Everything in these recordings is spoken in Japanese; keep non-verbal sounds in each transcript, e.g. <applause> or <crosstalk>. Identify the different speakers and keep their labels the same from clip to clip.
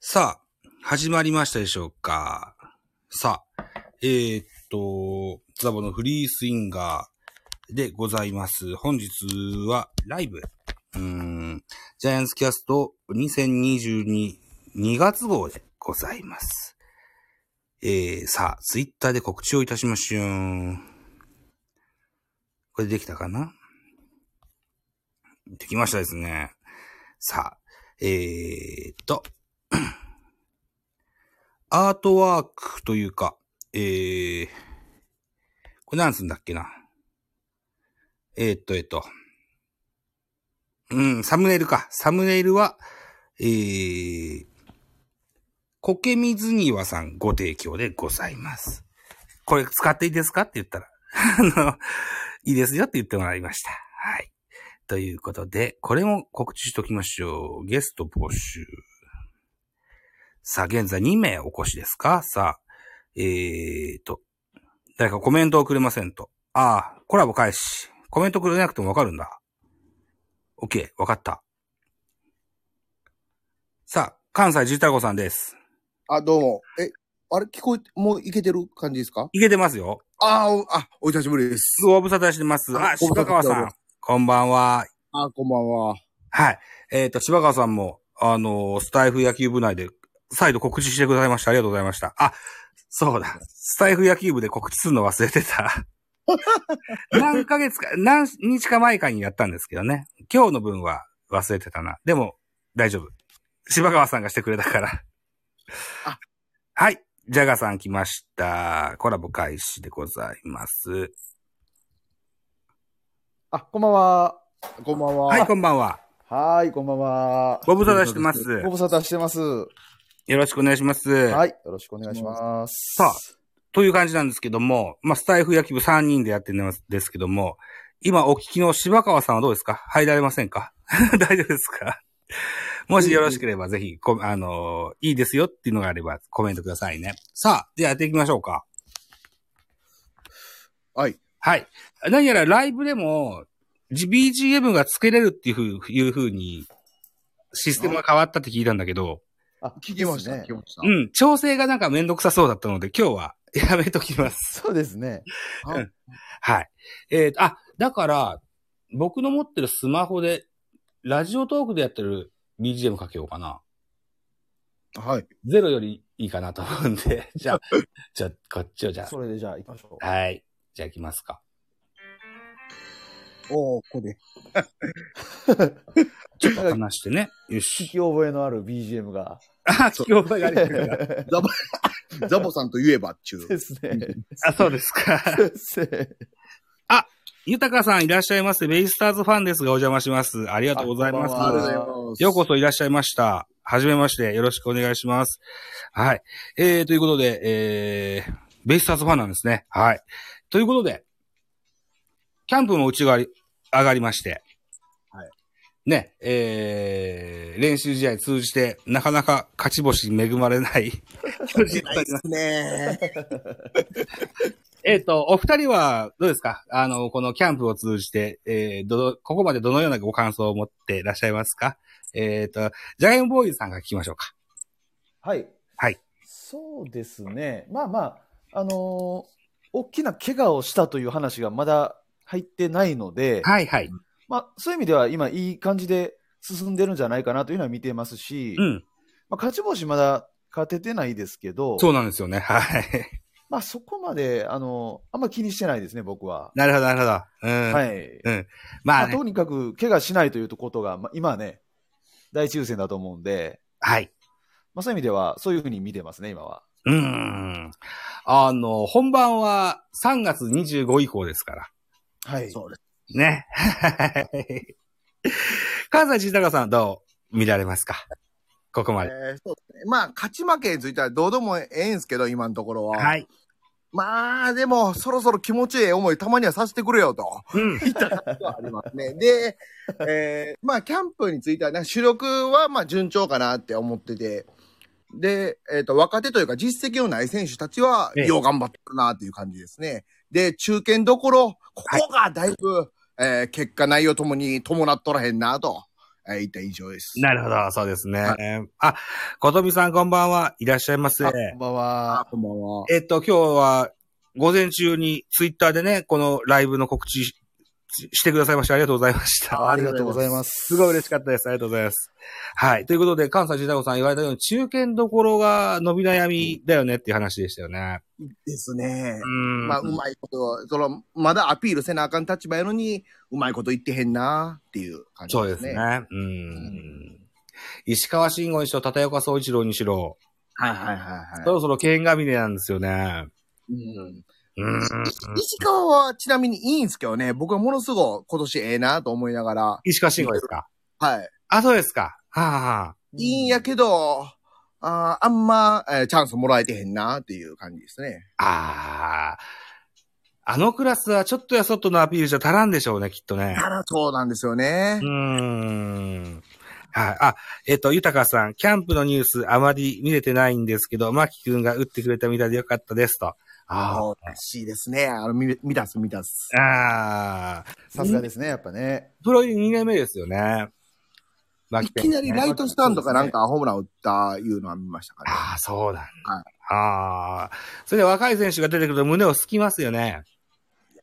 Speaker 1: さあ、始まりましたでしょうか。さあ、えー、っと、ザボのフリースインガーでございます。本日はライブ。うーん、ジャイアンツキャスト2022 2月号でございます。えー、さあ、ツイッターで告知をいたしましょう。これできたかなできましたですね。さあ、えー、っと、アートワークというか、えー、これなんつうんだっけな。えー、っと、えーっと、うん、サムネイルか。サムネイルは、えー、コケミズニワさんご提供でございます。これ使っていいですかって言ったら、 <laughs> あの、いいですよって言ってもらいました。はい。ということで、これも告知しときましょう。ゲスト募集。さあ、現在2名お越しですかさあ、えーと、誰かコメントをくれませんと。ああ、コラボ開始。コメントくれなくてもわかるんだ。OK、わかった。さあ、関西十太郎さんです。
Speaker 2: あ、どうも。え、あれ聞こえて、もういけてる感じですか
Speaker 1: いけてますよ。
Speaker 2: あーおあ、お久しぶりです。
Speaker 1: ご無沙汰してます。あ、
Speaker 2: あご無
Speaker 1: 柴
Speaker 2: 沙汰
Speaker 1: 川さ
Speaker 2: どうも
Speaker 1: ん。こんばんは。
Speaker 2: あ、こんばんは。
Speaker 1: はい。えっ、と、柴川さんも、あのースタイフ野球部内で、再度告知してくださいました。ありがとうございました。あ、そうだ。スタイフ野球部で告知するの忘れてた。 <laughs> 何ヶ月か、何日か前かにやったんですけどね。今日の分は忘れてたな。でも、大丈夫。柴川さんがしてくれたから。
Speaker 2: あ
Speaker 1: はい。ジャガさん来ました。コラボ開始でございます。
Speaker 3: あ、こんばんは。
Speaker 2: こんばんは。
Speaker 1: はい、こんばんは。
Speaker 3: はーい、こんばんは。
Speaker 1: ご無沙汰してます
Speaker 3: ご無沙汰してます。
Speaker 1: よろしくお願いします。
Speaker 3: はい、よろしくお願いします。
Speaker 1: さあ、という感じなんですけども、まあ、スタイフ野球部3人でやってるんですけども、今お聞きの柴川さんはどうですか入られませんか <laughs> 大丈夫ですかもしよろしければ、ぜひ、こあのーいいですよっていうのがあればコメントくださいね。さあ、ではやっていきましょうか。
Speaker 2: はい。
Speaker 1: はい。何やらライブでも、じ BGM がつけれるっていうふういうふうに、システムが変わったって聞いたんだけど、
Speaker 3: あ、
Speaker 2: 聞きました。
Speaker 3: です
Speaker 2: 聞き
Speaker 3: ね。
Speaker 2: ました
Speaker 1: う。ん、調整がなんかめんどくさそうだったので、今日はやめときます。
Speaker 3: そうですね。
Speaker 1: はい。えーあ、だから、僕の持ってるスマホで、ラジオトークでやってる BGM かけようかな。
Speaker 2: はい。
Speaker 1: ゼロよりいいかなと思うんで。 <laughs> じゃあ、じゃあ、こっちをじゃ
Speaker 3: それでじゃあ行きましょ
Speaker 2: <laughs>
Speaker 1: あ。はい。じゃあ行きますか。
Speaker 2: おー、ここで。
Speaker 1: ちょっと話してね。よ
Speaker 3: う。聞
Speaker 1: し。
Speaker 3: き覚えのある BGM
Speaker 2: <laughs>
Speaker 3: が。
Speaker 1: あ、聞き覚えがありましたか
Speaker 3: で
Speaker 2: ザボさんと言えばっ <laughs> ちゅう。
Speaker 3: すね。
Speaker 1: <laughs> あ、そうですか。
Speaker 3: ですね
Speaker 1: 豊さんいらっしゃいませ。ベイスターズファンですがお邪魔します。ありがとうございま
Speaker 3: あこんばんは
Speaker 1: す。
Speaker 2: ま
Speaker 1: ようこそいらっしゃいました。はじめまして。よろしくお願いします。はい。えー、ということで、えー、ベイスターズファンなんですね。はい。ということで、キャンプもうちがり上がりまして、
Speaker 2: はい。
Speaker 1: ね、えー、練習試合通じて、なかなか勝ち星に恵まれない巨人
Speaker 2: そうですね。
Speaker 1: えっ、と、お二人は、どうですかあの、このキャンプを通じて、えー、どの、ここまでどのようなご感想を持っていらっしゃいますかえっ、と、ジャイアンボーイズさんが聞きましょうか。
Speaker 3: はい。
Speaker 1: はい。
Speaker 3: そうですね。まあまあ、あのー大きな怪我をしたという話がまだ入ってないので、
Speaker 1: はいはい。
Speaker 3: まあ、そういう意味では今いい感じで進んでるんじゃないかなというのは見てますし、
Speaker 1: うん。
Speaker 3: まあ、勝ち星まだ勝ててないですけど、
Speaker 1: そうなんですよね。はい。 <laughs>
Speaker 3: まあ、そこまで、あの、あんま気にしてないですね、僕は。
Speaker 1: なるほど、なるほど。うん。、
Speaker 3: はいい。
Speaker 1: ま
Speaker 3: ま
Speaker 1: あ
Speaker 3: あ、
Speaker 1: ね、
Speaker 3: とにかく、怪我しないということが、まあ、今はね、第一優先だと思うんで、
Speaker 1: はい。
Speaker 3: まあ、そういう意味では、そういうふうに見てますね、今は。
Speaker 1: うーん。あの、本番は3月25以降ですから。
Speaker 3: はい
Speaker 2: そうです。
Speaker 1: ね。 <laughs> はい関西慎太郎さん、どう見られますかここまで。
Speaker 2: えーそうですねまあ、勝ち負けについてはどうでもええんすけど、今のところは。
Speaker 1: はい。
Speaker 2: まあ、でも、そろそろ気持ちええ思い、たまにはさせてくれよと。
Speaker 3: <laughs>
Speaker 1: うん。
Speaker 2: ありますね。で、えーまあ、キャンプについては、ね、主力は、まあ、順調かなって思ってて、で、えっ、と、若手というか、実績のない選手たちは、
Speaker 1: ええ
Speaker 2: よう堅頑張ってるなっていう感じですね。で、中堅どころ、ここがだいぶ、えー結果内容ともに伴っとらへんなと、えー行った印象です。
Speaker 1: なるほど、そうですね。あ、ことみさんこんばんは。いらっしゃいませ
Speaker 3: あ。こんばんは
Speaker 2: あ。こんばんは。
Speaker 1: えっと、今日は午前中にツイッターでね、このライブの告知ししてくださいましてありがとうございました。
Speaker 3: あありがとうございます。
Speaker 1: すごい嬉しかったです。ありがとうございます。はい。ということで、関西太郎さん言われたように、中堅どころが伸び悩みだよねっていう話でしたよね。
Speaker 2: ですね
Speaker 1: う。ん。
Speaker 2: まあ、うまいこと、その、まだアピールせなあかん立場やのに、うまいこと言ってへんなっていう感じ
Speaker 1: そう
Speaker 2: で
Speaker 1: ですす
Speaker 2: ね。
Speaker 1: ね。
Speaker 2: ね。
Speaker 1: うん。石川慎吾にしろ、片岡総一郎にしろ、
Speaker 2: はいはいはい
Speaker 1: そ
Speaker 2: は
Speaker 1: ろそろ剣が峰なんですよね。
Speaker 2: い。うん。
Speaker 1: うん。
Speaker 2: 石川はちなみにいいんですけどね、僕はものすごい今年ええなと思いながら、
Speaker 1: 石川慎吾ですか
Speaker 2: はい。
Speaker 1: あ、そうですか。はあ、はあ。
Speaker 2: いいんやけど、あーあんま、えーチャンスもらえてへんなっていう感じですね。
Speaker 1: ああ。あのクラスはちょっとやそっとのアピールじゃ足らんでしょうね、きっとね。
Speaker 2: あら、そうなんですよね
Speaker 1: うー。ん。はい。あ、えっ、と、豊さん、キャンプのニュースあまり見れてないんですけど、マキ君が打ってくれたみたいでよかったですと。あ
Speaker 2: そうらしいですね。あの、み見たす見たす。
Speaker 1: あ。ああ。
Speaker 3: さすがですね、やっぱね。
Speaker 1: プロ入り2年目ですよね。マ
Speaker 2: い
Speaker 1: キ
Speaker 2: き
Speaker 1: 君。
Speaker 2: なりライトスタンドかなんかホームラン打ったいうのは見ましたから、ね。
Speaker 1: ああ、そうなんだ。
Speaker 2: は
Speaker 1: ああ。それで若い選手が出てくると胸をすきますよね。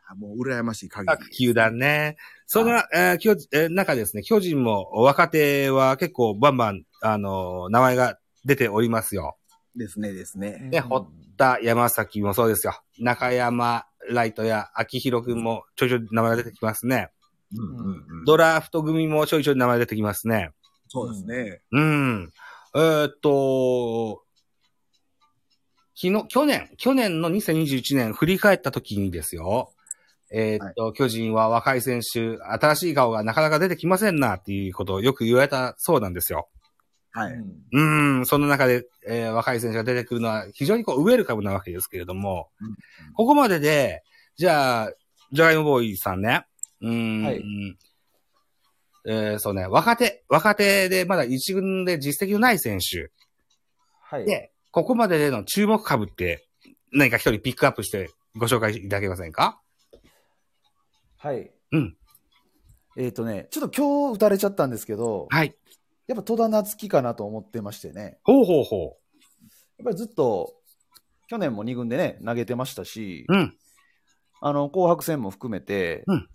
Speaker 2: あもう羨ましい限り。
Speaker 1: 各球団ね。そんな、えー巨人えー中ですね、巨人も若手は結構バンバン、あのー名前が出ておりますよ。
Speaker 2: ですね、ですね。
Speaker 1: ねほ田山崎もそうですよ。中山、ライトや秋広くんもちょいちょい名前が出てきますね。
Speaker 2: うんうんうん
Speaker 1: ドラフト組もちょいちょい名前が出てきますね。
Speaker 2: そうですね。
Speaker 1: うん。えーっと、昨日、去年、去年の2021年振り返った時にですよ。えーっと、巨人は若い選手、新しい顔がなかなか出てきませんなっていうことをよく言われたそうなんですよ。
Speaker 2: は
Speaker 3: う
Speaker 2: い。
Speaker 3: ん
Speaker 1: うん、その中で、えー若い選手が出てくるのは非常にこう、ウェルカムなわけですけれども、ここまでで、じゃあ、ジャガイモボーイさんね、うん、
Speaker 3: はい
Speaker 1: えーそうね、若手、若手でまだ一軍で実績のない選手、
Speaker 3: はい。
Speaker 1: で、ここまででの注目株って、何か一人ピックアップしてご紹介いただけませんか
Speaker 3: はい。
Speaker 1: うん。
Speaker 3: えっ、とね、ちょっと今日打たれちゃったんですけど、
Speaker 1: はい。
Speaker 3: やっぱ戸田夏樹かなと思ってましてね、
Speaker 1: ほうほうほ
Speaker 3: やっぱりずっと、去年も2軍でね、投げてましたし、
Speaker 1: う。うん。
Speaker 3: あの、紅白戦も含めて、
Speaker 1: うん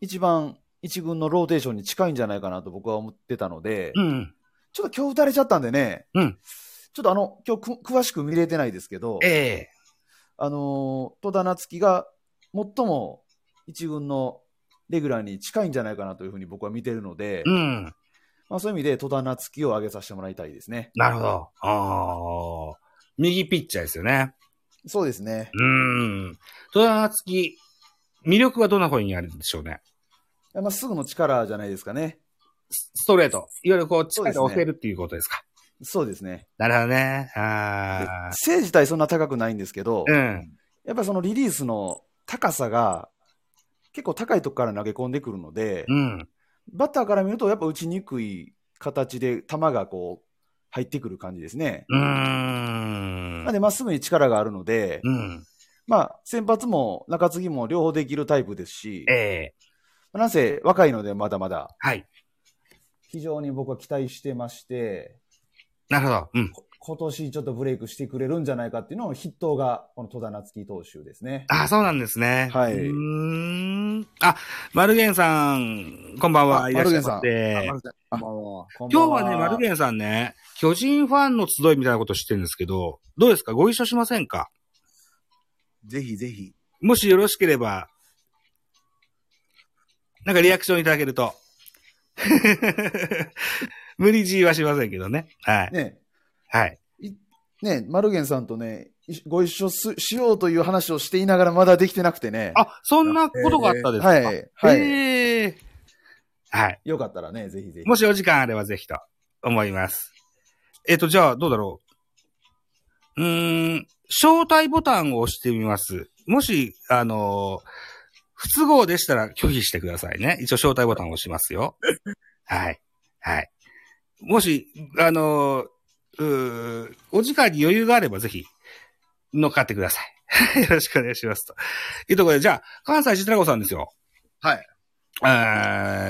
Speaker 3: 一番1軍のローテーションに近いんじゃないかなと僕は思ってたので、
Speaker 1: うん。
Speaker 3: ちょっと今日打たれちゃったんでね、
Speaker 1: うん
Speaker 3: ちょっとあの、今日く詳しく見れてないですけど、
Speaker 1: ええ
Speaker 3: あのー戸田夏樹が最も一軍のレギュラーに近いんじゃないかなというふうに僕は見てるので、
Speaker 1: うん。
Speaker 3: まあ、そういう意味で戸田夏樹を上げさせてもらいたいですね。
Speaker 1: なるほど。ああ。右ピッチャーですよね。
Speaker 3: そうですね。
Speaker 1: うーん。戸田夏樹、魅力はどんな風にあるんでしょうね。
Speaker 3: まあ、すぐの力じゃないですかね。
Speaker 1: スストレート。いわゆるこう、
Speaker 3: そう
Speaker 1: 力
Speaker 3: です
Speaker 1: で
Speaker 3: ね
Speaker 1: 押せるっていうことですか。
Speaker 3: そうですね。
Speaker 1: なるほどね。ああ。
Speaker 3: 背自体そんな高くないんですけど、
Speaker 1: うん。
Speaker 3: やっぱりそのリリースの高さが結構高いとこから投げ込んでくるので、
Speaker 1: うん。
Speaker 3: バッターから見るとやっぱ打ちにくい形で球がこう入ってくる感じですね。
Speaker 1: うーん。
Speaker 3: なんでまっすぐに力があるので、
Speaker 1: うん。
Speaker 3: まあ、先発も中継ぎも両方できるタイプですし、
Speaker 1: ええ
Speaker 3: なんせ若いのでまだまだ、
Speaker 1: はい。
Speaker 3: 非常に僕は期待してまして、
Speaker 1: なるほど。うん。
Speaker 3: こ今年ちょっとブレイクしてくれるんじゃないかっていうのを筆頭が、この戸田夏樹投手ですね。
Speaker 1: ああ、そうなんですね。
Speaker 3: はい
Speaker 1: ー
Speaker 3: う
Speaker 1: ん。あ、マルゲンさん、こんばんは。
Speaker 3: あ
Speaker 1: いらっしゃいま
Speaker 3: マル
Speaker 1: せ。
Speaker 2: あまずこんばんは
Speaker 3: 今
Speaker 1: 今日はね、マルゲンさんね、巨人ファンの集いみたいなことしてるんですけど、どうですかご一緒しませんか
Speaker 2: ぜひぜひ。
Speaker 1: もしよろしければ、なんかリアクションいただけると。 <laughs> 無理強いはしませんけどね。はい。
Speaker 3: ね、
Speaker 1: はい。
Speaker 3: ね、マルゲンさんとね、いご一緒すしようという話をしていながらまだできてなくてね。
Speaker 1: あ、そんなことがあったですか、
Speaker 3: はい、はい。
Speaker 1: えーはい。
Speaker 3: よかったらね、ぜひぜひ。
Speaker 1: もしお時間あればぜひと思います。えっ、と、じゃあ、どうだろう。うーん、招待ボタンを押してみます。もし、あのー不都合でしたら拒否してくださいね。一応招待ボタンを押します
Speaker 3: <laughs>
Speaker 1: よ。はい。はい。もし、あのーうーお時間に余裕があればぜひ、乗っかってください。よ <laughs> ろしくお願いしますと。いうところで、じゃあ、関西ジ太郎さんですよ。
Speaker 2: はい。
Speaker 1: え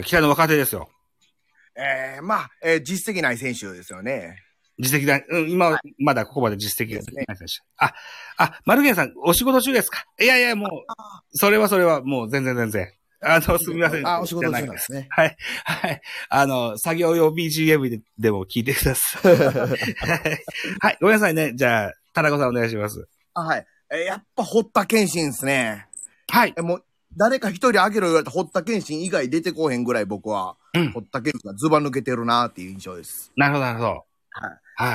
Speaker 1: ー、北の若手ですよ。
Speaker 2: えー、まあ、えー実績ない選手ですよね。
Speaker 1: 実績だ、うん、今、まだここまで実績がない選手。あ、あ、マルゲンさん、お仕事中ですかいやいや、もう、それはそれは、もう全然全然。あの、すみません。
Speaker 4: あ、お仕事
Speaker 1: じゃ
Speaker 4: 中
Speaker 1: い
Speaker 4: なんですね。
Speaker 1: はい。はい。あの、作業用 BGM ででも聞いてくださ
Speaker 4: <laughs>
Speaker 1: い。はいはい。ごめんなさいね。じゃあ、田中さんお願いします。
Speaker 2: あはい。えーやっぱ、堀田健信ですね。
Speaker 1: はい。
Speaker 2: えもう、誰か一人あげろ言われた堀田健信以外出てこうへんぐらい僕は、
Speaker 1: うん
Speaker 2: 堀田健信がズバ抜けてるなっていう印象です。
Speaker 1: なるほど、なるほど。は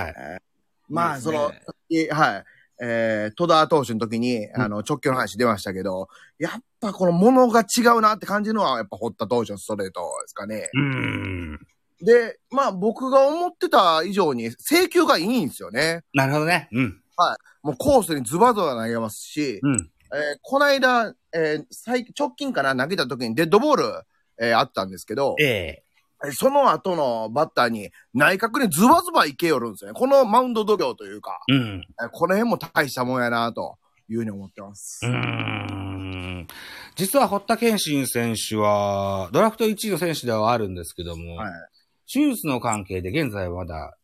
Speaker 1: い。
Speaker 3: い
Speaker 2: まあ、
Speaker 3: いです
Speaker 2: そ
Speaker 3: ね
Speaker 2: の、えはい。えー、戸田投手の時に、あの、直球の話出ましたけど、やっぱこの物が違うなって感じるのは、やっぱ堀田投手のストレートですかね。
Speaker 1: うーん。
Speaker 2: で、まあ僕が思ってた以上に、制球がいいんですよね。
Speaker 1: なるほどね。うん。
Speaker 2: もうコースにズバズバ投げますし、
Speaker 1: うん。
Speaker 2: えーこの間、えー最直近から投げた時にデッドボール、えーあったんですけど、
Speaker 1: ええ
Speaker 2: えーその後のバッターに内角にズバズバいけよるんですよね。このマウンド度胸というか、
Speaker 1: うん。
Speaker 2: えーこの辺も大したもんやなというふうに思ってます。
Speaker 1: うーん実は堀田健信選手は、ドラフト1位の選手ではあるんですけども、
Speaker 2: はい
Speaker 1: 手術の関係で現在はまだ、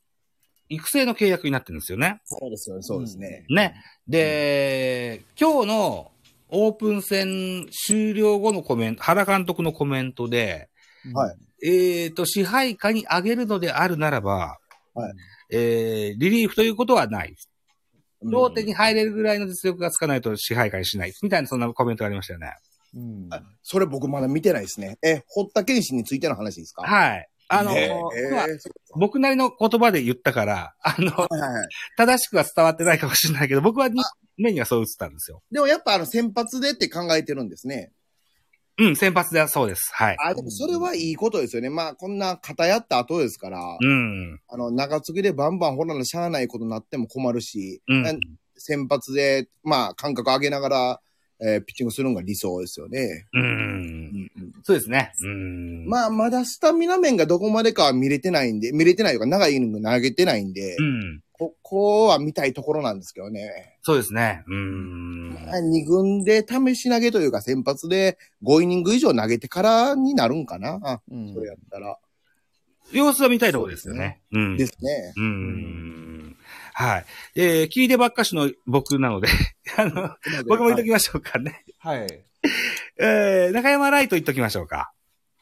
Speaker 1: 育成の契約になってるんですよね。
Speaker 2: そうですよね、
Speaker 3: そうですね。
Speaker 1: ね。で、今日のオープン戦終了後のコメント、原監督のコメントで、
Speaker 2: はい
Speaker 1: えっ、と、支配下に上げるのであるならば、
Speaker 2: はい
Speaker 1: えーリリーフということはない。ローテ
Speaker 2: に。
Speaker 1: に入れるぐらいの実力がつかないと支配下にしない。みたいな、そんなコメントがありましたよね。
Speaker 3: うん。
Speaker 2: あそれ僕まだ見てないですね。えー、堀田健信についての話ですか
Speaker 1: はい。あの、
Speaker 2: えー
Speaker 1: 要は
Speaker 2: えーそ
Speaker 1: 僕なりの言葉で言ったから、あの、 <laughs>
Speaker 2: うはいはいはい
Speaker 1: 正しくは伝わってないかもしれないけど、僕はに目にはそう映ったんですよ。
Speaker 2: でもやっぱあの先発でって考えてるんですね。
Speaker 1: うん、先発ではそうです。はい。
Speaker 2: あ、でもそれはいいことですよね。まあこんな偏った後ですから、
Speaker 1: うん。
Speaker 2: あの長継ぎでバンバンほらなしゃあないことになっても困るし、
Speaker 1: うん
Speaker 2: あ先発で、まあ間隔上げながら、えーピッチングするのが理想ですよね。
Speaker 1: うん。
Speaker 2: うん
Speaker 1: そうですね。うん。
Speaker 2: まあまだスタミナ面がどこまでかは見れてないんで、見れてないというか長いイニング投げてないんで、
Speaker 1: うん。
Speaker 2: ここは見たいところなんですけどね。
Speaker 1: そうですね。うん。
Speaker 2: 2軍で試し投げというか先発で5イニング以上投げてからになるんかな。あ
Speaker 3: うん
Speaker 2: それやったら。
Speaker 1: 様子は見たいところですよね。うん。
Speaker 2: ですね。
Speaker 1: うん。はい。えー、聞いてばっかしの僕なので、 <laughs> あの、僕も言っときましょうかね。
Speaker 3: はい。
Speaker 1: えー、中山ライト言っときましょうか。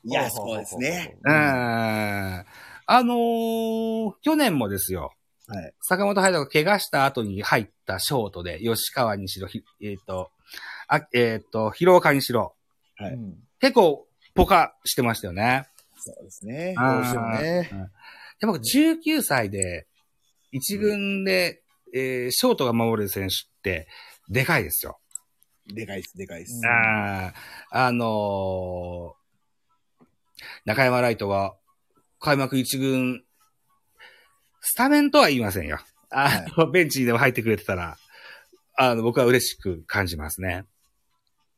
Speaker 2: いや、そうですね。
Speaker 1: うんあのー去年もですよ。
Speaker 2: はい
Speaker 1: 坂本隼人が怪我した後に入ったショートで、吉川にしろ、ひえっ、と、あえっ、と、広岡にしろ、
Speaker 3: う
Speaker 2: はい
Speaker 3: ん。
Speaker 1: 結構、ポカしてましたよね。
Speaker 2: そうですね。
Speaker 1: あー
Speaker 2: どうしてもね。
Speaker 1: で、僕、19歳で、一軍で、えーショートが守れる選手って、でかいですよ。
Speaker 2: でかいです、でかいです
Speaker 3: うん。
Speaker 1: あーあのー中山ライトは、開幕一軍、スタメンとは言いませんよ。あの、ベンチにでも入ってくれてたら、あの、僕は嬉しく感じますね。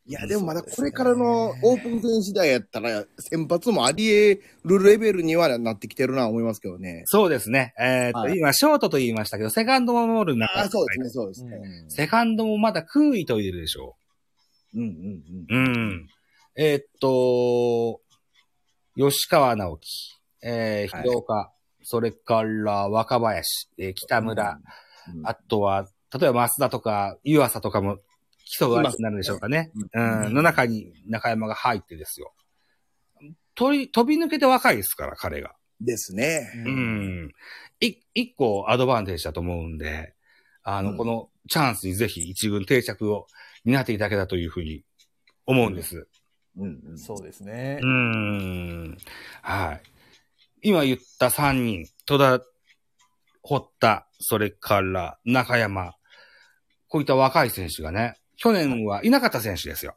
Speaker 2: いや、でもまだこれからのオープン戦次第やったら、先発もあり得るレベルにはなってきてるな思いますけどね。
Speaker 1: そうですね。えーと、
Speaker 2: はい
Speaker 1: 今、ショートと言いましたけど、セカンドも守る中
Speaker 2: ああ、そうですね、そうですね。
Speaker 1: セカンドもまだ空位といるでしょ
Speaker 2: うんうんうん。
Speaker 1: う。うん。えーっと、吉川直樹、えー、
Speaker 2: はい
Speaker 1: 広岡、それから若林、えー北村、
Speaker 2: うん
Speaker 1: あとは、例えば増田とか湯浅とかも基礎がになるでしょうかね。うん、の中に中山が入ってですよ。とり飛び抜けて若いですから、彼が。
Speaker 2: ですね。
Speaker 1: う
Speaker 3: うん。
Speaker 1: ん。い一個アドバンテージだと思うんで、あの、
Speaker 2: うん
Speaker 1: このチャンスにぜひ一軍定着を担っていただけたというふうに思うんです。
Speaker 2: うんうん
Speaker 3: そうですね
Speaker 1: う。ん。はい。今言った3人、戸田、堀田、それから中山、こういった若い選手がね、去年はいなかった選手ですよ。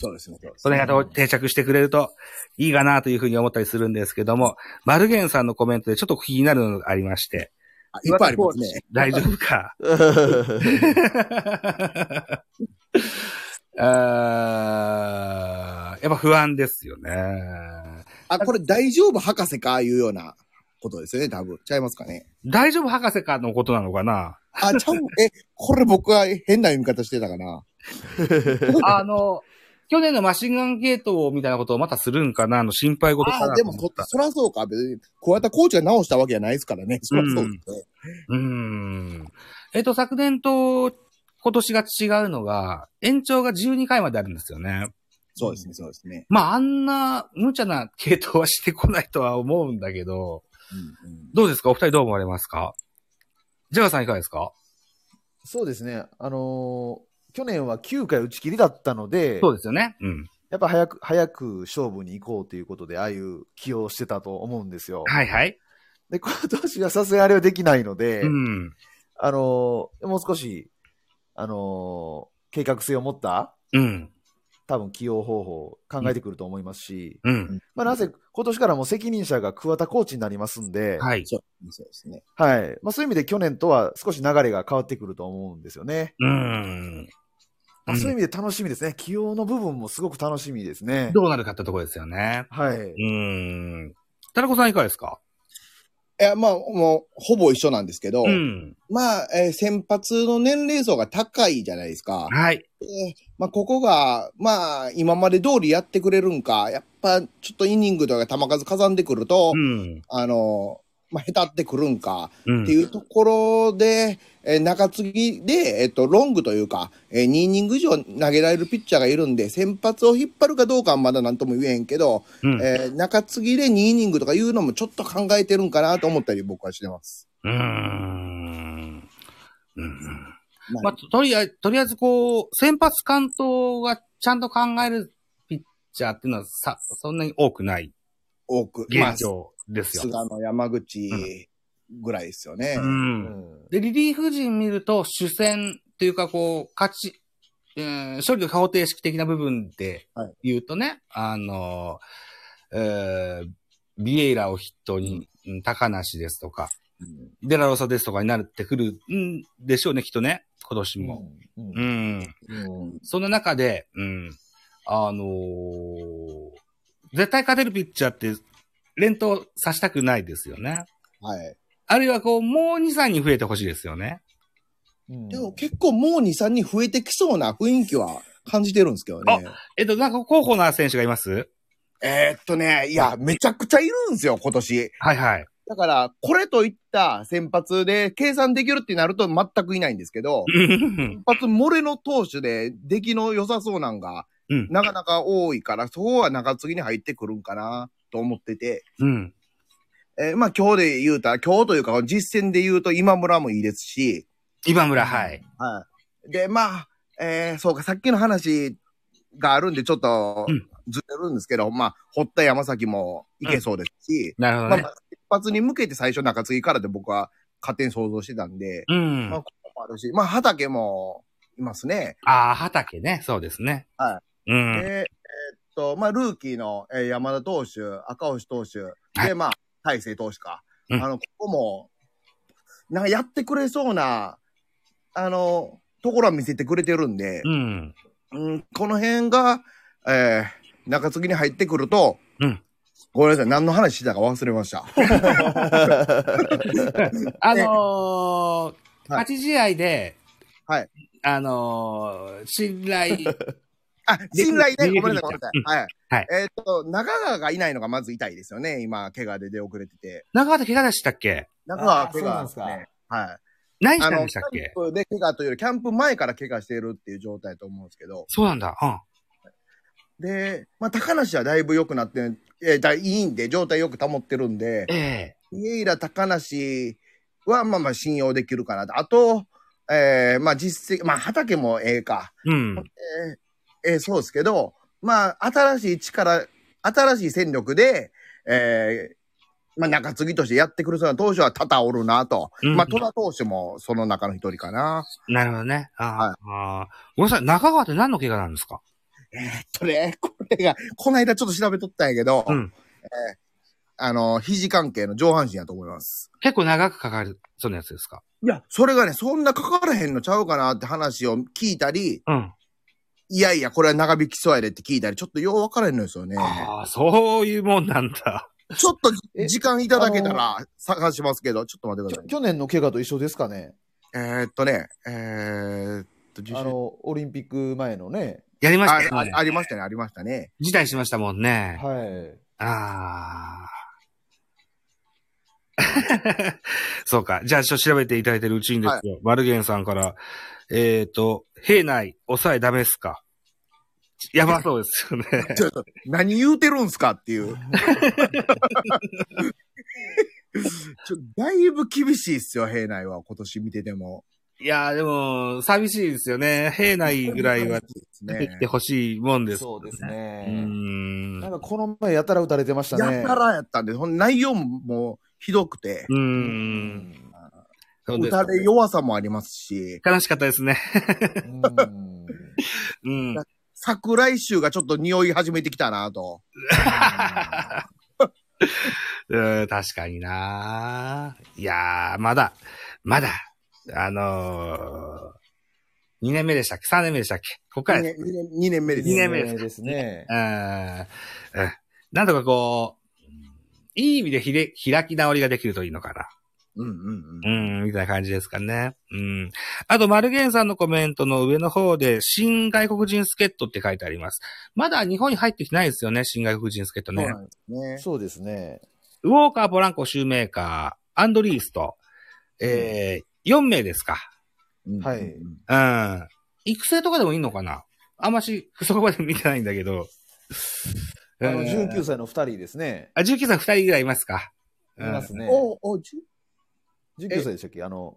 Speaker 2: そうですね。そうです
Speaker 1: そ
Speaker 2: ね
Speaker 1: れがどう定着してくれるといいかなというふうに思ったりするんですけども、マルゲンさんのコメントでちょっと気になるのがありまして。
Speaker 2: あいっぱいありますね。
Speaker 1: 大丈夫か <laughs> あーやっぱ不安ですよね。
Speaker 2: あ、これ大丈夫博士かいうようなことですよね、多分。ちゃいますかね。
Speaker 1: 大丈夫博士かのことなのかな
Speaker 2: あ、 <laughs> ちゃう、え、これ僕は変な読み方してたかな。
Speaker 1: あの、去年のマシンガンゲートみたいなことをまたするんかな、あの心配事かな
Speaker 2: ああ、
Speaker 1: と
Speaker 2: で
Speaker 1: 思
Speaker 2: も
Speaker 1: っ
Speaker 2: そ
Speaker 1: た。、
Speaker 2: そらそうか。別に、こうやったコーチが直したわけじゃないですからね。そらそうですね。
Speaker 1: うーん。えっと、昨年と今年が違うのが、延長が12回まであるんですよね。
Speaker 2: そうですね、そうですね。
Speaker 1: まあ、あんな無茶な系統はしてこないとは思うんだけど、
Speaker 2: うんうん
Speaker 1: どうですかお二人どう思われますかジャガーさんいかがですか
Speaker 3: <laughs> そうですね、あのー去年は9回打ち切りだったので、
Speaker 1: そうですよね。うん。
Speaker 3: やっぱ早く早く勝負に行こうということで、ああいう起用をしてたと思うんですよ。
Speaker 1: はいはい。
Speaker 3: で、今年はさすがにあれはできないので、
Speaker 1: うん。
Speaker 3: あのーもう少し、あのー計画性を持った、
Speaker 1: うん。
Speaker 3: 多分起用方法を考えてくると思いますし、
Speaker 1: うん。
Speaker 3: まあ、なぜ今年からもう責任者が桑田コーチになりますんで、
Speaker 1: はい。
Speaker 2: そうそうですね。
Speaker 3: はいまあ、そういう意味で去年とは少し流れが変わってくると思うんですよね。
Speaker 1: うん。
Speaker 3: まあそういう
Speaker 1: う
Speaker 3: 意味で楽しみですね。起用の部分もすごく楽しみですね
Speaker 1: ん。どうなるかってとこですよね。
Speaker 3: はい。
Speaker 1: うん。タラコさんいかがですか
Speaker 2: いや、まあ、もう、ほぼ一緒なんですけど、
Speaker 1: うん。
Speaker 2: まあ、えー先発の年齢層が高いじゃないですか。
Speaker 1: はい。
Speaker 2: まあ、ここが、まあ、今まで通りやってくれるんか、やっぱ、ちょっとイニングとか球数かさんでくると、
Speaker 1: うん。
Speaker 2: あの、まあ、下手ってくるんか、
Speaker 1: うん
Speaker 2: っていうところで、えー中継ぎで、えっと、ロングというか、えー2イニング以上投げられるピッチャーがいるんで、先発を引っ張るかどうかはまだ何とも言えへんけど、
Speaker 1: うん
Speaker 2: えー中継ぎで2イニングとかいうのもちょっと考えてるんかなと思ったり僕はしてます。
Speaker 1: うーん。うん
Speaker 2: まあ
Speaker 1: まあ、ととりあえず、とりあえずこう、先発関東がちゃんと考えるピッチャーっていうのはさ、そんなに多くない
Speaker 2: 多く。まあ
Speaker 1: 現、状ですよ。
Speaker 2: 菅野山口ぐらいですよね。
Speaker 1: うん。で、リリーフ陣見ると、主戦っていうかこう、勝ち、うん、処理の方程式的な部分で
Speaker 2: はい
Speaker 1: 言うとね、あの、えービエイラを筆頭に、うん高梨ですとか、
Speaker 2: うん
Speaker 1: デラロサですとかになってくるんでしょうね、きっとね、今年も。
Speaker 3: うん
Speaker 1: う
Speaker 3: うん
Speaker 1: ん。
Speaker 2: うん
Speaker 1: その中で、うん。あのー絶対勝てるピッチャーって、連投させたくないですよね。
Speaker 2: はい。
Speaker 1: あるいはこう、もう2、3人増えてほしいですよね。
Speaker 3: うん
Speaker 2: でも結構もう2、3人増えてきそうな雰囲気は感じてるんですけどね。
Speaker 1: えっと、なんか候補な選手がいます
Speaker 2: えーっとね、いや、めちゃくちゃいるんですよ、今年。
Speaker 1: はいはい。
Speaker 2: だから、これといった先発で計算できるってなると全くいないんですけど、
Speaker 1: うん。
Speaker 2: 先発漏れの投手で出来の良さそうなんが、
Speaker 1: うん
Speaker 2: なかなか多いから、そこは中継ぎに入ってくるんかなと思ってて、
Speaker 1: うん。
Speaker 2: えーまあ今日で言うたら、今日というか、実戦で言うと今村もいいですし、
Speaker 1: 今村、はい。
Speaker 2: はい。で、まあ、えーそうか、さっきの話があるんで、ちょっと
Speaker 1: うん
Speaker 2: ずれるんですけど、まあ、堀田山崎もいけそうですし、
Speaker 1: なるほ
Speaker 2: ま
Speaker 1: ど
Speaker 2: あ、
Speaker 1: ね
Speaker 2: ま。あ一発に向けて最初中継ぎからで僕は勝手に想像してたんで、
Speaker 1: うん。
Speaker 2: まあ、
Speaker 1: あ
Speaker 2: ここもあるし、まあ、畑もいますね。
Speaker 1: あー、畑ね。そうですね。。
Speaker 2: はい
Speaker 1: うん。
Speaker 2: で、えーっと、まあ、ルーキーの、えー山田投手、赤星投手、
Speaker 1: は
Speaker 2: で、まあ、大勢投手か。
Speaker 1: うん
Speaker 2: あの、ここも、なんかやってくれそうな、あの、ところは見せてくれてるんで、
Speaker 1: うん。
Speaker 2: うん、この辺が、えー、中継ぎに入ってくると、
Speaker 1: うん
Speaker 2: ごめんなさい、何の話してたか忘れました。
Speaker 1: あのー、
Speaker 2: はい
Speaker 1: 勝ち試合で、
Speaker 2: はい。
Speaker 1: あのー、信頼、 <laughs>
Speaker 2: あ、信頼
Speaker 1: で
Speaker 2: ね、ごめんなさい、ごめんなさい。はい。
Speaker 1: はい
Speaker 2: えーっと、中川がいないのがまず痛いですよね。今、怪我で出遅れてて。
Speaker 1: 中畑怪我でしたっけ
Speaker 2: 中川は
Speaker 3: あーそ
Speaker 2: 怪
Speaker 3: うな
Speaker 2: 我
Speaker 3: ん
Speaker 2: です
Speaker 3: か
Speaker 2: ね。はい。
Speaker 1: 何した
Speaker 2: あ
Speaker 1: ん
Speaker 2: の、
Speaker 1: でし
Speaker 2: キ
Speaker 1: た
Speaker 2: ャ
Speaker 1: っけ
Speaker 2: ンプで怪我というより、キャンプ前から怪我してるっていう状態だと思うんですけど。
Speaker 1: そうなんだ。うん。
Speaker 2: で、まあ、高梨はだいぶ良くなって、えーだいいんで、状態よく保ってるんで、
Speaker 1: ええ
Speaker 2: 家イラ高梨は、まあまあ信用できるかなと。あと、えー、まあ実績、まあ畑もええか。
Speaker 1: うん。
Speaker 2: えーえーそうですけど、まあ新しい力、新しい戦力で、えー、まあ中継ぎとしてやってくるそうな投手は多々おるなと。
Speaker 1: うん
Speaker 2: まあ戸田投手もその中の一人かな。
Speaker 1: なるほどね。あー、
Speaker 2: はい
Speaker 1: あーごめんなさい、中川って何の怪我なんですか
Speaker 2: それ、これが、この間ちょっと調べとったんやけど、
Speaker 1: うん。
Speaker 2: あの、肘関係の上半身やと思います。
Speaker 1: 結構長くかかる、そのやつですか
Speaker 2: いや、それがね、そんなかからへんのちゃうかなって話を聞いたり、
Speaker 1: うん。
Speaker 2: いやいや、これは長引きそうやでって聞いたり、ちょっとよう分からへんのですよね。
Speaker 1: ああ、そういうもんなんだ。
Speaker 2: ちょっと
Speaker 3: え
Speaker 2: 時間いただけたら探しますけど、ちょっと待ってく
Speaker 3: きょ
Speaker 2: ださい。
Speaker 3: 去年の怪我と一緒ですかね、
Speaker 2: えーっとね、えーっと、
Speaker 3: あのオリンピック前のね、
Speaker 1: やりま
Speaker 2: あ
Speaker 1: した
Speaker 2: あ
Speaker 1: ね。
Speaker 2: ありましたね、ありましたね。
Speaker 1: 辞退しましたもんね。
Speaker 3: はい。
Speaker 1: ああ。 <laughs> そうか。じゃあ、ちょっと調べていただいてるうちにですよ。バルゲンさんから、えっ、と、兵内、抑えダメっすかやばそうですよね。
Speaker 2: ちょっと、何言うてるんすかっていう。ちょだいぶ厳しいっすよ、兵内は。今年見てても。
Speaker 1: <laughs> いやー、でも、寂しいですよね。兵内ぐらいは
Speaker 2: です
Speaker 1: 出て
Speaker 2: ね
Speaker 1: きて。ほしいもんです。
Speaker 3: そうです
Speaker 1: う
Speaker 3: ね。
Speaker 1: ーん。
Speaker 3: なん
Speaker 1: う
Speaker 3: かこの前やたら打たれてましたね。
Speaker 2: やたらやったんで、ほん内容ももうひどくて、
Speaker 1: ー。
Speaker 3: うんん。
Speaker 1: そう
Speaker 2: 打
Speaker 1: です
Speaker 2: たれ弱さもありますし、
Speaker 1: 悲しかったですね。
Speaker 3: うん
Speaker 1: うん。
Speaker 2: 桜井衆がちょっと匂い始めてきたなと。
Speaker 1: うん、確かにないやー、まだ、まだ、あのー、2年目でしたっけ ?3 年目でしたっけここから
Speaker 2: 2
Speaker 1: です
Speaker 2: 年 ,2 年目です
Speaker 1: 二
Speaker 2: ね。
Speaker 1: 年目です
Speaker 3: ね。
Speaker 1: うんうんなんとかこう、いい意味でひれ、開き直りができるといいのかな。
Speaker 2: うんうん
Speaker 1: う
Speaker 2: うん。
Speaker 1: ん、みたいな感じですかね。うん。あと、マルゲンさんのコメントの上の方で、新外国人助っ人って書いてあります。まだ日本に入ってきてないですよね、新外国人助っ人ね。
Speaker 2: そうなんですね。
Speaker 3: そうですね。
Speaker 1: ウォーカー、ポランコ、シューメーカー、アンドリースと、えー、4名ですか。
Speaker 2: うん
Speaker 3: はい
Speaker 2: うん
Speaker 1: うん。育成とかでもいいのかなあんまし、そこまで見てないんだけど。
Speaker 3: あの
Speaker 1: うん
Speaker 3: 19歳の2人ですね。
Speaker 1: あ、19歳2人ぐらいいますか。
Speaker 3: いますね。
Speaker 2: おおじ
Speaker 3: 19歳でしたっけあの、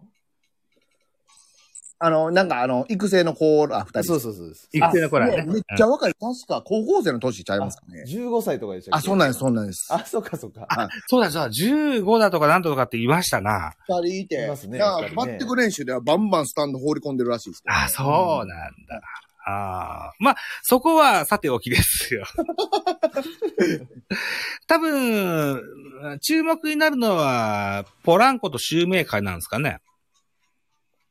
Speaker 2: あの、なんかあの、育成の子ら二人。
Speaker 3: そうそうそうです。
Speaker 1: 育成の頃はね
Speaker 2: あもうめっちゃ若い。確か高校生の年ちゃいますかね。
Speaker 3: 15歳とかでしたっ
Speaker 2: あ、
Speaker 3: け
Speaker 2: そうなんです、そうなんです。
Speaker 3: あ、そうかそうか。
Speaker 2: あ
Speaker 1: そうだ、そうだ、15だとかなんとかって言いましたな。
Speaker 2: 二人いて。
Speaker 3: いますね
Speaker 2: だか
Speaker 3: 二
Speaker 2: ら
Speaker 3: 人ね
Speaker 2: バッティング練習ではバンバンスタンド放り込んでるらしいですけど。
Speaker 1: あ、そうなんだ。ああ。まあ、そこはさておきですよ。 <laughs> 多分、注目になるのは、ポランコとシューメーカーなんですかね。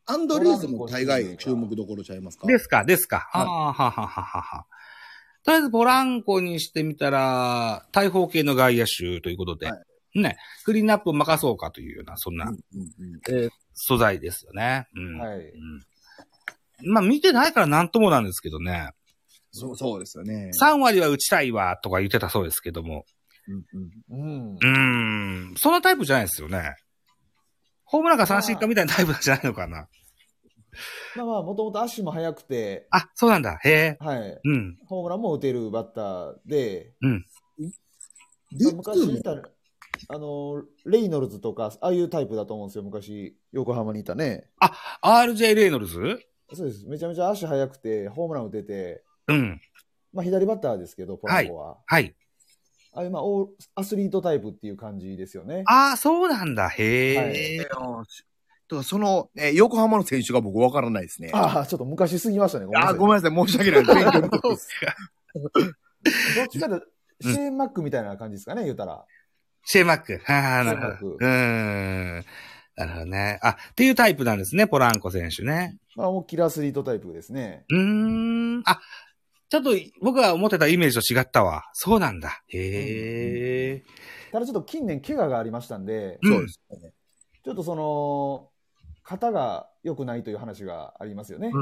Speaker 2: アンドリーズも大概注目どころちゃいますか
Speaker 1: ですか、ですか。
Speaker 2: はい
Speaker 1: ああははははは。とりあえず、ポランコにしてみたら、大砲系の外野手ということで、
Speaker 2: は
Speaker 1: ね、クリーンアップを任そうかというような、そんな、
Speaker 2: うんうんうん
Speaker 1: えー素材ですよね。うん。
Speaker 3: は
Speaker 1: う
Speaker 3: い。
Speaker 1: んまあ、見てないからなんともなんですけどね。
Speaker 2: そうそうですよね。
Speaker 1: 3割は打ちたいわ、とか言ってたそうですけども。
Speaker 2: うんうん
Speaker 3: うん
Speaker 1: う。ーん。そんなタイプじゃないですよね。ホームランか三振かみたいなタイプじゃないのかな。
Speaker 3: まあまあ、もともと足も速くて、
Speaker 1: あ、そうなんだ。へえ。
Speaker 3: はい。
Speaker 1: うん。
Speaker 3: ホームランも打てるバッターで、
Speaker 2: リッ
Speaker 3: 昔
Speaker 2: ク
Speaker 3: いた、あの、レイノルズとか、ああいうタイプだと思うんですよ、昔、横浜にいたね。
Speaker 1: RJ レイノルズ
Speaker 3: そうです。めちゃめちゃ足速くて、ホームラン打てて、
Speaker 1: うん。
Speaker 3: まあ、左バッターですけど、ポランコは。
Speaker 1: はい。
Speaker 3: ああいう、まあ、オールアスリートタイプっていう感じですよね。
Speaker 1: ああ、そうなんだ。へえ。
Speaker 3: はい
Speaker 2: も、とかその、えー横浜の選手が僕わからないですね。
Speaker 3: ああ、ちょっと昔すぎましたね。ごめんな
Speaker 2: あ
Speaker 3: さ
Speaker 2: ー、
Speaker 3: い。
Speaker 2: ごめんなさい。申し訳ない。勉強不足
Speaker 1: <laughs> そうっ
Speaker 2: です
Speaker 1: すか
Speaker 3: どっちかというと、シェーン・マックみたいな感じですかね、言うたら。
Speaker 1: シェーマック。はあ、な
Speaker 3: シェーマッ
Speaker 1: る
Speaker 3: ク
Speaker 1: ほど。うーん。なるほどね。あ、っていうタイプなんですね、ポランコ選手ね。
Speaker 3: まあ、大きなアスリートタイプですね。
Speaker 1: うーん。あ、ちょっと僕が思ってたイメージと違ったわ。そうなんだ。へえ。
Speaker 3: ただちょっと近年、怪我がありましたんで、
Speaker 1: うん
Speaker 2: そうですよね。
Speaker 3: ちょっとその、肩が良くないという話がありますよね。
Speaker 2: んう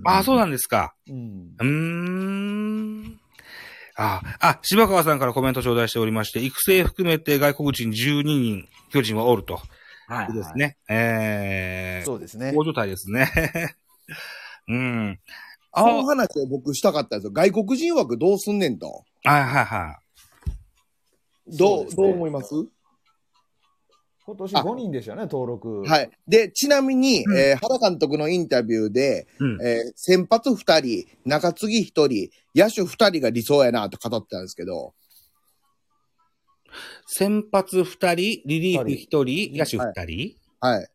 Speaker 2: ん
Speaker 1: ああ、そう
Speaker 2: だ。
Speaker 1: なんですか。
Speaker 3: うん
Speaker 1: うーん。あ、あ、柴川さんからコメント頂戴しておりまして、育成含めて外国人12人、巨人はおると。
Speaker 2: はい
Speaker 1: いいです。ね。ええ
Speaker 3: そうですね
Speaker 1: 大。状態ですね。 <laughs> うん。あ、
Speaker 2: こ
Speaker 1: はい
Speaker 2: の話を僕したかったんですよ。外国人枠どうすんねんと。
Speaker 1: はいは
Speaker 3: そ
Speaker 2: どう、
Speaker 3: うです
Speaker 2: ど
Speaker 3: ね
Speaker 2: う思います
Speaker 3: 今年5人でしたよね、登録。。
Speaker 2: はいい。で、ちなみに、
Speaker 1: うん
Speaker 2: えー原監督のインタビューで、
Speaker 1: い。うん。
Speaker 2: えー先発2人、中継ぎ1人、野手2人が理想やなと語ってたんですけど、
Speaker 1: 先発2人、リリーフ1人、
Speaker 3: 二人
Speaker 1: 野手2人、
Speaker 2: はい。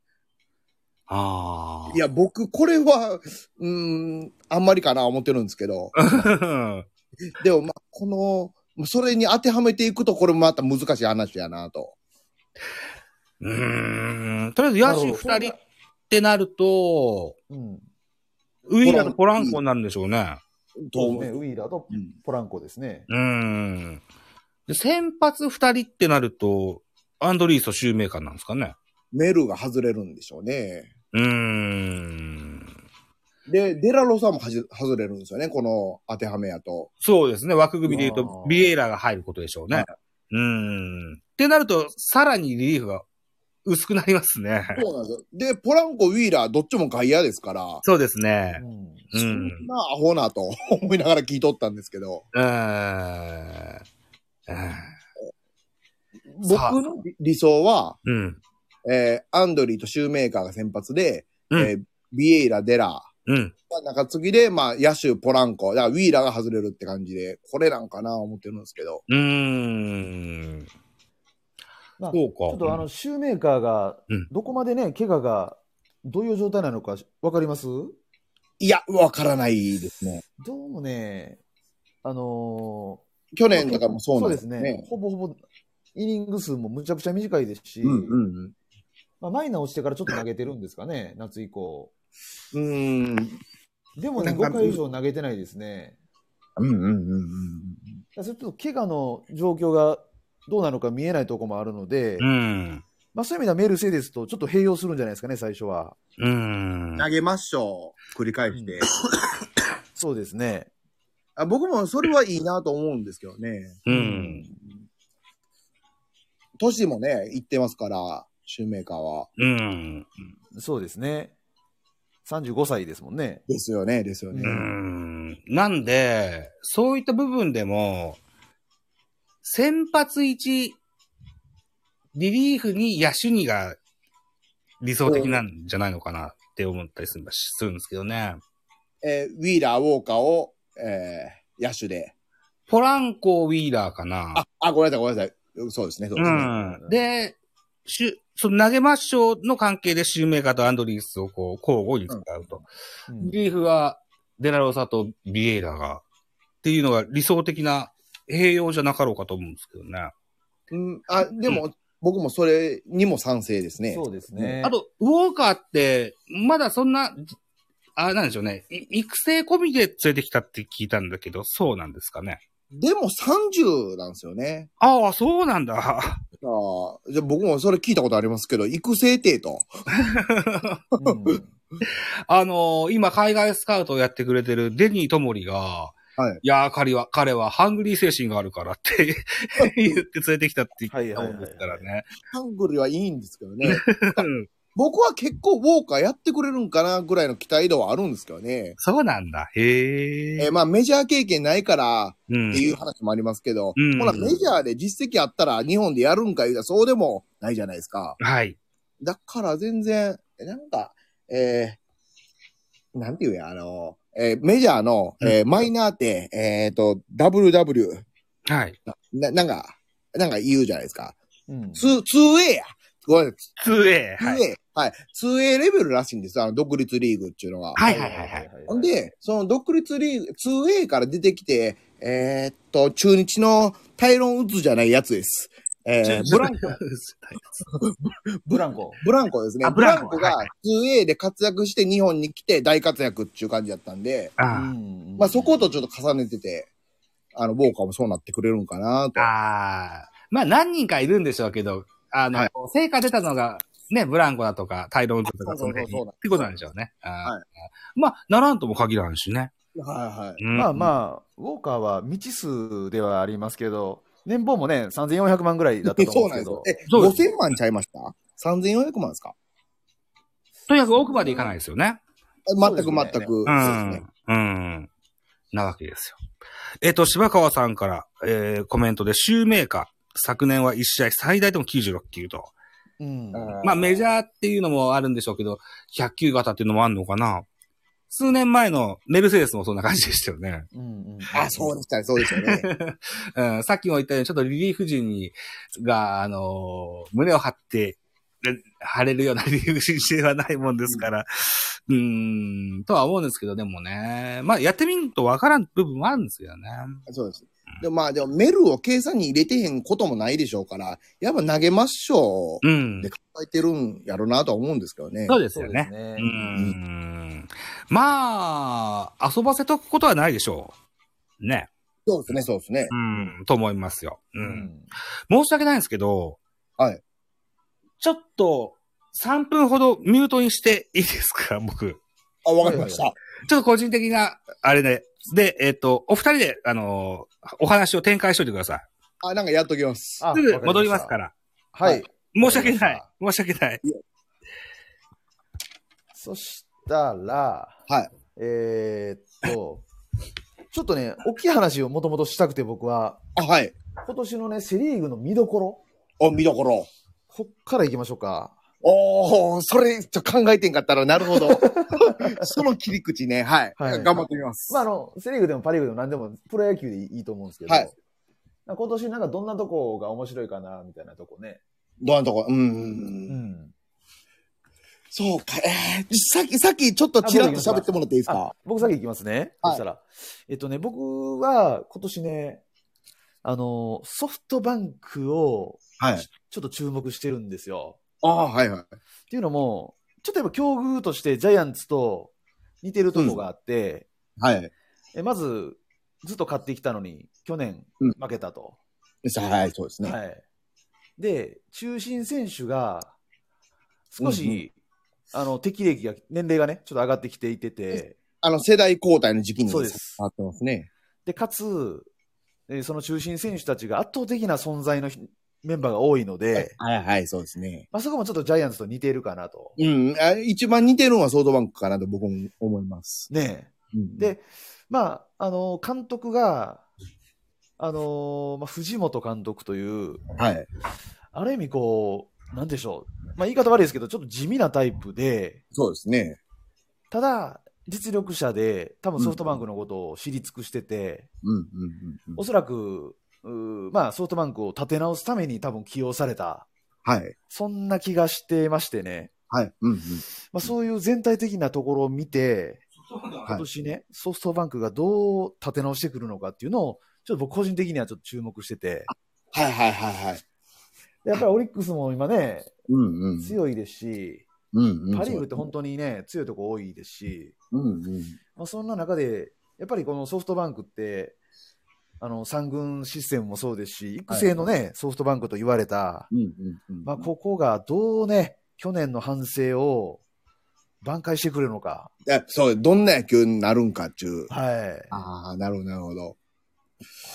Speaker 1: ああ。
Speaker 2: いや、僕、これは、うーん、あんまりかな思ってるんですけど、でも、まあ、この、まあそれに当てはめていくと、これまた難しい話やなと。
Speaker 1: <laughs> うーん。とりあえず野手2人ってなると、
Speaker 3: うん。
Speaker 1: ウィーラーとポランコになるんでしょうね。
Speaker 2: と
Speaker 3: そう
Speaker 2: 思
Speaker 3: です
Speaker 2: う。
Speaker 3: ね、ウィーラーと
Speaker 2: うん
Speaker 3: ポランコですね。
Speaker 1: うーん。で先発2人ってなると、アンドリースとシューメーカーなんですかね。
Speaker 2: メルが外れるんでしょうね。
Speaker 1: うーん。
Speaker 2: で、デラロさんもはじ外れるんですよね、この当てはめやと。
Speaker 1: そうですね。枠組みで言う
Speaker 3: あ
Speaker 1: と、
Speaker 3: ー
Speaker 1: ビエイラが入ることでしょうね。
Speaker 2: はいう
Speaker 1: ーん。ってなると、さらにリリーフが薄くなりますね。
Speaker 2: そうなんですよ。で、ポランコ、ウィーラー、どっちも外野ですから、
Speaker 1: そうですね。
Speaker 3: うん
Speaker 1: う
Speaker 2: そ
Speaker 1: ん。
Speaker 2: んなアホなと思いながら聞いとったんですけど、
Speaker 1: うーん。
Speaker 2: 僕
Speaker 1: さあ
Speaker 2: の理理想は、
Speaker 1: うん。
Speaker 2: えーアンドリーとシューメーカーが先発で、
Speaker 1: うん
Speaker 2: えービエイラ、デラ
Speaker 1: うん。
Speaker 2: ー、中継ぎで、まあ、野手、ポランコ、だからウィーラーが外れるって感じで、これなんかな思ってるんですけど、
Speaker 1: うーん。
Speaker 3: まあ
Speaker 1: そうか。
Speaker 3: ちょっとあの、シューメーカーが
Speaker 1: うん、
Speaker 3: どこまでね、怪我が、どういう状態なのかわかります
Speaker 2: いや、わからないですね。
Speaker 3: どうもね、あの
Speaker 2: 去
Speaker 3: ー
Speaker 2: 年とかもそうなんです
Speaker 3: そうですね
Speaker 2: ね。
Speaker 3: ほぼほぼ、イニング数もむちゃくちゃ短いですし、
Speaker 2: うんうん
Speaker 3: まあ、マイナーをしてからちょっと投げてるんですか
Speaker 2: <laughs>
Speaker 3: ね、夏以降。
Speaker 2: うん。うん。
Speaker 3: でもね、
Speaker 2: なんか
Speaker 3: 5回以上投げてないですね。
Speaker 2: うんうんうんうん。
Speaker 3: だからそれちょっと怪我の状況がどうなのか見えないところもあるので、
Speaker 1: うん。
Speaker 3: まあ、そういう意味ではメルセデスとちょっと併用するんじゃないですかね、最初は。
Speaker 1: うん。
Speaker 2: 投げましょう。繰り返して。
Speaker 3: そうですね。
Speaker 2: あ僕もそれはいいなと思うんですけどね。
Speaker 1: うん。
Speaker 2: 都市もね、行ってますから、シューメーカーは。
Speaker 1: うん。
Speaker 3: そうですね。35歳ですもんね。
Speaker 2: ですよね、ですよね。
Speaker 1: う
Speaker 3: うん
Speaker 1: なんで、そういった部分でも、先発1、リリーフ2、野手2が理想的なんじゃないのかなって思ったりするするんですけどね。
Speaker 2: えーウィーラー、ウォーカーを、えー野手で。
Speaker 1: ポランコ、ウィーラーかな
Speaker 2: あ。、あ、ごめんなさい、ごめんなさい。そうですね、そうですね。
Speaker 1: うん。で、しゅその投げ抹消の関係でシューメーカーとアンドリースをこう交互に使うと。
Speaker 3: うん
Speaker 1: リリーフはデラロサとビエイラがっていうのが理想的な併用じゃなかろうかと思うんですけどね。
Speaker 2: うん、あ、でも、僕もそれにも賛成ですね。
Speaker 3: そうですね。
Speaker 1: あと、ウォーカーって、まだそんな、あ、なんでしょうね。い育成込みで連れてきたって聞いたんだけど、そうなんですかね。
Speaker 2: でも30なんですよね。
Speaker 1: ああ、そうなんだ。 <laughs>
Speaker 2: あーじゃあ僕もそれ聞いたことありますけど、育成定と。
Speaker 3: うん
Speaker 1: あのー今、海外スカウトをやってくれてるデニー・トモリが、
Speaker 2: はい、
Speaker 1: やー、彼は、彼はハングリー精神があるからって <laughs> 言って連れてきたって聞いたもんですからね。 <laughs>
Speaker 2: ハングルはいいんですけど <laughs> ね。
Speaker 1: うん
Speaker 2: 僕は結構ウォーカーやってくれるんかなぐらいの期待度はあるんですけどね。
Speaker 1: そうなんだ。へ
Speaker 2: え
Speaker 1: え。
Speaker 2: ーまあメジャー経験ないから
Speaker 1: う
Speaker 2: っ
Speaker 1: ん
Speaker 2: て。いう話もありますけど、
Speaker 1: うん
Speaker 2: ほらメジャーで実績あったら日本でやるんか言うたらそうでもないじゃないですか。
Speaker 1: はい。
Speaker 2: だから全然、なんか、えー、なんていうや、あの、えーメジャーの、えーマイナーって、えっ、と、WW
Speaker 1: はい。
Speaker 2: な、なんか、なんか言うじゃないですか。
Speaker 3: うん
Speaker 2: 2、2A やごめんなさい、
Speaker 1: 2A。
Speaker 2: 2A
Speaker 1: はい。。
Speaker 2: はい。2A レベルらしいんですよ、あの、独立リーグっていうの <laughs> は。
Speaker 1: はいはいはいはい。
Speaker 2: ほん、で、その独立リーグ、2A から出てきて、えーっと、中日のタイロン・ウッズじゃないやつです。えーブランコ、
Speaker 3: ブランコ。
Speaker 2: ブランコですね。
Speaker 1: あ
Speaker 2: ブ
Speaker 1: ブ
Speaker 2: ラ
Speaker 1: ラ
Speaker 2: ン
Speaker 1: ンコ
Speaker 2: コが 2A で活躍して日本に来て大活躍っていう感じだったんで、
Speaker 1: <laughs> ああ。
Speaker 3: ま
Speaker 2: まあそことちょっと重ねてて、あの、ウォーカーもそうなってくれるんかなと。
Speaker 1: ああ。まあ何人かいるんでしょうけど、あの、
Speaker 2: はい
Speaker 1: 成果出たのが、ね、ブランコだとか、タイロンズとか、
Speaker 2: そうそうそう
Speaker 1: の辺
Speaker 2: そう
Speaker 1: に
Speaker 2: なん
Speaker 1: っ
Speaker 2: です
Speaker 1: てことなんでしょうね。あー
Speaker 2: は
Speaker 1: まあ、ならんとも限らんしね。
Speaker 2: はいはい。
Speaker 1: うん
Speaker 3: まあまあ、ウォーカーは未知数ではありますけど、年俸もね、3400万ぐらいだったと
Speaker 2: <laughs> そ
Speaker 3: 思
Speaker 2: う
Speaker 3: う
Speaker 2: なんん
Speaker 3: で
Speaker 2: ですす
Speaker 3: けど
Speaker 2: よ。。
Speaker 1: そ
Speaker 2: え、
Speaker 1: うです
Speaker 2: 5000万ちゃいました ?3400 万ですか
Speaker 1: とにかく奥までいかないですよね。
Speaker 2: え全く
Speaker 3: そうですね
Speaker 2: 全く。
Speaker 1: う
Speaker 2: そうです
Speaker 1: ん。うん。なわけですよ。えっと、柴川さんから、えー、コメントで、シューメーカー。昨年は1試合最大でも96球と。
Speaker 3: うん
Speaker 2: ね
Speaker 1: まあメジャーっていうのもあるんでしょうけど、100球型っていうのもあるのかな。数年前のメルセデスもそんな感じでしたよね。
Speaker 3: うんうん
Speaker 2: あ、そうでしたね、そうでしたよね。
Speaker 1: うん、さっきも言ったように、ちょっとリリーフ陣に、が、あのー胸を張って、え張れるようなリリーフ陣ではないもんですから、うーん、とは思うんですけど、でもね、まあ、やってみるとわからん部分もあるんですよね。
Speaker 2: そうです。でもまあでもメルを計算に入れてへんこともないでしょうから、やっぱ投げましょう。
Speaker 1: うん
Speaker 2: で。考えてるんやろうなとは思うんですけどね。
Speaker 1: そうです
Speaker 3: そ
Speaker 1: よ
Speaker 3: うです
Speaker 1: ね。
Speaker 3: ね
Speaker 1: う。ん。まあ、遊ばせとくことはないでしょう。ね。
Speaker 2: そうですね、そうですね
Speaker 1: う。ん、と思いますよ。う。
Speaker 3: うんん
Speaker 1: 申し訳ないんですけど、
Speaker 2: はい。
Speaker 1: ちょっと、3分ほどミュートにしていいですか、僕。
Speaker 2: あ、わかりまし
Speaker 1: ち
Speaker 2: た。
Speaker 1: ょっと個人的な、あれで、で、えっ、と、お二人で、あのーお話を展開しといてください。
Speaker 2: あ、なんかやっときます。
Speaker 3: あ。
Speaker 1: すぐ戻りますからら。
Speaker 3: は
Speaker 2: はい
Speaker 3: い。
Speaker 1: 申し訳ない。申し訳ない。
Speaker 3: そしたら、
Speaker 2: はい。
Speaker 3: えーっと、ちょっとね、大きい話をもともとしたくて僕は、
Speaker 2: あ、はい。
Speaker 3: 今年のね、セリーグの見どころ、
Speaker 2: お、見どころ。
Speaker 3: こっから行きましょうか。
Speaker 2: おー、それ、ちょ、考えてんかったら、なるほど。その切り口ね、はい。
Speaker 3: はい
Speaker 2: 頑張ってみます。
Speaker 3: まあ、あの、セリーグでもパリーグでも何でも、プロ野球でいいと思うんですけど、
Speaker 2: はい
Speaker 3: 今年なんかどんなとこが面白いかな、みたいなとこね。
Speaker 2: どうなんとこ、うんうん
Speaker 3: う
Speaker 2: うん。
Speaker 3: ん。
Speaker 2: そうか、えー、さっき、さっき、ちょっとちらっと喋ってもらっていいです
Speaker 3: あ
Speaker 2: か
Speaker 3: 僕先行きますね。
Speaker 2: は
Speaker 3: そし
Speaker 2: い
Speaker 3: たら。えっとね、僕は今年ね、あの、ソフトバンクを
Speaker 2: はい。
Speaker 3: ちょっと注目してるんですよ。
Speaker 2: ああ、はいはい。
Speaker 3: っていうのも、ちょっとやっぱ境遇としてジャイアンツと似てるとこがあって、
Speaker 2: はい。
Speaker 3: えまず、ずっと勝ってきたのに、去年
Speaker 2: うん
Speaker 3: 負けたと。
Speaker 2: はい、そうですね。
Speaker 3: はい。で、中心選手が、少
Speaker 2: うんう
Speaker 3: し、あの、適齢期が、年齢がね、ちょっと上がってきていてて、
Speaker 2: あの、世代交代の時期に
Speaker 3: そうです
Speaker 2: なってますね。
Speaker 3: で、かつ、えーその中心選手たちが圧倒的な存在のひメンバーが多いので、
Speaker 2: はいはい、そうですね。
Speaker 3: まあ、そこもちょっとジャイアンツと似てるかなと。
Speaker 2: うん、あ一番似てるのはソードバンクかなと僕も思います。
Speaker 3: ねえ。
Speaker 2: うん、
Speaker 3: で、まあ、あの監督が、あのまあ、藤本監督という、
Speaker 2: はい。
Speaker 3: ある意味こう、なんでしょう、まあ、言い方悪いですけど、ちょっと地味なタイプで、
Speaker 2: そうですね。
Speaker 3: ただ、実力者で、多分ソフトバンクのことを知り尽くしてて、
Speaker 2: うん、うん、うんうん
Speaker 3: お。そらく、うーまあ、ソフトバンクを立て直すために多分起用された、
Speaker 2: はい。
Speaker 3: そんな気がしてましてね、
Speaker 2: はい。うん、うん。
Speaker 3: まあ、そういう全体的なところを見て、
Speaker 2: はい
Speaker 3: 今年ね、ソフトバンクがどう立て直してくるのかっていうのを、ちょっと僕個人的にはちょっと注目してて、
Speaker 2: はい、はい、はい、はい。
Speaker 3: でやっぱりオリックスも今ね、
Speaker 2: うん、うん。
Speaker 3: 強いですし、
Speaker 2: うん、うん。
Speaker 3: パ・リーグって本当にね、強いとこ多いですし、
Speaker 2: うん、うん。
Speaker 3: まあ、そんな中で、やっぱりこのソフトバンクって、あの三軍システムもそうですし、育成のね、ソフトバンクと言われた、
Speaker 2: うん、うんうん。
Speaker 3: まあ、ここがどうね、去年の反省を挽回してくれるのか、
Speaker 2: いやそう、どんな野球になるんかっちゅう。
Speaker 3: はい、
Speaker 2: ああ、なるほど、なるほど。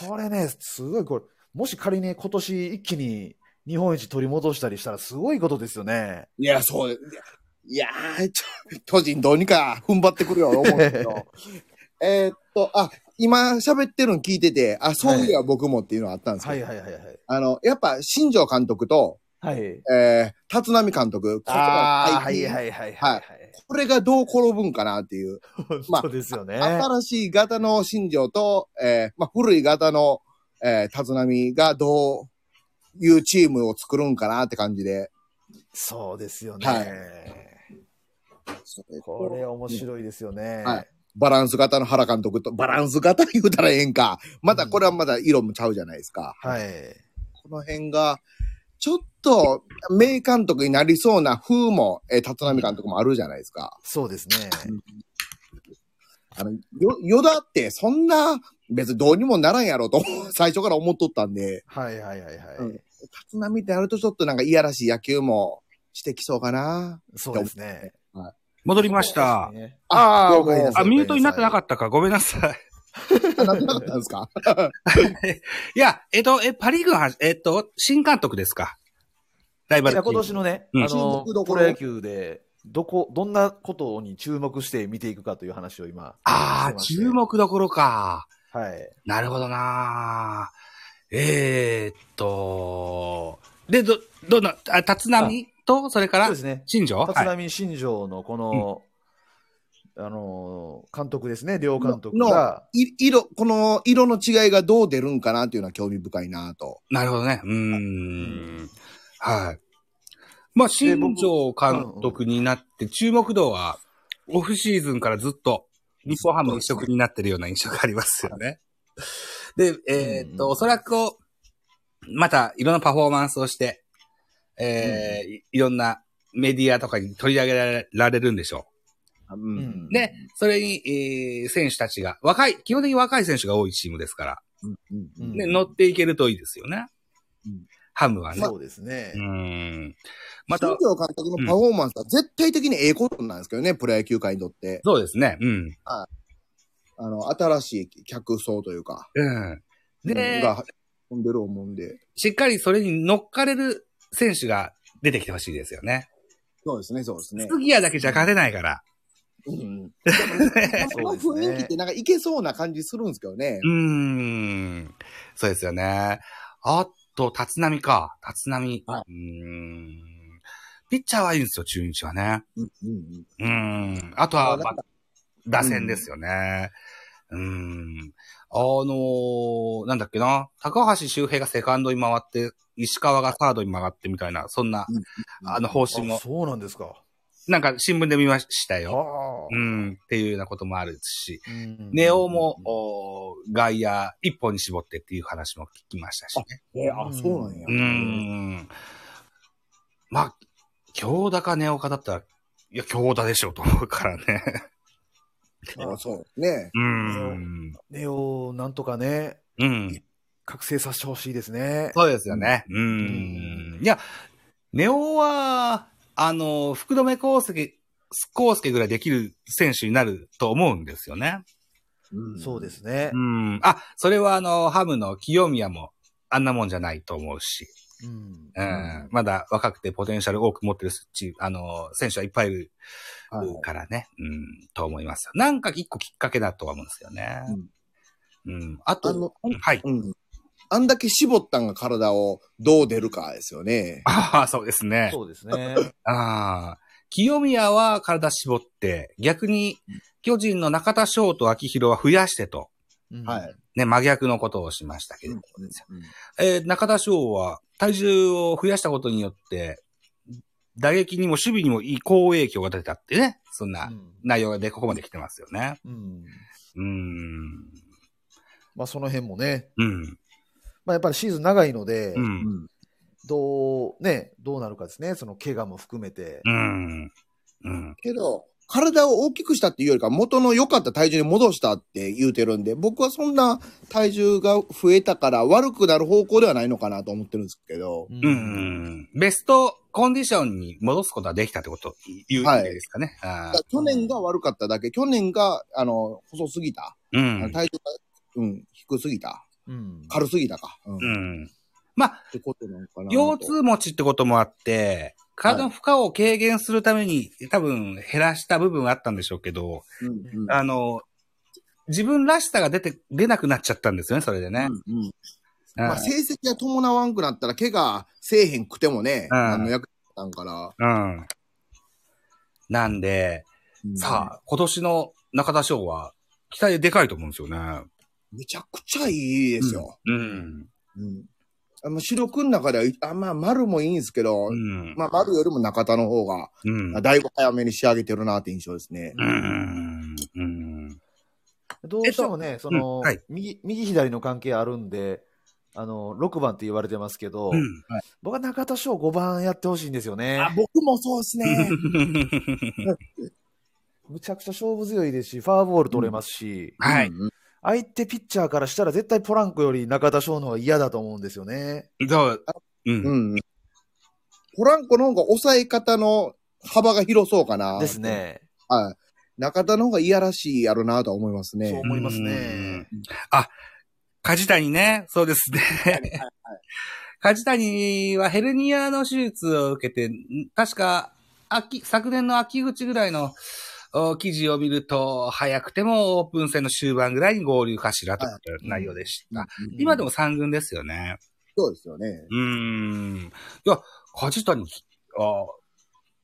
Speaker 3: これね、すごいこれ、もし仮に今年一気に日本一取り戻したりしたら、すごいことですよね。
Speaker 2: いや、そう。いやー、ちょ巨人どうにか踏ん張ってくるよ、思うんですけ <laughs> ど。えーっと、あ、今喋ってるの聞いてて、あ、そういえば僕もっていうのはあったんですけど、
Speaker 3: はいはいはいはい。
Speaker 2: あの、やっぱ新庄監督と、
Speaker 3: はい、
Speaker 2: えー、立浪監督、こ
Speaker 3: ああ、は
Speaker 2: こ
Speaker 3: い
Speaker 2: が
Speaker 3: はいはいはい、はい。
Speaker 2: これがどう転ぶんかなっていう、まあ
Speaker 3: 本当ですよね。
Speaker 2: 新しい型の新庄と、えー、まあ、古い型の、えー、立浪がどういうチームを作るんかなって感じで、
Speaker 3: そうですよね。
Speaker 2: は
Speaker 3: これ面白いですよね。
Speaker 2: はいバランス型の原監督と、バランス型言うたらええんか。またこれはまだ色もちゃうじゃないですか。
Speaker 3: はい。
Speaker 2: この辺が、ちょっと、名監督になりそうな風も、えー、立浪監督もあるじゃないですか。
Speaker 3: そうですね。
Speaker 2: あの、よ、よだって、そんな、別にどうにもならんやろと、 <laughs> 最初から思っとったんで、
Speaker 3: はいはいはいはい。
Speaker 2: うん立浪ってやるとちょっとなんかいやらしい野球もしてきそうかな。
Speaker 3: そうですね。
Speaker 1: 戻りました。
Speaker 2: あ
Speaker 3: あ
Speaker 2: あ、
Speaker 3: わかりました
Speaker 2: あ
Speaker 1: あ、ミュートになってなかったか。ごめんなさい。
Speaker 2: なってなかったんですか <laughs>
Speaker 1: いや、えっと、え、パリーグの話、えっと、新監督ですか。ライバル
Speaker 3: い
Speaker 1: チ
Speaker 3: や
Speaker 1: ーム。
Speaker 3: 今年のね、
Speaker 1: うん
Speaker 3: あの、
Speaker 2: 注目ど
Speaker 3: プ
Speaker 2: ころ
Speaker 3: ロ野球で、どこ、どんなことに注目して見ていくかという話を今。
Speaker 1: ああ、注目どころか。
Speaker 3: はい。
Speaker 1: なるほどなーえー、っと、で、ど、どんな、あ、立浪と、それか
Speaker 3: そう
Speaker 1: ら
Speaker 3: で、すね。
Speaker 1: 新庄
Speaker 3: 立
Speaker 1: はい
Speaker 3: 浪新庄のこの、あの、監督ですね、両監督
Speaker 2: の
Speaker 3: が。
Speaker 2: い色、この色の違いがどう出るんかなっていうのは興味深いなと。
Speaker 1: なるほどね。うーん。はい。まあ、新
Speaker 3: 僕
Speaker 1: 庄監督になって、注目度は、オフシーズンからずっと、日本ハム一色になってるような印象がありますよね。で、えーっ
Speaker 3: うんう
Speaker 1: と、
Speaker 3: ん
Speaker 1: おそらくを、また、いろんなパフォーマンスをして、えーいいろんなメディアとかに取り上げられられるんでしょ
Speaker 2: う。
Speaker 3: う
Speaker 1: う。
Speaker 3: ん
Speaker 1: で、それに、えー選手たちが、若い、基本的に若い選手が多いチームですから、
Speaker 2: うん。
Speaker 3: うん
Speaker 1: ね、乗っていけるといいですよね。
Speaker 2: うん
Speaker 1: ハムはね。
Speaker 3: そうですね
Speaker 1: う。ん。また
Speaker 2: 新、庄監督のパフォーマンスは絶対的にええことなんですけどね、プロ野球界にとって。
Speaker 1: そうですね。うん。
Speaker 2: あの、新しい客層というか、
Speaker 1: うん。で、
Speaker 2: が、飛んでる思うんで。
Speaker 1: しっかりそれに乗っかれる選手が出てきてほしいですよね。
Speaker 2: そうですね、そうですね。
Speaker 1: 杉谷だけじゃ勝てないから。
Speaker 2: <laughs> うん。でもねこの雰囲気ってなんかいけそうな感じするんですけどね
Speaker 1: う。ーん。そうですよね。あと、立浪か。立浪。
Speaker 2: は
Speaker 1: うーん。ピッチャーはいいんですよ、中日はね。
Speaker 2: うんうんうん
Speaker 1: うーん。あとは、
Speaker 2: あなん
Speaker 1: ま
Speaker 2: か
Speaker 1: あ、打線ですよね。うーん。あのー、なんだっけな。高橋周平がセカンドに回って、石川がサードに回ってみたいな、そんな、あの、方針
Speaker 3: あ
Speaker 1: も、
Speaker 3: そうなんですか。
Speaker 1: なんか新聞で見ましたよ。
Speaker 3: は
Speaker 1: う
Speaker 3: あ
Speaker 1: ん。っていうようなこともあるし。
Speaker 3: うん
Speaker 1: ネオも、おー外野一本に絞ってっていう話も聞きましたしね。
Speaker 2: え、あ、そうなんや。
Speaker 1: うーん。まあ、京田かネオかだったら、いや、京田でしょうと思うからね。
Speaker 2: あそう。ね。
Speaker 1: うーん。
Speaker 3: ネオ、なんとかね、
Speaker 1: うん。
Speaker 3: 覚醒させてほしいですね。
Speaker 1: そうですよね。うーん。いや、ネオは、あの、福留康介、康介ぐらいできる選手になると思うんですよね。
Speaker 3: そうですすね
Speaker 1: う。ん。あ、それはあの、ハムの清宮も、あんなもんじゃないと思うし。
Speaker 3: うん
Speaker 1: うんまだ若くてポテンシャル多く持ってるチーム、あの、選手はいっぱいいる
Speaker 2: はい。
Speaker 1: からね、うん、と思いますよ。なんか一個きっかけだとは思うんですよね。うん。あと、
Speaker 2: あの
Speaker 1: うんはい。
Speaker 2: うん。あんだけ絞ったんが体をどう出るかですよね。
Speaker 1: ああ、そうですね。
Speaker 3: そうですね。
Speaker 1: ああ。清宮は体絞って、逆に、巨人の中田翔と秋広は増やしてと、
Speaker 3: うん
Speaker 2: はい。
Speaker 1: ね、真逆のことをしましたけれどもですよ
Speaker 2: うん
Speaker 1: えー中田翔は体重を増やしたことによって、打撃にも守備にもいい好影響が出たってね、そんな
Speaker 3: うん
Speaker 1: 内容でここまで来てますよね。
Speaker 3: うん
Speaker 1: うーん。
Speaker 3: まあその辺もね、
Speaker 1: うん。
Speaker 3: まあやっぱりシーズン長いので
Speaker 1: う、ん。
Speaker 3: どう、ね、どうなるかですね。その怪我も含めて
Speaker 1: う。ん。うん。
Speaker 2: けど、体を大きくしたっていうよりか、元の良かった体重に戻したって言うてるんで、僕はそんな体重が増えたから悪くなる方向ではないのかなと思ってるんですけど、
Speaker 3: う
Speaker 1: う。ん。ベストコンディションに戻すことができたってこと、言う
Speaker 2: はい
Speaker 1: んですかね。あ
Speaker 2: だから去年が悪かっただけ、去年が、あの、細すぎた。
Speaker 1: ーう
Speaker 2: あの
Speaker 1: ん。
Speaker 2: 体重が、うん、低すぎた。
Speaker 3: うん
Speaker 2: 軽すぎたか。うん。
Speaker 1: う
Speaker 2: っ
Speaker 1: ん。まあ、
Speaker 2: てことなのかなと。
Speaker 1: 腰痛持ちってこともあって、体の負荷を軽減するために、多分減らした部分はあったんでしょうけど、
Speaker 2: うんうん
Speaker 1: あの、自分らしさが出て、出なくなっちゃったんですよね、それでね。
Speaker 2: うんうん
Speaker 1: うん
Speaker 2: まあ、成績が伴わんくなったら、怪我せえへんくてもね、
Speaker 1: うん
Speaker 2: 何の役だったんから。
Speaker 1: うん。なんで、さあ、今年の中田翔は、期待でかいと思うんですよね。
Speaker 2: うん、めちゃくちゃいいですよ。
Speaker 1: うん。
Speaker 2: うん。あの、主力の中では、あまあ、丸もいいんですけど、
Speaker 1: うん。
Speaker 2: まあ、丸よりも中田の方が、
Speaker 1: うん。
Speaker 2: だいぶ早めに仕上げてるなって印象ですね。
Speaker 1: うん。うん。
Speaker 3: どうしてもね、その、
Speaker 1: うんはい
Speaker 3: 右、右左の関係あるんで、あの、6番って言われてますけど、
Speaker 1: うん
Speaker 3: 僕は中田翔5番やってほしいんですよね。
Speaker 2: あ、僕もそうですね。
Speaker 3: むちゃくちゃ勝負強いですし、ファーボール取れますし、
Speaker 1: <laughs> はい
Speaker 2: うん。
Speaker 3: 相手ピッチャーからしたら絶対ポランコより中田翔の方が嫌だと思うんですよね。
Speaker 1: そう。う。
Speaker 2: うんん。ポランコの方が抑え方の幅が広そうかな。
Speaker 3: です。ね。
Speaker 2: はい。中田の方がいやらしいやろなとは思います
Speaker 3: そう
Speaker 2: ね。
Speaker 3: 思いますね。
Speaker 1: 梶谷ね、そうですね。梶谷はヘルニアの手術を受けて、ん確か、秋、昨年の秋口ぐらいのお記事を見ると、早くてもオープン戦の終盤ぐらいに合流かしらという内容でした。
Speaker 2: うん
Speaker 1: 今でも3軍ですよね。
Speaker 2: そうですよね。
Speaker 1: うーん。いや、梶谷、あ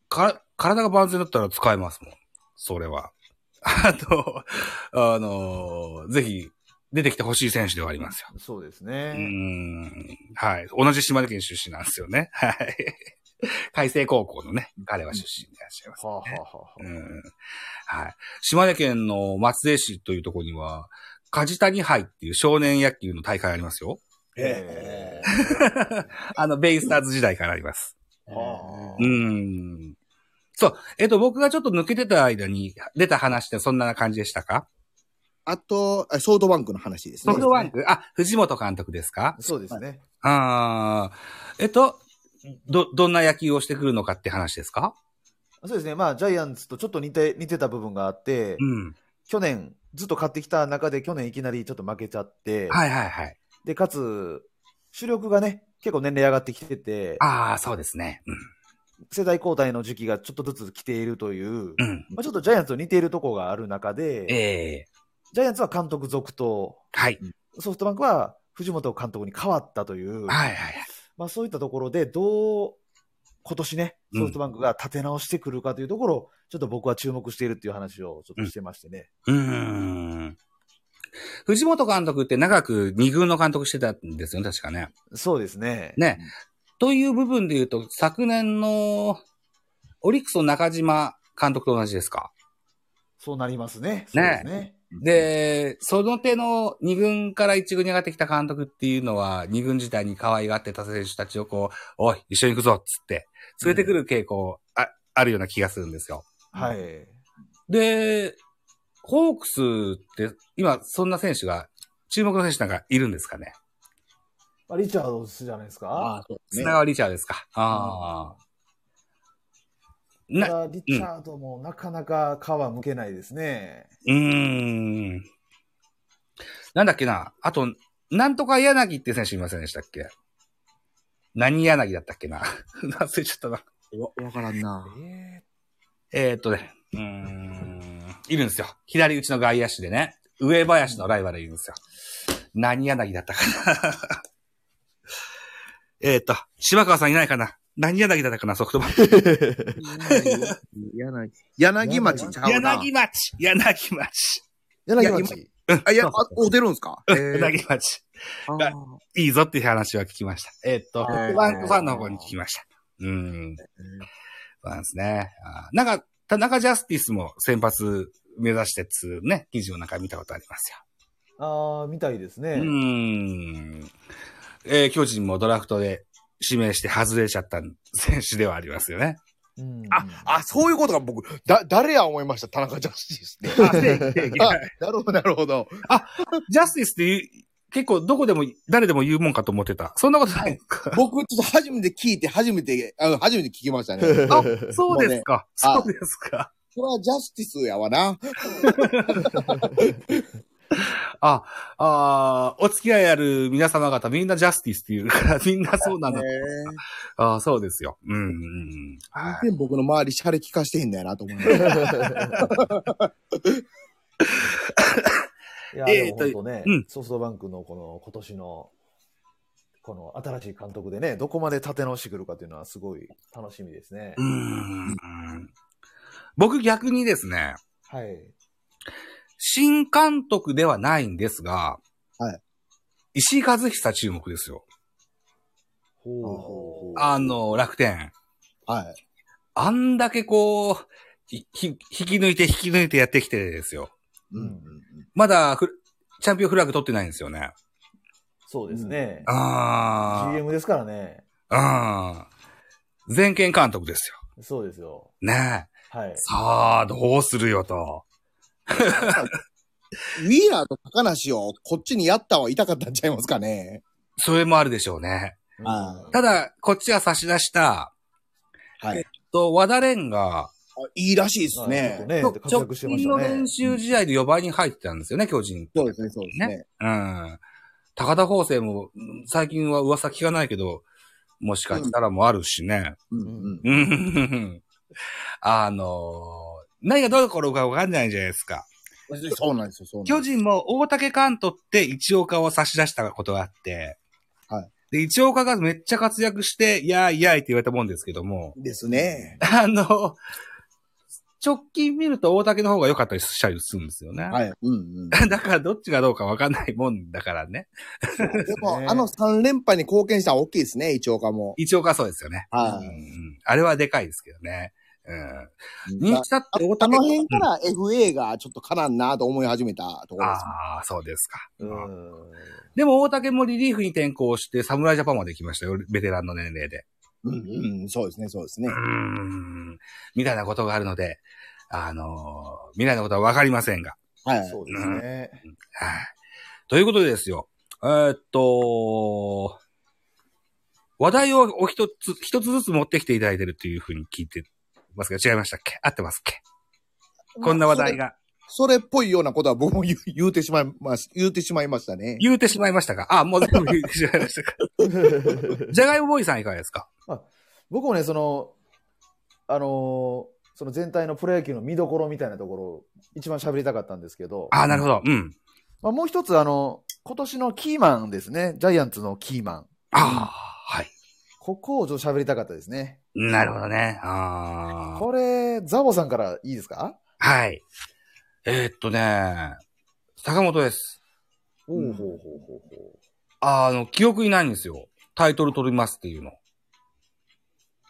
Speaker 1: か、体が万全だったら使えますもん。それは。 <laughs> あと、あのぜひ、出てきてほしい選手ではありますよ。
Speaker 3: そうです
Speaker 1: うー
Speaker 3: ね。
Speaker 1: んはい。同じ島根県出身なんですよね。はい。 <laughs> 海星高校のね、彼は出身でいらっしゃいます。
Speaker 3: はあ、はあはあ
Speaker 1: うん。はい。島根県の松江市というところには、梶谷杯っていう少年野球の大会ありますよ。 <laughs>
Speaker 3: え
Speaker 1: あの、ベイスターズ時代からあります。
Speaker 3: えはあ
Speaker 1: うーん。そう。えっと、僕がちょっと抜けてた間に出た話ってそんな感じでしたか
Speaker 2: あと、あソフトバンクの話です
Speaker 1: ソ
Speaker 2: ね。
Speaker 1: フトバンクあ、藤本監督ですか
Speaker 3: そうですね。
Speaker 1: ああ、えっと、ど、どんな野球をしてくるのかって話ですか
Speaker 3: そうですね、まあ、ジャイアンツとちょっと似て似てた部分があって、
Speaker 1: うん。
Speaker 3: 去年、ずっと勝ってきた中で、去年いきなりちょっと負けちゃって、
Speaker 1: はいはいはい。
Speaker 3: でかつ、主力がね、結構年齢上がってきてて、
Speaker 1: ああ、そうですね。
Speaker 3: 世代交代の時期がちょっとずつ来ているという、
Speaker 1: うん。うん。
Speaker 3: まあ、ちょっとジャイアンツと似ているところがある中
Speaker 1: え
Speaker 3: で、
Speaker 1: え
Speaker 3: ジャイアンツは監督続投、
Speaker 1: はい。
Speaker 3: ソフトバンクは藤本監督に変わったという、
Speaker 1: はいはいはい。
Speaker 3: まあ、そういったところで、どう今年ね、
Speaker 1: うん
Speaker 3: ソフトバンクが立て直してくるかというところを、ちょっと僕は注目しているっていう話をちょっとしてましてね。
Speaker 1: うーん。藤本監督って長く二軍の監督してたんですよね、確かね。
Speaker 3: そうですね。
Speaker 1: ね。という部分で言うと、昨年のオリックスの中島監督と同じですか。
Speaker 3: そうなりますね。そうですね。
Speaker 1: で、その手の二軍から一軍に上がってきた監督っていうのは、二軍時代に可愛がってた選手たちをこう、おい、一緒に行くぞっつって、連れてくる傾向、ああるような気がするんですよ。
Speaker 3: はい。
Speaker 1: で、ホークスって、今、そんな選手が、注目の選手なんかいるんですかね。
Speaker 3: まあ、リチャードスじゃないですか。
Speaker 2: あ、そうです
Speaker 1: 砂
Speaker 2: ね。
Speaker 1: 川リチャーですか。ああ。
Speaker 3: た
Speaker 1: な、
Speaker 3: だリチャードもなかなか皮むけないですね。
Speaker 1: うーん。なんだっけな。あと、なんとか柳っていう選手いませんでしたっけ何柳だったっけな。 <laughs> 忘れちゃったな。
Speaker 2: わわからんな。
Speaker 3: え
Speaker 1: えー、っとね。うーん。いるんですよ。左打ちの外野手でね。上林のライバルいるんですよ。何柳だったかな。 <laughs> えーっと、柴川さんいないかな。何柳だったかな、ソフトバンク。
Speaker 2: <laughs> 柳、柳町ちゃうな。
Speaker 1: 柳町柳町
Speaker 3: 柳
Speaker 2: いや
Speaker 3: 町。
Speaker 2: あ、いや、あ
Speaker 1: そうそう
Speaker 2: お、出るんすかえー
Speaker 1: 柳町。
Speaker 2: あ
Speaker 1: いいぞっていう話は聞きました。えーっと、ソ
Speaker 2: はい
Speaker 1: フトバンクファンの方に聞きました。うん。そうなんですね。あーなんか、田中ジャスティスも先発目指してっつうね、記事をなんか見たことありますよ。
Speaker 3: ああ、みたいです
Speaker 1: う
Speaker 3: ね。
Speaker 1: ーん。えー巨人もドラフトで指名して外れちゃった選手ではありますよね。
Speaker 3: うん
Speaker 2: あ、あ、そういうことが僕、だ、誰や思いました、田中ジャスティスって。あ、 <laughs> なるほど、なるほど。
Speaker 1: ジャスティスっていう結構どこでも誰でも言うもんかと思ってた。そんなことないんです
Speaker 2: <laughs>
Speaker 1: か
Speaker 2: 僕、ちょっと初めて聞いて、初めて、あの、初めて聞きました <laughs> ね。
Speaker 1: あ、そうですか。
Speaker 2: もうねあ
Speaker 1: そうですか。
Speaker 2: これはジャスティスやわな。
Speaker 1: あ、あーお付き合いある皆様方みんなジャスティスっていうから、 <laughs> みんなそうなんだ。
Speaker 2: え
Speaker 1: あーそうですよ。うんうんうん。はい
Speaker 2: 全然僕の周り、シャレ聞かしてへんだよな、と思 <laughs> って。
Speaker 3: いや、
Speaker 1: えー
Speaker 3: でも本当ね、
Speaker 1: うん
Speaker 3: ソフトバンクのこの今年の、この新しい監督でね、どこまで立て直してくるかというのはすごい楽しみですね。
Speaker 1: うーん僕逆にですね、
Speaker 3: はい。
Speaker 1: 新監督ではないんですが、
Speaker 2: はい
Speaker 1: 石井和久注目ですよ。
Speaker 3: ほうほうほう。
Speaker 1: あの、楽天。
Speaker 2: はい。
Speaker 1: あんだけこう、ひ、ひ、引き抜いて引き抜いてやってきてですよ。
Speaker 3: うん
Speaker 1: まだフル、チャンピオンフラッグ取ってないんですよね。
Speaker 3: そうですね。
Speaker 1: あ
Speaker 3: GM ですからね。
Speaker 1: あ。ああ。全権監督ですよ。
Speaker 3: そうですよ。
Speaker 1: ねえ。
Speaker 3: はい。
Speaker 1: さあ、どうするよと。
Speaker 2: ウィーラーと高梨をこっちにやったは痛かったんちゃいますかね。
Speaker 1: それもあるでしょうね。
Speaker 2: あ
Speaker 1: ただ、こっちは差し出した、
Speaker 2: はい。
Speaker 1: と、和田蓮が、
Speaker 2: いいらしいです
Speaker 3: うん、
Speaker 2: ね。
Speaker 3: ね、ちょっとね、活
Speaker 1: 直
Speaker 3: 躍してまし
Speaker 1: 近
Speaker 3: た
Speaker 1: の
Speaker 3: ね
Speaker 1: 練。習試合で4番に入ってたんですよね、巨人。
Speaker 2: そうですね、そうですね。
Speaker 1: うん。高田法政も、最近は噂聞かないけど、もしかしたらもあるしね。
Speaker 2: うん
Speaker 3: うん
Speaker 1: うん。 <laughs> あのー何がどう転ぶかわかんないじゃないですか。
Speaker 2: うんそうなんですよ、そうなんですよ
Speaker 1: 巨人も大竹関東って一岡を差し出したことがあって、
Speaker 2: はい。
Speaker 1: で、一岡がめっちゃ活躍して、いやいやいって言われたもんですけども、 <laughs>
Speaker 2: ですね。
Speaker 1: あの、直近見ると大竹の方が良かったりしたりするんですよね。
Speaker 2: はい。うんうん。
Speaker 1: <laughs> だからどっちがどうかわかんないもんだからね。
Speaker 2: でも、あの3連覇に貢献したのは大きいですね、一岡も。
Speaker 1: 一応かそうですよね。
Speaker 2: は
Speaker 1: うんう
Speaker 2: い。
Speaker 1: んあれはでかいですけどね。うん。人気だって
Speaker 2: あ
Speaker 1: 大
Speaker 2: あ
Speaker 1: 竹
Speaker 2: の辺から FA がちょっとからんなと思い始めたところです。
Speaker 1: ああ、そうですか。
Speaker 3: うん。
Speaker 1: でも大竹もリリーフに転向して、侍ジャパンまで来ましたよ。ベテランの年齢で。
Speaker 2: うん、うん、そうですね、そうですね
Speaker 1: う。ん。みたいなことがあるので、あのー未来のことはわかりませんが。
Speaker 2: はい。
Speaker 3: そうですね。
Speaker 1: はい。ということでですよ。えーっと、話題をお一つ、一つずつ持ってきていただいてるというふうに聞いてますが、違いましたっけ合ってますっけこんな話題が。
Speaker 2: それ。それっぽいようなことは僕も言う言うてしまいます、言うてしまいましたね。
Speaker 1: 言うてしまいましたかあ、もう全部言ってしまいました <laughs> かじゃがいもボーイさんいかがですか
Speaker 3: <laughs> 僕もね、その、あのーその全体のプロ野球の見どころみたいなところを一番喋りたかったんですけど、
Speaker 1: あ、なるほど。うん。
Speaker 3: まあ、もう一つ、あの、今年のキーマンですね。ジャイアンツのキーマン。
Speaker 1: ああ、はい。
Speaker 3: ここをちょっと喋りたかったですね。
Speaker 1: なるほどね。ああ。
Speaker 3: これ、ザボさんからいいですか
Speaker 1: はい。えーっとね、坂本です。
Speaker 3: ほうほうほうほうほ
Speaker 1: あの、記憶にないんですよ。タイトル取りますっていうの。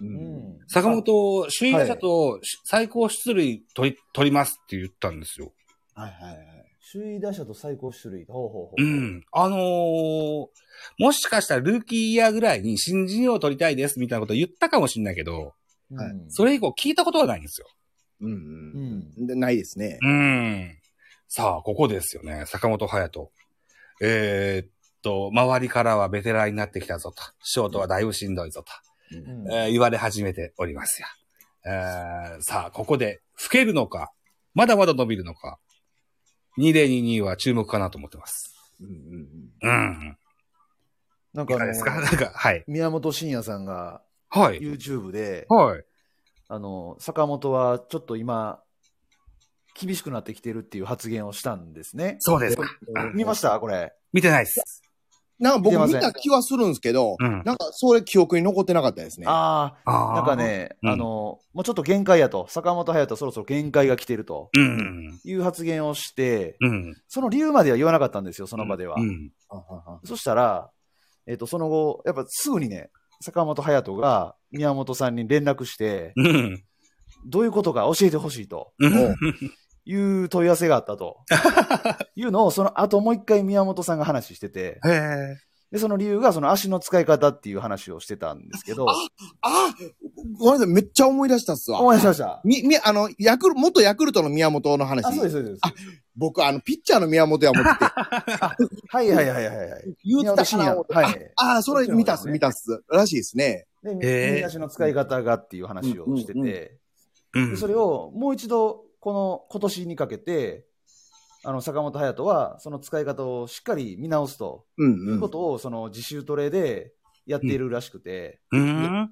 Speaker 2: う
Speaker 3: う。
Speaker 2: ん。
Speaker 1: 坂本、首位打者とし最高出塁取り、取りますって言ったんですよ。
Speaker 2: はいはいはい。
Speaker 3: 首位打者と最高出塁。ほうほうほ
Speaker 1: う。ん。あのーもしかしたらルーキーイヤーぐらいに新人を取りたいですみたいなこと言ったかもしれないけど、
Speaker 2: はい
Speaker 1: それ以降聞いたことはないんですよ。
Speaker 2: うん
Speaker 3: う
Speaker 2: うん
Speaker 3: ん。
Speaker 2: でないですね。
Speaker 1: うん。さあ、ここですよね。坂本隼人。えーっと、周りからはベテランになってきたぞと。ショートはだいぶしんどいぞと。
Speaker 3: うん
Speaker 1: えー言われ始めておりますよ。えーさあ、ここで、老けるのか、まだまだ伸びるのか、2022は注目かなと思ってます。
Speaker 2: うんうん
Speaker 1: うん。
Speaker 3: なん
Speaker 1: い
Speaker 3: か
Speaker 1: かが
Speaker 3: あの
Speaker 1: ですか <laughs> なんか、はい。
Speaker 3: 宮本慎也さんが
Speaker 1: はい。
Speaker 3: YouTube で、
Speaker 1: はい。
Speaker 3: あの、坂本はちょっと今、厳しくなってきてるっていう発言をしたんですね。
Speaker 1: そうですか。
Speaker 2: うん
Speaker 3: 見ましたこれ。
Speaker 1: 見てないっす。
Speaker 2: なんか
Speaker 3: 出ま
Speaker 2: 僕
Speaker 3: せん
Speaker 2: 見た気はするんですけど、
Speaker 1: うん。
Speaker 2: なんかそれ記憶に残ってなかったですね。
Speaker 3: あ
Speaker 1: あ
Speaker 3: あ、
Speaker 1: ー
Speaker 3: なんか。ね、
Speaker 1: うん
Speaker 3: あの、もうちょっと限界やと、坂本隼人そろそろ限界が来てると
Speaker 1: うん。
Speaker 3: いう発言をして、
Speaker 1: うん。
Speaker 3: その理由までは言わなかったんですよ、その場では。
Speaker 1: うん。
Speaker 2: ああ
Speaker 3: そしたら、えっ、と、その後、やっぱすぐにね、坂本隼人が宮本さんに連絡して、
Speaker 1: うん。
Speaker 3: どういうことか教えてほしいと
Speaker 1: うん。
Speaker 2: おう
Speaker 3: いう問い合わせがあっ
Speaker 1: <laughs>
Speaker 3: たというのを、その後もう一回宮本さんが話してて、
Speaker 1: へえ。
Speaker 3: で、その理由がその足の使い方っていう話をしてたんですけど、
Speaker 2: あごめんなさい、めっちゃ思い出したっすわ。
Speaker 3: 思い出しました。
Speaker 2: み、み、あの、ヤクル、元ヤクルトの宮本の話。
Speaker 3: あ、そうです、そうです。
Speaker 2: 僕、あの、ピッチャーの宮本や思ってて、
Speaker 3: はいはいはいはいはい。
Speaker 2: 言うてたか
Speaker 3: 深夜
Speaker 2: な。
Speaker 3: はい。
Speaker 2: ああ、それ見たっ
Speaker 3: そ
Speaker 2: す、
Speaker 3: うですね
Speaker 2: 見たっす。らしいですね。
Speaker 3: で、
Speaker 1: えー
Speaker 3: 右足の使い方がっていう話をして
Speaker 2: うんうんうん
Speaker 3: て、
Speaker 1: う
Speaker 3: で
Speaker 1: ん。
Speaker 3: それをもう一度、この今年にかけて、あの坂本勇人はその使い方をしっかり見直すと
Speaker 2: うん。
Speaker 3: いううんことをその自習トレでやっているらしくて、
Speaker 1: うん。
Speaker 2: うん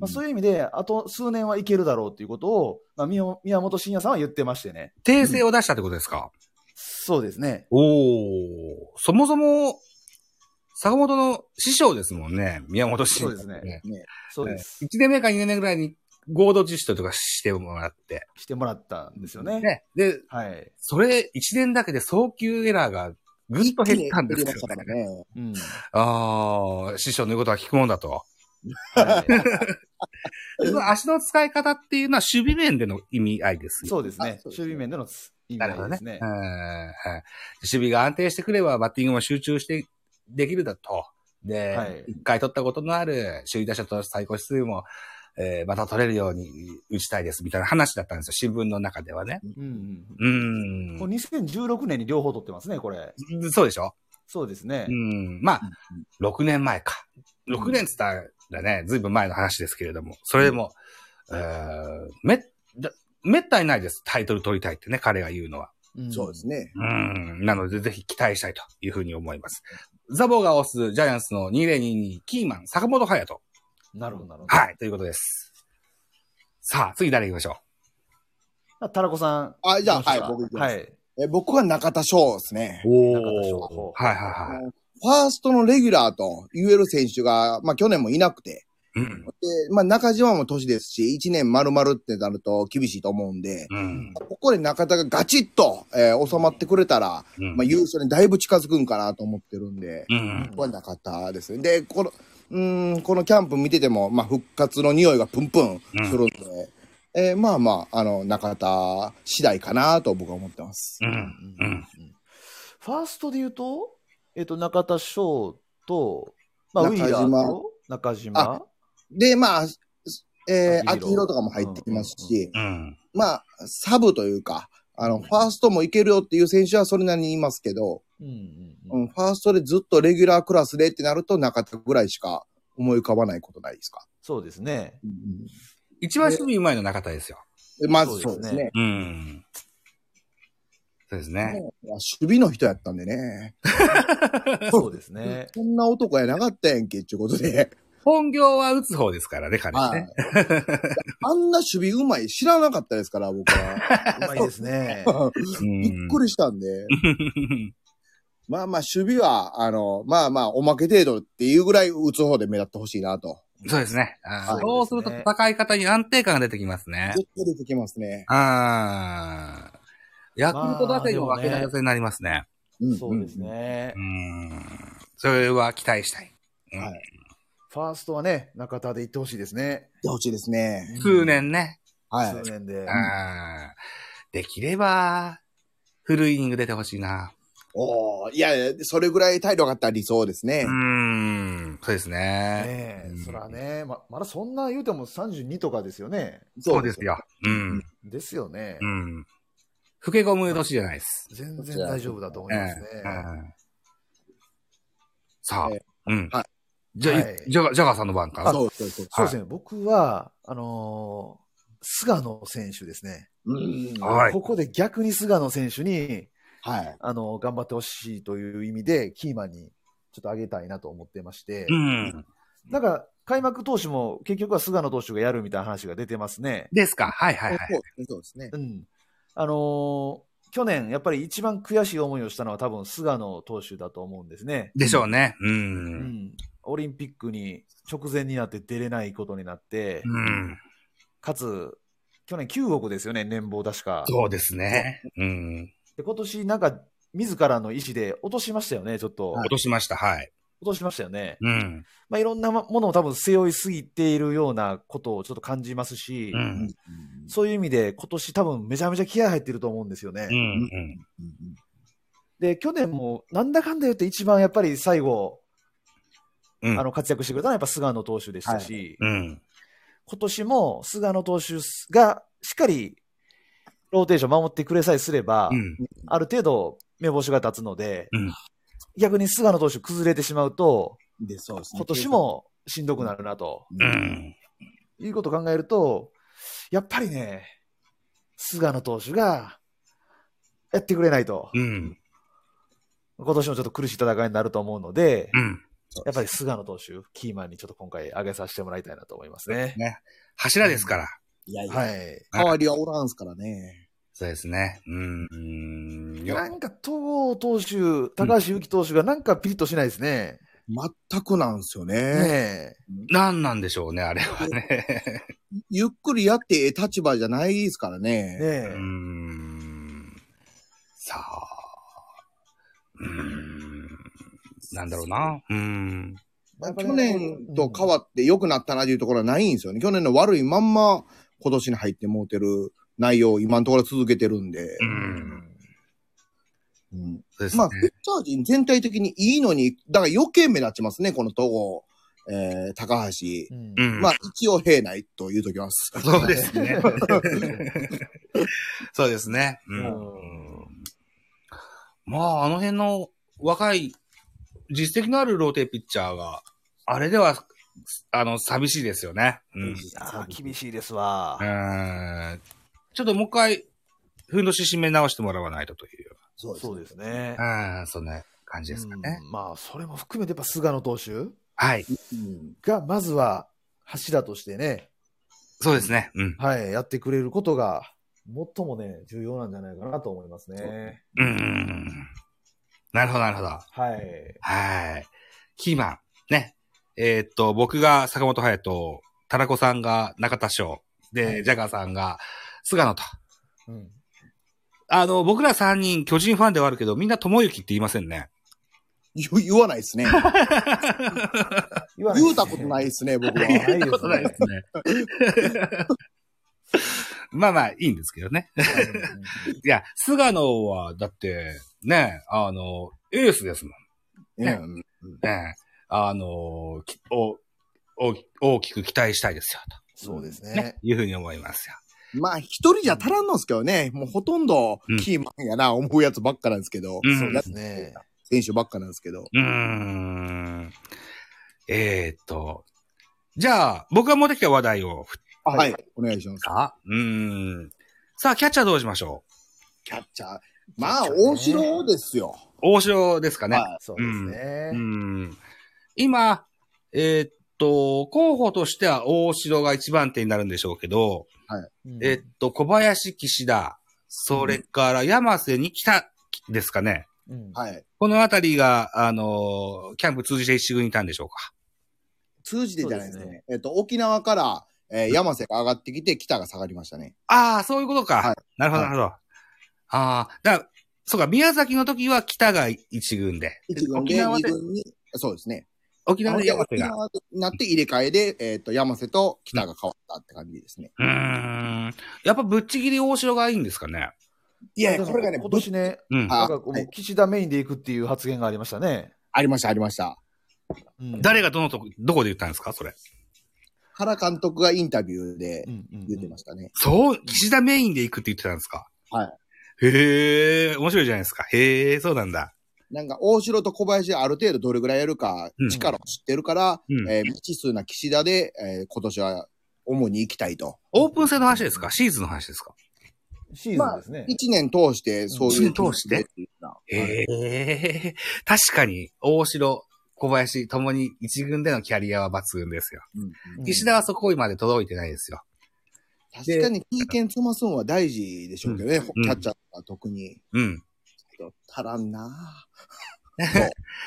Speaker 3: まあ、そういう意味で、あと数年はいけるだろうということを、まあ、宮宮本慎也さんは言ってましてね、
Speaker 1: 訂正を出したってことですか
Speaker 3: そうですね、
Speaker 1: おお、そもそも、坂本の師匠ですもんね。宮本氏。
Speaker 3: そうですねそうです、
Speaker 1: 1年目か2年目ぐらいに合同実習とかしてもらって。
Speaker 3: してもらったんですよね。
Speaker 1: ね。で、
Speaker 3: はい
Speaker 1: それ1年だけで早急エラーがぐんと減ったんです
Speaker 2: 減
Speaker 1: け
Speaker 2: りました
Speaker 1: ど
Speaker 2: から
Speaker 1: ね。
Speaker 2: ね。 <laughs>
Speaker 3: うん
Speaker 1: ああ、師匠の言うことは聞くもんだと。
Speaker 3: はい
Speaker 1: その足の使い方っていうのは守備面での意味合いですよ。
Speaker 3: そうですね
Speaker 2: あ、
Speaker 3: 守
Speaker 2: そうですね
Speaker 3: 備面でのつ意味
Speaker 1: なるほ
Speaker 3: 合
Speaker 1: どね
Speaker 3: いですね。
Speaker 1: うんはい守備が安定してくれば、バッティングも集中してできるだと。で、
Speaker 3: はい
Speaker 1: 一回取ったことのある首位打者と最高出塁も、えーまた取れるように打ちたいですみたいな話だったんですよ、新聞の中ではね。
Speaker 3: うんうん
Speaker 1: う
Speaker 3: こ
Speaker 1: ん。
Speaker 3: れ2016年に両方取ってますね、これ。
Speaker 1: そうでしょ
Speaker 3: そうですね
Speaker 1: う。ん。まあ、6年前か。6年って言ったらね、ずいぶん前の話ですけれども、それでも、えーめ、だめったにないです、タイトル取りたいってね、彼が言うのは。
Speaker 3: ん
Speaker 2: そうです。ね。
Speaker 1: うん。なので、ぜひ期待したいというふうに思います。ザボが推すジャイアンツの2022キーマン、坂本隼人。
Speaker 3: なるほど、なるほど。
Speaker 1: はい、ということです。さあ、次誰行きましょ
Speaker 3: い。タラコさん。
Speaker 2: あじゃ
Speaker 3: どう
Speaker 2: あ
Speaker 3: しましょうか
Speaker 2: はい僕行きま
Speaker 3: は
Speaker 2: す
Speaker 3: い。
Speaker 2: え僕は中田翔ですね。
Speaker 1: う。
Speaker 3: おー
Speaker 1: はいはいはい。
Speaker 2: ファーストのレギュラーと言える選手が、まあ去年もいなくて、
Speaker 1: うん。
Speaker 2: で、まあ中島も年ですし、1年丸々ってなると厳しいと思うんで、
Speaker 1: うん。
Speaker 2: ここで中田がガチッと、えー収まってくれたら、
Speaker 1: うん
Speaker 2: まあ優勝にだいぶ近づくんかなと思ってるんで、
Speaker 1: うん。
Speaker 2: 僕は中田ですね。で、この、うーん、このキャンプ見てても、まあ復活の匂いがプンプンするんで、えーまあまあ、あの、中田次第かなと僕は思ってます。
Speaker 1: うん。う。
Speaker 3: うんファーストで言うと、えっと、中田翔と、まあ、ウィ
Speaker 2: 中
Speaker 3: ー
Speaker 2: 島
Speaker 3: ラーと中島
Speaker 2: あ。で、まあ、え
Speaker 3: 秋
Speaker 2: ー、
Speaker 3: 広
Speaker 2: 秋広とかも入ってきますし、
Speaker 1: うん。
Speaker 2: まあ、サブというか、あの、ファーストもいけるよっていう選手はそれなりにいますけど、
Speaker 3: うんうん
Speaker 2: う
Speaker 3: うん
Speaker 2: ん、ファーストでずっとレギュラークラスでってなると中田ぐらいしか思い浮かばないことないですか。
Speaker 3: そうですね。
Speaker 1: 一番趣味うまいの中田ですよ。
Speaker 2: でまずそ
Speaker 3: そうう
Speaker 2: で
Speaker 3: ですす
Speaker 2: ね
Speaker 3: ね。
Speaker 1: うん。そうですね。
Speaker 2: いや守備の人やったんでね。
Speaker 3: そうですね。
Speaker 2: こんな男やなかったやんけ、っていうことで。
Speaker 1: 本業は打つ方ですからね、彼は
Speaker 2: はい <laughs>
Speaker 1: ね。。
Speaker 2: あんな守備うまい知らなかったですから、
Speaker 1: <laughs>
Speaker 2: 僕は。
Speaker 3: うまいですね。
Speaker 2: びっく
Speaker 1: り。
Speaker 2: りした
Speaker 1: <laughs>
Speaker 2: んで。まあまあ、守備は、あの、まあまあ、おまけ程度っていうぐらい打つ方で目立ってほしいなと。
Speaker 1: そうですね。あーそ
Speaker 3: そうう
Speaker 1: す
Speaker 3: です
Speaker 1: る
Speaker 3: ね
Speaker 1: と戦い方に安定感が出てきますね。
Speaker 2: 絶対出てきますね。
Speaker 1: ああ。ヤクルト打線も分けた打線になりますね。
Speaker 2: うん
Speaker 3: そうです。ね
Speaker 1: う。ん。それは期待したい。うん
Speaker 2: はい
Speaker 3: ファーストはね、中田で行ってほしいですね。
Speaker 2: 出てほしいですね。
Speaker 1: 数年ね。
Speaker 2: はい。
Speaker 3: 数年で。
Speaker 1: あーできれば、フルイニング出てほしいな。
Speaker 2: おおいやいや、それぐらい態度があったら理想ですね。
Speaker 1: うん。そうですね。
Speaker 3: ね
Speaker 1: う
Speaker 3: え
Speaker 1: ん、
Speaker 3: そらね、ま、まだそんな言うても32とかですよね。
Speaker 1: そうです。よ。うん。
Speaker 3: ですよね
Speaker 1: う。ん。老け込む年じゃないです。
Speaker 3: 全然大丈夫だと思いますね。
Speaker 1: うんさあ
Speaker 2: え、
Speaker 1: うん
Speaker 2: はい。
Speaker 1: じゃあ、
Speaker 3: はいい
Speaker 1: ジャガジャガーさんの番か。
Speaker 2: そうそうそう。
Speaker 3: そうですね、僕は、あのー菅野選手ですね。
Speaker 2: うん
Speaker 1: あはい
Speaker 3: ここで逆に菅野選手に、
Speaker 2: はい。
Speaker 3: あのー頑張ってほしいという意味で、キーマンにちょっと上げたいなと思ってまして、
Speaker 1: うん。
Speaker 3: なんか開幕投手も結局は菅野投手がやるみたいな話が出てますね。
Speaker 1: ですか。はいはいはい。
Speaker 2: そうですね。
Speaker 3: うん。あのー去年、やっぱり一番悔しい思いをしたのは多分菅野投手だと思うんですね。
Speaker 1: でしょうね。う。
Speaker 3: うんん。オリンピックに直前になって出れないことになって、
Speaker 1: うん。
Speaker 3: かつ、去年9億ですよね、年俸確か。
Speaker 1: そうですね。うん。
Speaker 3: で今年なんか、自らの意思で落としましたよね、ちょっと。
Speaker 1: 落としました。はい。
Speaker 3: 落としましたよね。
Speaker 1: うん。
Speaker 3: まあ、いろんなものを多分背負いすぎているようなことをちょっと感じますし、
Speaker 1: うん。
Speaker 3: そういう意味で今年多分めちゃめちゃ気合入ってると思うんですよね。
Speaker 1: うん。うん
Speaker 3: で、去年もなんだかんだ言って一番やっぱり最後、
Speaker 1: うん
Speaker 3: あの活躍してくれたのはやっぱ菅野投手でしたし、
Speaker 1: うん。
Speaker 3: 今年も菅野投手がしっかりローテーション守ってくれさえすれば、
Speaker 1: うん。
Speaker 3: ある程度目星が立つので、
Speaker 1: うん
Speaker 3: 逆に菅野投手崩れてしまうと、
Speaker 2: で、そうですね。
Speaker 3: 今年。もしんどくなるなと
Speaker 1: う
Speaker 2: うん。
Speaker 1: ん。
Speaker 3: いうことを考えると、やっぱりね、菅野投手がやってくれないと、
Speaker 1: うん。
Speaker 3: 今年もちょっと苦しい戦いになると思うので、
Speaker 1: うん。
Speaker 3: やっぱり菅野投手、キーマンにちょっと今回上げさせてもらいたいなと思いますね。
Speaker 1: 柱ですから。
Speaker 2: いやいや、
Speaker 3: はい。
Speaker 2: 代わりはおらんすからね。
Speaker 1: そうですね。うんうん。よ
Speaker 3: なんか、戸郷投手、高橋由紀投手がなんかピリッとしないですね。
Speaker 2: 全くなんですよね。
Speaker 3: ねえ。
Speaker 1: なんなんでしょうね、あれはね。
Speaker 2: ゆっくりやってええ立場じゃないですから
Speaker 3: ね
Speaker 2: ね。
Speaker 1: う
Speaker 3: え。
Speaker 1: ん。さあ。うん。なんだろうな。うん。
Speaker 2: まあ去年と変わって良くなったなというところはないんですよね。去年の悪いまんま今年に入ってもうてる内容を今のところ続けてるんで
Speaker 1: う。。
Speaker 3: うんん
Speaker 2: うん
Speaker 1: そうです
Speaker 2: ま
Speaker 1: ね
Speaker 2: あ、。フッチャー陣全体的にいいのに、だから余計目立ちますね、この戸郷、えー、高橋。
Speaker 3: うん
Speaker 1: うん
Speaker 2: まあ、一応平内と言うときます。
Speaker 1: そうですね。 <laughs> そうですね。うん。
Speaker 3: うん
Speaker 1: まあ、あの辺の若い、実績のあるローテピッチャーが、あれでは、あの、寂しいですよね。うん。
Speaker 3: あー厳しいですわ
Speaker 1: う。ーんちょっともう一回、ふんどし締め直してもらわないとという。
Speaker 2: そ
Speaker 3: そうですね。
Speaker 1: うん、そんな感じですかね。
Speaker 3: うんまあ、それも含めてやっぱ菅野投手
Speaker 1: はい。
Speaker 2: うん
Speaker 3: が、まずは柱としてね、
Speaker 1: そうですね。うん。
Speaker 3: はい、やってくれることが、最もね、重要なんじゃないかなと思いますね。
Speaker 1: うんうんうん。なるほど、なるほど。
Speaker 3: はい。
Speaker 1: はい。キーマン。ね。えーっと、僕が坂本隼人、タラコさんが中田翔、で、ジャガーさんが菅野と。
Speaker 3: うん
Speaker 1: あの、僕ら3人、巨人ファンではあるけど、みんな友幸って言いませんね。
Speaker 2: 言う言わないですね。
Speaker 3: 言わない
Speaker 2: 言
Speaker 3: で
Speaker 2: う
Speaker 3: すね
Speaker 2: たことないですね、僕
Speaker 3: 言
Speaker 2: は。
Speaker 3: うたことないです
Speaker 1: ね。 <laughs> まあまあ、いいんですけどね。いや、菅野は、だって、ね、あの、エースですもん。
Speaker 2: うん
Speaker 1: ね、あの、きお大き大きく期待したいですよ、
Speaker 3: <laughs> そうです
Speaker 1: と、ね
Speaker 3: ね。
Speaker 1: いうふうに思いますよ。
Speaker 2: まあ、一人じゃ足らんのですけどね。もうほとんどキーマンやな、思うやつばっかなんですけど。
Speaker 1: うん
Speaker 3: そうですね。
Speaker 2: 選手ばっかなんですけ
Speaker 1: う
Speaker 2: ど。
Speaker 1: ーん。えーっと、じゃあ、僕が持ってきた話題を振っ
Speaker 2: はい、お願いします。
Speaker 1: たうーん。さあ、キャッチャーどうしましょ
Speaker 2: キャッチャー。まあ、大城ですよ。
Speaker 1: う大城ですかね。
Speaker 2: はい。
Speaker 3: そうです
Speaker 1: う
Speaker 3: ね。
Speaker 1: ん。今、えーっと、候補としては大城が一番手になるんでしょうけど、
Speaker 3: うん
Speaker 1: えーっと、小林、岸田、それから山瀬に来たですかね。
Speaker 3: うん
Speaker 2: はい。
Speaker 1: このあたりが、あのーキャンプ通じて一軍にいたんでしょうか。
Speaker 2: 通じてじゃないですね。
Speaker 3: そうで
Speaker 2: えっと、沖縄から、えー山瀬が上がってきて、北が下がりましたね。
Speaker 1: ああ、そういうことか。
Speaker 2: はい
Speaker 1: なるほど、なるほど。ああ、だからそうか、宮崎の時は北が一軍で。
Speaker 2: 一軍
Speaker 1: 沖
Speaker 2: で、
Speaker 1: 縄
Speaker 2: 二
Speaker 1: で、
Speaker 2: 軍に、そうですね。
Speaker 1: 沖縄で山瀬
Speaker 2: 沖
Speaker 1: が。
Speaker 2: 縄になって入れ替えで、えっと、山瀬と北が変わったって感じですね。
Speaker 1: うーん。やっぱぶっちぎり大城がいいんですかね。
Speaker 2: い
Speaker 3: でも今年ね、
Speaker 1: うん。
Speaker 2: あ
Speaker 3: なんかこう
Speaker 2: はい
Speaker 3: 岸田メインで行くっていう発言がありましたね。
Speaker 2: ありました、ありました。
Speaker 3: うん
Speaker 1: 誰がどのとこ、どこで言ったんですか、それ。
Speaker 2: 原監督がインタビューで
Speaker 3: うんうんうん
Speaker 2: 言ってましたね。
Speaker 1: そう、岸田メインで行くって言ってたんですか
Speaker 2: はい。
Speaker 1: へえ、面白いじゃないですか。へえ、そうなんだ。
Speaker 2: なんか、大城と小林ある程度どれぐらいやるか
Speaker 1: うん、
Speaker 2: 力を知ってるから、
Speaker 1: うん
Speaker 2: えー未知数な岸田で、えー今年は主に行きたいと。
Speaker 1: オープン戦の話ですかシーズンの話ですか
Speaker 3: シーズンですね。
Speaker 2: 一年通して、そういう。
Speaker 1: 一年通して
Speaker 2: っていうのは
Speaker 1: へえ、確かに、大城、小林、ともに一軍でのキャリアは抜群ですよ。
Speaker 2: うん
Speaker 3: うん
Speaker 1: 岸田はそこまで届いてないですよ。
Speaker 2: 確かに、キーケン・トマスンは大事でしょうけどね、
Speaker 1: うん
Speaker 2: キャッチャーは特に。
Speaker 1: うん。
Speaker 2: 足らんな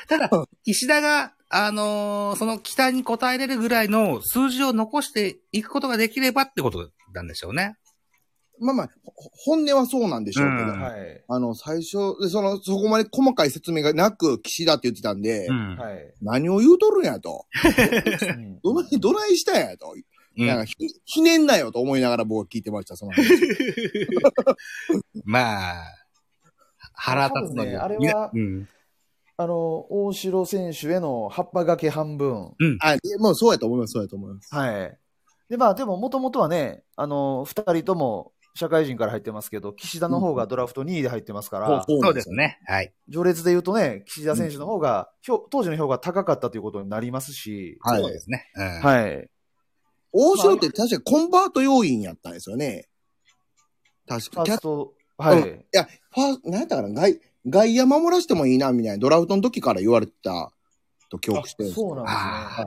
Speaker 1: ただ、石田が、あのーその期待に応えれるぐらいの数字を残していくことができればってことなんでしょうね。
Speaker 2: まあまあ、ほ本音はそうなんでしょうけど、
Speaker 1: うん
Speaker 3: はい。
Speaker 2: あの、最初、でその、そこまで細かい説明がなく、岸田って言ってたんで、
Speaker 1: ん
Speaker 3: はい。
Speaker 2: 何を言うとるんやと。
Speaker 3: うん
Speaker 2: <laughs> どない、どないしたんやと。
Speaker 1: うん
Speaker 2: なんかひ、ひねんなよと思いながら僕は聞いてました、その話。
Speaker 3: <laughs>
Speaker 1: まあ、腹立つのに。
Speaker 3: 多分ねあれは
Speaker 1: うん。
Speaker 3: あの、大城選手への葉っぱがけ半分。
Speaker 2: あ、でもうそうやと思います、そうやと思います。
Speaker 3: はい。で、まあ、でも、もともとはね、あの、二人とも社会人から入ってますけど、岸田の方がドラフト2位で入ってますから、
Speaker 2: う
Speaker 1: そうです。ね。はい。
Speaker 3: 序列で言うとね、岸田選手の方が、票当時の票が高かったということになりますし、
Speaker 2: はい
Speaker 1: そうですね。うん
Speaker 3: はい。
Speaker 2: 大城って確かコンバート要員やったんですよね。確
Speaker 3: ファ
Speaker 2: か、キ
Speaker 3: ー
Speaker 2: ャッ
Speaker 3: スト、はい。
Speaker 2: うんいや、ファーなんやったかな、外、外野守らしてもいいな、みたいな、ドラフトの時から言われてたと記憶してるんですよ
Speaker 3: そうなんです
Speaker 1: あー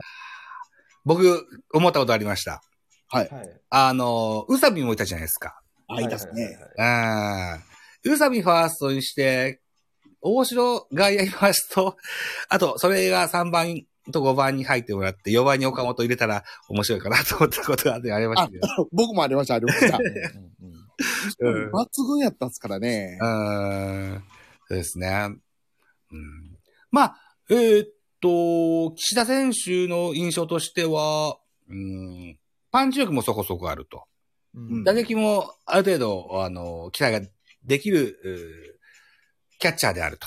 Speaker 1: 僕、思ったことありました。
Speaker 2: はい。
Speaker 3: ね。はい。
Speaker 1: あの、宇佐美もいたじゃないですか。
Speaker 2: あ、いたっす
Speaker 3: はい
Speaker 2: ね
Speaker 3: は。い
Speaker 1: うん。宇佐美ファーストにして、大城外野にファースト、あと、それが3番と5番に入ってもらって、4番に岡本入れたら面白いかなと思ったことがあってありましたけど。
Speaker 2: 僕もあり <laughs> ました、あり
Speaker 3: <laughs>
Speaker 2: ました。
Speaker 3: はいはいうんうんうん
Speaker 1: うん
Speaker 2: 抜群やったっすからね
Speaker 1: う。ーんそうですね。うん、まあ、えーっと、岸田選手の印象としては、うん、パンチ力もそこそこあると。
Speaker 3: うん
Speaker 1: 打撃もある程度、あの、期待ができる、うーキャッチャーであると。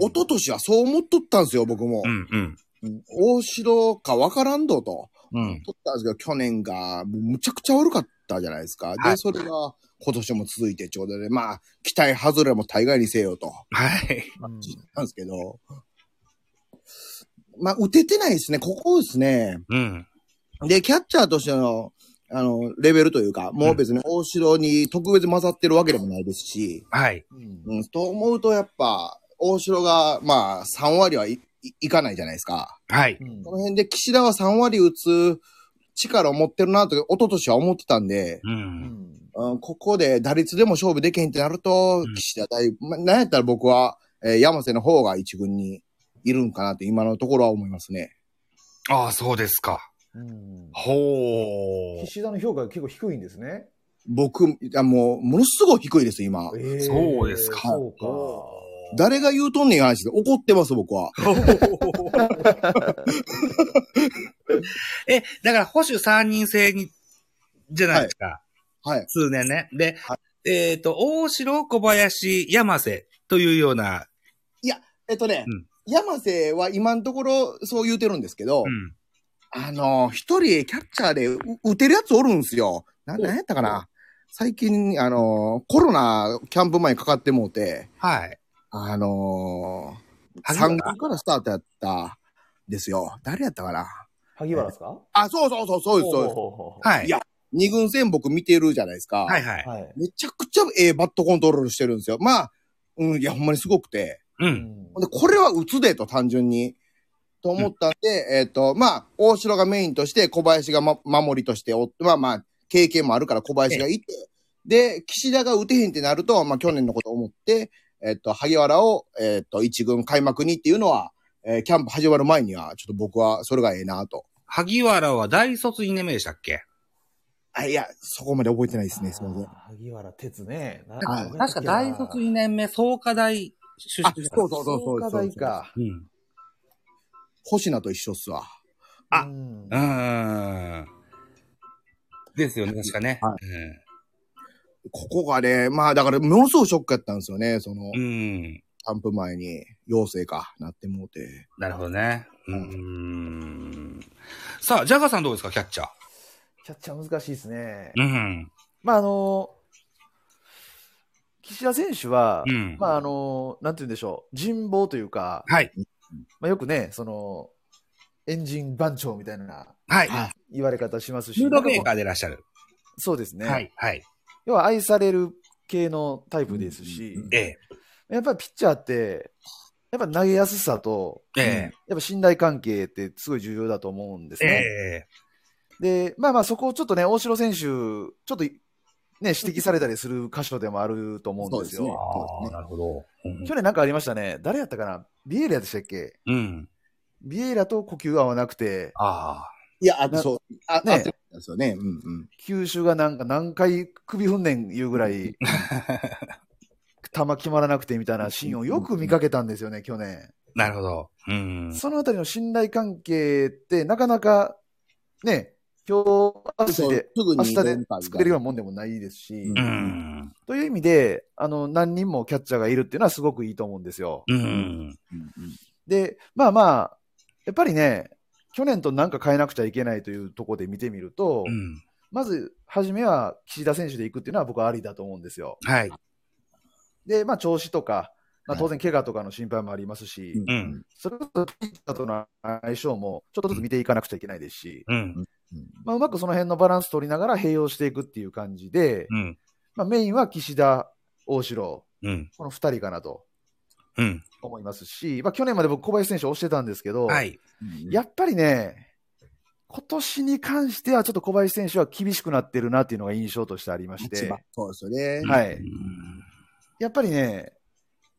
Speaker 2: 一昨年はそう思っとったんですよ、僕も。
Speaker 1: ん、うん。
Speaker 2: うん大城かわからんどと。
Speaker 1: うん。
Speaker 2: 取ったんですけど、去年が、もうむちゃくちゃ悪かったじゃないですか。
Speaker 1: は
Speaker 2: で、
Speaker 1: い
Speaker 2: それが今年も続いてちょうどね、まあ、期待外れも大概にせよと。
Speaker 1: はい。
Speaker 3: うん
Speaker 2: なんですけど。まあ、打ててないですね。ここですね。
Speaker 1: うん。
Speaker 2: で、キャッチャーとしての、あの、レベルというか、もう別に大城に特別混ざってるわけでもないですし、
Speaker 1: はい。
Speaker 3: うん
Speaker 2: うん、と思うとやっぱ、大城が、まあ、3割はい、いいかないじゃないですか。
Speaker 1: はい。
Speaker 3: うん
Speaker 2: この辺で岸田は3割打つ力を持ってるなと、一昨年は思ってたんで、
Speaker 1: う。
Speaker 3: うんん
Speaker 2: うん、ここで打率でも勝負できへんってなると、
Speaker 1: うん
Speaker 2: 岸田大、まあ、なんやったら僕は、えー山瀬の方が一軍にいるんかなって今のところは思いますね。
Speaker 1: ああ、そうですか。
Speaker 3: うん
Speaker 1: ほう。
Speaker 3: 岸田の評価が結構低いんですね。
Speaker 2: 僕、いやもう、ものすごい低いです、今。
Speaker 1: そうですか
Speaker 3: そうか。
Speaker 2: 誰が言うとんねんいう話で怒ってます、僕は。
Speaker 1: え、だから保守三人制に、じゃないですか。
Speaker 2: はい。
Speaker 1: 数年ね。で、
Speaker 2: は
Speaker 1: えっ、と、大城、小林、山瀬というような、
Speaker 2: えっとね、
Speaker 1: うん
Speaker 2: 山瀬は今のところそう言うてるんですけど、
Speaker 1: うん
Speaker 2: あの、一人キャッチャーでう打てるやつおるんすよ。な、なんやったかな最近、あの、コロナキャンプ前にかかってもうて、
Speaker 1: はい。
Speaker 2: あの
Speaker 1: 萩
Speaker 2: 3
Speaker 1: 原
Speaker 2: 軍からスタートやったんですよ。誰やったかな
Speaker 4: 萩原ですか
Speaker 2: あ、そうそうそう、そうです、そうです。
Speaker 4: は
Speaker 1: はい
Speaker 2: い。や二軍戦僕見てるじゃないですか。
Speaker 1: はいはい。
Speaker 4: はい。
Speaker 2: めちゃくちゃええバットコントロールしてるんですよ。まあ、うん、いや、ほんまにすごくて。
Speaker 1: う。
Speaker 4: うんん
Speaker 2: ほんで、これは打つでと、単純に。と思ったんで、えっ、と、まあ、大城がメインとして、小林が、ま、守りとしておって、まあまあ、経験もあるから小林がいて、で、岸田が打てへんってなると、まあ、去年のことを思って、えっ、と、萩原を、えっ、と、一軍開幕にっていうのは、えーキャンプ始まる前には、ちょっと僕は、それがええなと。
Speaker 1: 萩原は大卒2年目でしたっけ
Speaker 2: あ、いや、そこまで覚えてないですね、すみません。
Speaker 4: あー萩原哲ね。な
Speaker 2: はい
Speaker 1: 確か大卒2年目、創価大出身した
Speaker 2: あそうそうそう
Speaker 3: 創価大か。
Speaker 1: うん。
Speaker 2: 星名と一緒っすわ。
Speaker 1: あ
Speaker 3: うん
Speaker 1: うーん。ですよね、確かね。
Speaker 2: はここがね、まあだから、ものすごいショックやったんですよね、その、
Speaker 1: うん。うん。
Speaker 2: キャンプ前に、陽性か、なってもうて。
Speaker 1: なるほどね。うーん。さあ、ジャガーさんどうですか、キャッチャー。
Speaker 3: キャッチャー難しいですね。
Speaker 1: うん。
Speaker 3: まあ、あの、岸田選手は、
Speaker 1: うん。
Speaker 3: まあ、あの、なんて言うんでしょう、人望というか、
Speaker 1: はい。
Speaker 3: まあ、よくね、その、エンジン番長みたいな
Speaker 1: はい。
Speaker 2: はい
Speaker 3: 言われ方しますし、
Speaker 1: フードメー
Speaker 3: なん
Speaker 1: カ
Speaker 3: か
Speaker 1: ーでいらっしゃる。
Speaker 3: もうそうですね、
Speaker 1: はい。はい。
Speaker 3: 要は愛される系のタイプですし、
Speaker 1: ええ。
Speaker 3: やっぱりピッチャーって、やっぱ投げやすさと、
Speaker 1: ええ。
Speaker 3: やっぱ信頼関係ってすごい重要だと思うんです
Speaker 1: え
Speaker 3: ね。
Speaker 1: え。
Speaker 3: で、まあまあそこをちょっとね、大城選手、ちょっとね、指摘されたりする箇所でもあると思うんですよ。
Speaker 2: そうですね
Speaker 1: ああ、なるほど。うん
Speaker 3: 去年なんかありましたね。誰やったかなビエイラでしたっけ
Speaker 1: うん。
Speaker 3: ビエイラと呼吸が合わなくて、
Speaker 1: あ
Speaker 2: いや、あと
Speaker 3: な
Speaker 2: そう。
Speaker 3: ね
Speaker 2: あ、ね、あってことですよね。うんうん。
Speaker 3: 球種がなんか何回首踏んねん言うぐらい、
Speaker 1: あ。
Speaker 3: 球決まらなくてみたいなシーンをよく見かけたんですよね、去年。
Speaker 1: <laughs> なるほど。うん。
Speaker 3: そのあたりの信頼関係って、なかなか、ね、今日、明日
Speaker 2: そう
Speaker 3: で、
Speaker 2: すぐに
Speaker 3: 明日で
Speaker 2: 連敗が
Speaker 3: 作れるようなもんでもないですし、
Speaker 2: うん
Speaker 1: うん。
Speaker 3: という意味で、あの、何人もキャッチャーがいるっていうのはすごくいいと思うんですよ。
Speaker 1: うん。
Speaker 3: で、まあまあ、やっぱりね、去年となんか変えなくちゃいけないというところで見てみると、
Speaker 1: うん。
Speaker 3: まず、初めは岸田選手で行くっていうのは僕はありだと思うんですよ。
Speaker 1: はい。
Speaker 3: で、まあ、調子とか、まあ、
Speaker 2: はい
Speaker 3: 当然、怪我とかの心配もありますし、
Speaker 2: うん
Speaker 1: うん。
Speaker 3: それこそピッチャーとの相性もちょっとずつ見ていかなくちゃいけないですし、
Speaker 1: うん。
Speaker 3: まあ、うまくその辺のバランス取りながら併用していくっていう感じで、
Speaker 1: うん。
Speaker 3: まあ、メインは岸田、大城、
Speaker 1: うん。
Speaker 3: この2人かなと
Speaker 1: うん。
Speaker 3: 思いますし、まあ、去年まで僕、小林選手を推してたんですけど、
Speaker 1: はい。
Speaker 2: うん。
Speaker 3: やっぱりね、今年に関してはちょっと小林選手は厳しくなってるなっていうのが印象としてありまし
Speaker 2: 一
Speaker 3: て
Speaker 2: 番、。そうですよね。
Speaker 3: は
Speaker 1: う
Speaker 3: い、
Speaker 1: ん
Speaker 3: やっぱりね、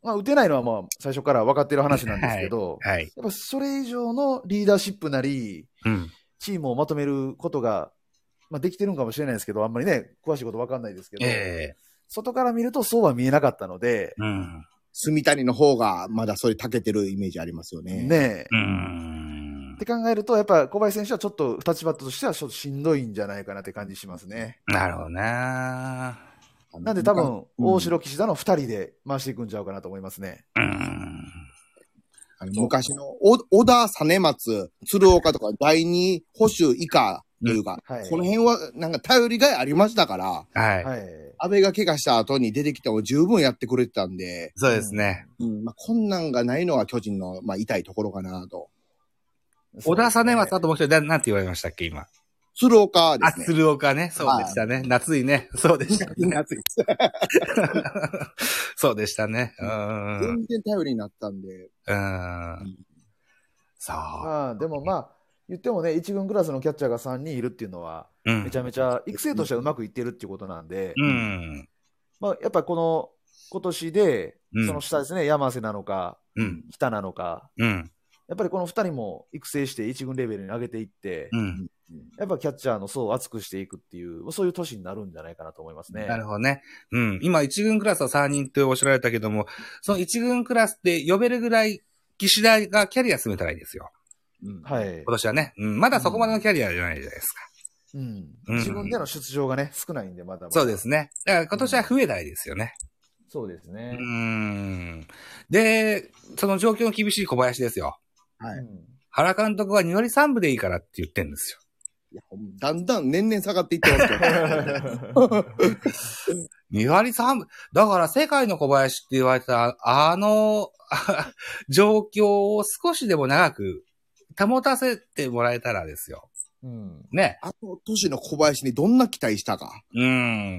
Speaker 3: まあ、打てないのはまあ最初から分かってる話なんですけど、
Speaker 1: はい。
Speaker 3: やっぱそれ以上のリーダーシップなり、
Speaker 1: うん。
Speaker 3: チームをまとめることが、まあ、できてるのかもしれないですけど、あんまりね、詳しいこと分かんないですけど、
Speaker 1: ええ。
Speaker 3: 外から見るとそうは見えなかったので、
Speaker 1: うん。
Speaker 2: 住谷の方が、まだそれ、たけてるイメージありますよね。
Speaker 3: ねえ、
Speaker 1: う
Speaker 3: っ
Speaker 1: ん。
Speaker 3: て考えると、やっぱ小林選手はちょっと、立ちバットとしてはちょっとしんどいんじゃないかなって感じしますね。
Speaker 1: なるほどな。
Speaker 2: あの
Speaker 3: なんで多。分、
Speaker 2: うん
Speaker 3: 大城、岸田の2人で回していくんちゃうかなと思いますね。
Speaker 1: うん。
Speaker 2: あの昔の、お小田、実松、鶴岡とか、第二保守以下というか、
Speaker 3: はい。
Speaker 2: この辺は、なんか頼りがいありましたから、
Speaker 1: はい。
Speaker 3: はい。
Speaker 2: 安倍が怪我した後に出てきても十分やってくれてたんで、
Speaker 1: そうですね。
Speaker 2: うんまあ、こんなんがないのは巨人の、まあ、痛いところかなと。
Speaker 1: 小田さねは
Speaker 3: そ
Speaker 1: あともう一人、ななんて言われましたっけ、今。
Speaker 2: 鶴岡で
Speaker 1: あ、
Speaker 2: すね。
Speaker 1: 鶴岡ね。そうでしたね。夏いね。そうでしたね。 <laughs>
Speaker 2: 熱いです。
Speaker 1: そうでしたね。うん。うん
Speaker 2: 全然頼りになったんで。。
Speaker 1: うん。さ
Speaker 3: うですね
Speaker 1: あ。
Speaker 3: まあ、でもまあ、言ってもね、1軍クラスのキャッチャーが3人いるっていうのは、
Speaker 1: うん
Speaker 3: めちゃめちゃ育成としてはうまくいってるっていうことなんで、
Speaker 1: うん。
Speaker 3: まあ、やっぱこの今年で
Speaker 1: うん、
Speaker 3: その下ですね、山瀬なのか、
Speaker 1: うん。
Speaker 3: 北なのか、
Speaker 1: うん。
Speaker 3: やっぱりこの2人も育成して1軍レベルに上げていって、
Speaker 1: うん。
Speaker 3: やっぱキャッチャーの層を厚くしていくっていう、そういう年になるんじゃないかなと思いますね。
Speaker 1: なるほどね。うん。今、一軍クラスは3人っておっしゃられたけども、その一軍クラスで呼べるぐらい、岸田がキャリア進めたらいいですよ。
Speaker 3: はいい
Speaker 1: 今。年はね。うん。まだそこまでのキャリアじゃないじゃないですか。
Speaker 3: うん。
Speaker 1: うん
Speaker 3: 自分での出場がね、少ないんで、まだまだ。
Speaker 1: そうですね。だから今年は増えないですよね。
Speaker 4: そうですね
Speaker 1: う。ん。で、その状況の厳しい小林ですよ。
Speaker 2: はい
Speaker 3: うん
Speaker 1: 原監督は2割3分でいいからって言ってんですよ。
Speaker 2: いやほんだんだん年々下がっていってますけど。
Speaker 1: <laughs> 2割3分。だから世界の小林 <laughs> って言われた、あの、あ状況を少しでも長く保たせてもらえたらですよ。
Speaker 4: うん。
Speaker 1: ね。
Speaker 2: あの年の小林にどんな期待したか。
Speaker 1: うー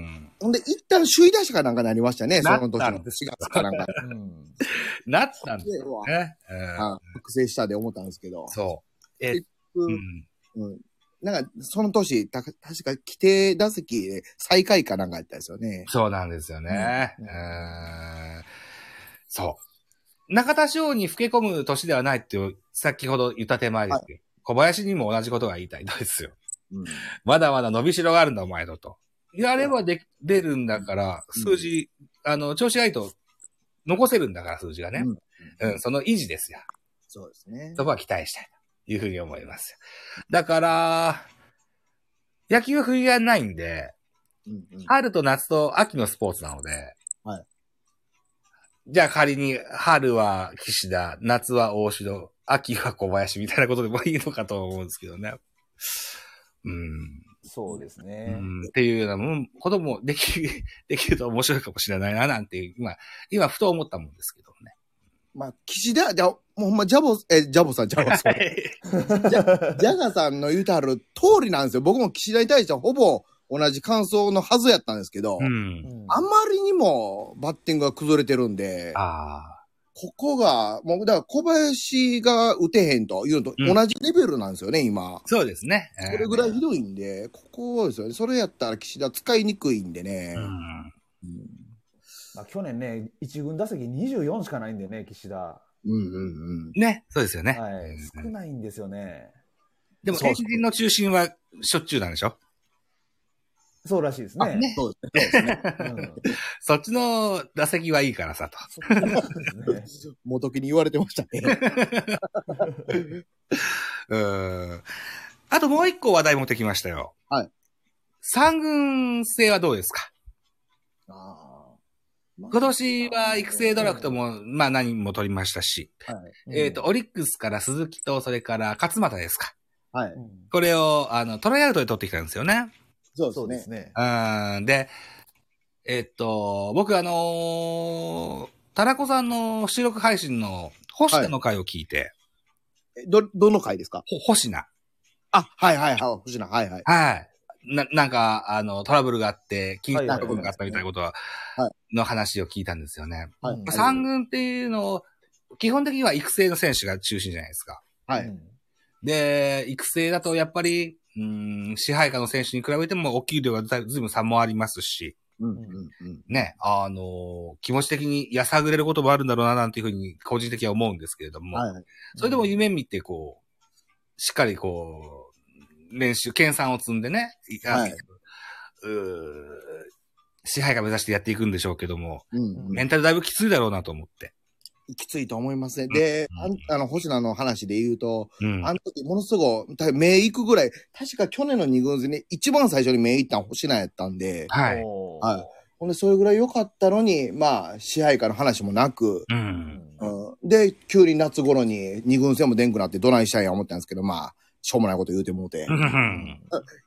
Speaker 1: ん。
Speaker 2: ほんで、一旦首位打者かなんかになりましたね、そ
Speaker 1: なった
Speaker 2: の年の4月かなんか。
Speaker 4: うん。
Speaker 1: なったんです
Speaker 2: でうわ
Speaker 1: ね。うん
Speaker 2: あ覚醒したで思ったんですけど。
Speaker 1: そう。え、
Speaker 2: う
Speaker 1: うんん。
Speaker 2: うんなんか、その年、た確か規定打席で最下位かなんかやったんですよね。
Speaker 1: そうなんですよね。う
Speaker 2: うん
Speaker 1: ーん。そう。中田翔に吹け込む年ではないって、先ほど言った手前ですよ。小林にも同じことが言いたいのですよ。
Speaker 2: うん
Speaker 1: まだまだ伸びしろがあるんだ、お前のと。やればでき、出るんだから、
Speaker 2: うん
Speaker 1: 数字、あの、調子がいいと、残せるんだから、数字がね。うん、その維持ですよ。
Speaker 2: そうですね
Speaker 1: そ。こは期待したいというふうに思いますよ。だから、野球は冬がないんで、
Speaker 2: うんうん
Speaker 1: 春と夏と秋のスポーツなので、
Speaker 2: はい。
Speaker 1: じゃあ仮に、春は岸田、夏は大城、秋は小林みたいなことでもいいのかと思うんですけどね。うん。
Speaker 4: そうです
Speaker 1: う
Speaker 4: ね。
Speaker 1: んっていうようなもん、こともでき、 <laughs> できると面白いかもしれないな、なんていう、今、今、ふと思ったもんですけどね。
Speaker 2: まあ、岸田、じゃ、もうほんま、ジャボ、え、ジャボさん、ジャボさん。ジャガさんの言うたる通りなんですよ。僕も岸田に対してはほぼ同じ感想のはずやったんですけど、
Speaker 1: うん。
Speaker 4: うん
Speaker 2: あまりにもバッティングが崩れてるんで、
Speaker 1: ああ。
Speaker 2: ここが、もう、だから小林が打てへんというのと同じレベルなんですよね、今。
Speaker 1: そうですね。そ
Speaker 2: それぐらいひどいんで、ここですよね。それやったら岸田使いにくいんでね
Speaker 1: う。ん。
Speaker 2: うん
Speaker 4: まあ去年ね、一軍打席24しかないんでね、岸田。は
Speaker 2: うんうんうん。
Speaker 1: ね、そうですよね。
Speaker 4: い。
Speaker 1: う
Speaker 4: 少
Speaker 1: ん
Speaker 4: ないんですよね。
Speaker 1: でも、
Speaker 2: そう
Speaker 1: 変
Speaker 2: そう
Speaker 1: 人の中心はしょっちゅうなんでしょ
Speaker 4: そうらしいです
Speaker 2: あ
Speaker 4: ね。
Speaker 2: そうですね。
Speaker 4: うん
Speaker 1: そっちの打席はいいからさ、と。
Speaker 4: そっちらしいですね。
Speaker 2: 元木に言われてましたね。 <laughs>
Speaker 1: うーん。あともう一個話題持ってきましたよ。
Speaker 2: はい。
Speaker 1: 三軍制はどうですか
Speaker 2: あ
Speaker 1: 今年は育成ドラフトも、まあ何人も取りましたし。
Speaker 2: ーはい。
Speaker 1: <laughs> えっ、と、オリックスから鈴木と、それから勝俣ですか。
Speaker 2: は
Speaker 4: う
Speaker 2: い。
Speaker 4: ん、
Speaker 1: これを、あの、トライアウトで取ってきたんですよね。
Speaker 2: そ
Speaker 3: そう
Speaker 2: う
Speaker 3: で
Speaker 2: ですすね。
Speaker 3: ね。
Speaker 1: うん。で、えっ、と、僕あのー、タラコさんの収録配信の星田の回を聞いて、
Speaker 2: えど、どの回ですか
Speaker 1: ほ星名。
Speaker 2: あ、はいはいはい。星野、はいはい。
Speaker 1: はい。な、なんか、あの、トラブルがあって、金
Speaker 4: はい
Speaker 1: 額
Speaker 4: はい
Speaker 1: があったみたいなことは、
Speaker 2: は
Speaker 1: の話を聞いたんですよね。
Speaker 2: はい
Speaker 4: うん
Speaker 1: 三軍っていうのを、基本的には育成の選手が中心じゃないですか。
Speaker 2: は
Speaker 4: う
Speaker 2: い。
Speaker 4: ん
Speaker 1: で、育成だとやっぱり、うーん、支配下の選手に比べてもお給料がだいずいぶん差もありますし、
Speaker 2: うん
Speaker 4: うん
Speaker 2: うんうん。
Speaker 1: ね、あの、気持ち的にやさぐれることもあるんだろうな、なんていうふうに個人的には思うんですけれども、
Speaker 2: はいはい。
Speaker 1: それでも夢見てこう、しっかりこう、練習、研鑽を積んでね、い
Speaker 2: はいう
Speaker 1: ー支配下目指してやっていくんでしょうけども、
Speaker 2: うんうん
Speaker 1: メンタルだいぶきついだろうなと思って。
Speaker 2: きついと思いますね。で、あんあの、星野の話で言うと、
Speaker 1: うん。
Speaker 2: あの時ものすごい、多分目行くぐらい、確か去年の二軍戦に一番最初に目行ったの星野やったんで、
Speaker 1: はい。
Speaker 4: おー
Speaker 2: はいほんで、それぐらい良かったのに、まあ、支配下の話もなく、
Speaker 1: う。
Speaker 4: うんん
Speaker 2: うん、で、急に夏頃に二軍戦も出んくなってどないしたんや思ったんですけど、まあ、しょうもないこと言うてもう
Speaker 1: <laughs>
Speaker 2: て。
Speaker 1: うん。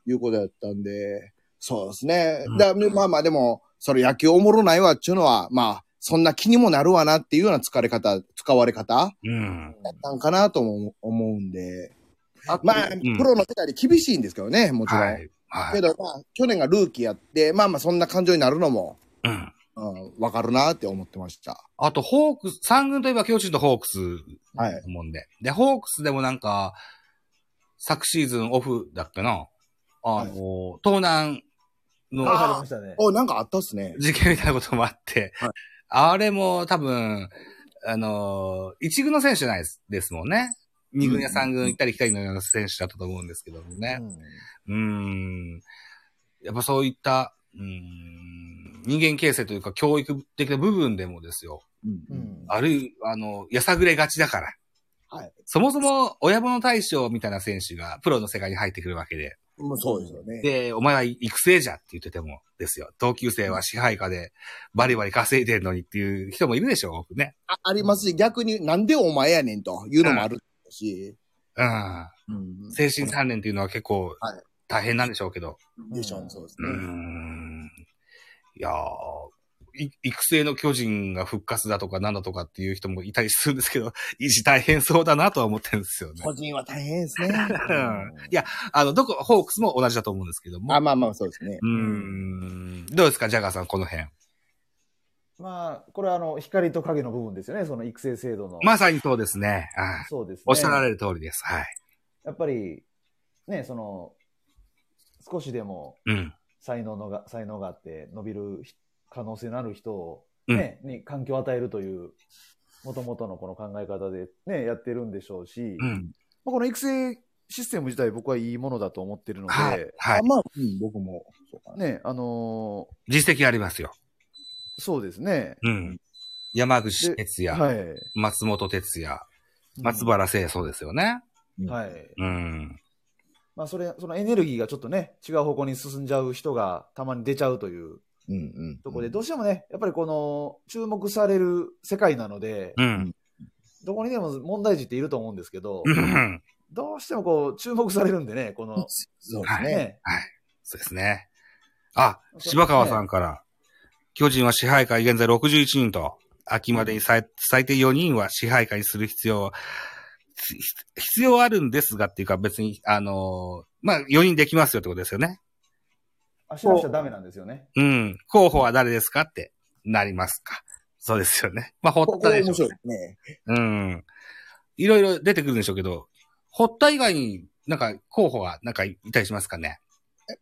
Speaker 2: いうことやったんで、そうですね
Speaker 1: うん。
Speaker 2: だまあまあでも、その野球おもろないわっていうのは、まあ、そんな気にもなるわなっていうような疲れ方、使われ方
Speaker 1: うん。
Speaker 2: なんかなとも思うんで。
Speaker 4: あ
Speaker 2: まあ、
Speaker 4: う
Speaker 2: プ
Speaker 4: ん
Speaker 2: ロの世界で厳しいんですけどね、もちろん。
Speaker 1: はい。は
Speaker 2: け
Speaker 1: い。
Speaker 2: ど、まあ、去年がルーキーやって、まあまあ、そんな感情になるのも、
Speaker 1: うん。
Speaker 2: うん、わかるなって思ってました。
Speaker 1: あと、ホークス、三軍といえば巨人とホークス、
Speaker 2: はい。
Speaker 1: もんで。で、ホークスでもなんか、昨シーズンオフだっけな、あの、東南の、
Speaker 4: わかりましたね。
Speaker 2: お、なんかあったっすね。
Speaker 1: 事件みたいなこともあって、
Speaker 2: はい
Speaker 1: あれも多分、あのー一軍の選手じゃないですですもんね。二軍や三軍行ったり来たりのような選手だったと思うんですけどもね。うーん。やっぱそういった、うーん、人間形成というか教育的な部分でもですよ。
Speaker 2: うん
Speaker 4: う。ん
Speaker 1: あるいは、あの、やさぐれがちだから。
Speaker 2: はい。
Speaker 1: そもそも、親物大将みたいな選手がプロの世界に入ってくるわけで。
Speaker 2: もうそうですよね。
Speaker 1: で、お前は育成じゃって言っててもですよ。同級生は支配下でバリバリ稼いでんのにっていう人もいるでしょ、僕ね。
Speaker 2: あありますし、逆になんでお前やねんというのもあるし。
Speaker 1: うん。
Speaker 2: うん
Speaker 1: 精神鍛錬っていうのは結構
Speaker 2: はい
Speaker 1: 大変なんでしょうけど。
Speaker 2: でしょうね、そうです
Speaker 1: うー
Speaker 2: ね。
Speaker 1: ん。いやー、い育成の巨人が復活だとかなんだとかっていう人もいたりするんですけど、維持大変そうだなとは思ってるんですよね。
Speaker 2: 個人は大
Speaker 1: <laughs>
Speaker 2: 変ですね。
Speaker 1: うんいや、あの、どこ、ホークスも同じだと思うんですけども。
Speaker 2: あ、まあまあ、そうですね
Speaker 1: う。ーん。どうですか、ジャガーさん、この辺。
Speaker 3: まあ、これはあの、光と影の部分ですよね、その育成制度の。
Speaker 1: まさにそうですね。あ
Speaker 3: そうですね。
Speaker 1: おっしゃられる通りです。はい。
Speaker 3: やっぱり、ね、その、少しでも
Speaker 1: うん。
Speaker 3: 才能のが、才能があって伸びるひ可能性のある人を、
Speaker 1: うん
Speaker 3: ね、に環境を与えるという、もともとのこの考え方でね、やってるんでしょうし、
Speaker 1: うん。
Speaker 5: まあ、この育成システム自体僕はいいものだと思ってるので、
Speaker 1: はい。はい
Speaker 2: あ。まあ、うん、僕も、そうかな。
Speaker 5: ね、あの
Speaker 1: 実績ありますよ。
Speaker 5: ーそうですね。
Speaker 1: うん。山口哲也、
Speaker 5: はい。
Speaker 1: 松本哲也、松原聖そうですよね。
Speaker 5: うんはい。
Speaker 1: うん。
Speaker 3: まあ、それ、そのエネルギーがちょっとね、違う方向に進んじゃう人がたまに出ちゃうという
Speaker 2: うんうん。
Speaker 3: ところで、どうしてもね、やっぱりこの、注目される世界なので、
Speaker 1: うん。
Speaker 3: どこにでも問題児っていると思うんですけど、
Speaker 1: うん。
Speaker 3: どうしてもこう、注目されるんでね、この、
Speaker 2: そうですね。
Speaker 3: ね、
Speaker 1: そうですね。あ、柴川さんから、巨人は支配下現在61人と、秋までに最最低4人は支配下にする必要は、ひ必要あるんですがっていうか別に、あのーまあ、4人できますよってことですよね。
Speaker 3: 足出しちゃダメなんですよね。
Speaker 1: うん。候補は誰ですかってなりますか。そうですよね。まあ、
Speaker 2: こ
Speaker 1: 堀
Speaker 2: こ
Speaker 1: 田で
Speaker 2: 面
Speaker 1: しょう
Speaker 2: 白いですね。
Speaker 1: うん。いろいろ出てくるんでしょうけど、堀田以外になんか候補はなんかいたりしますかね。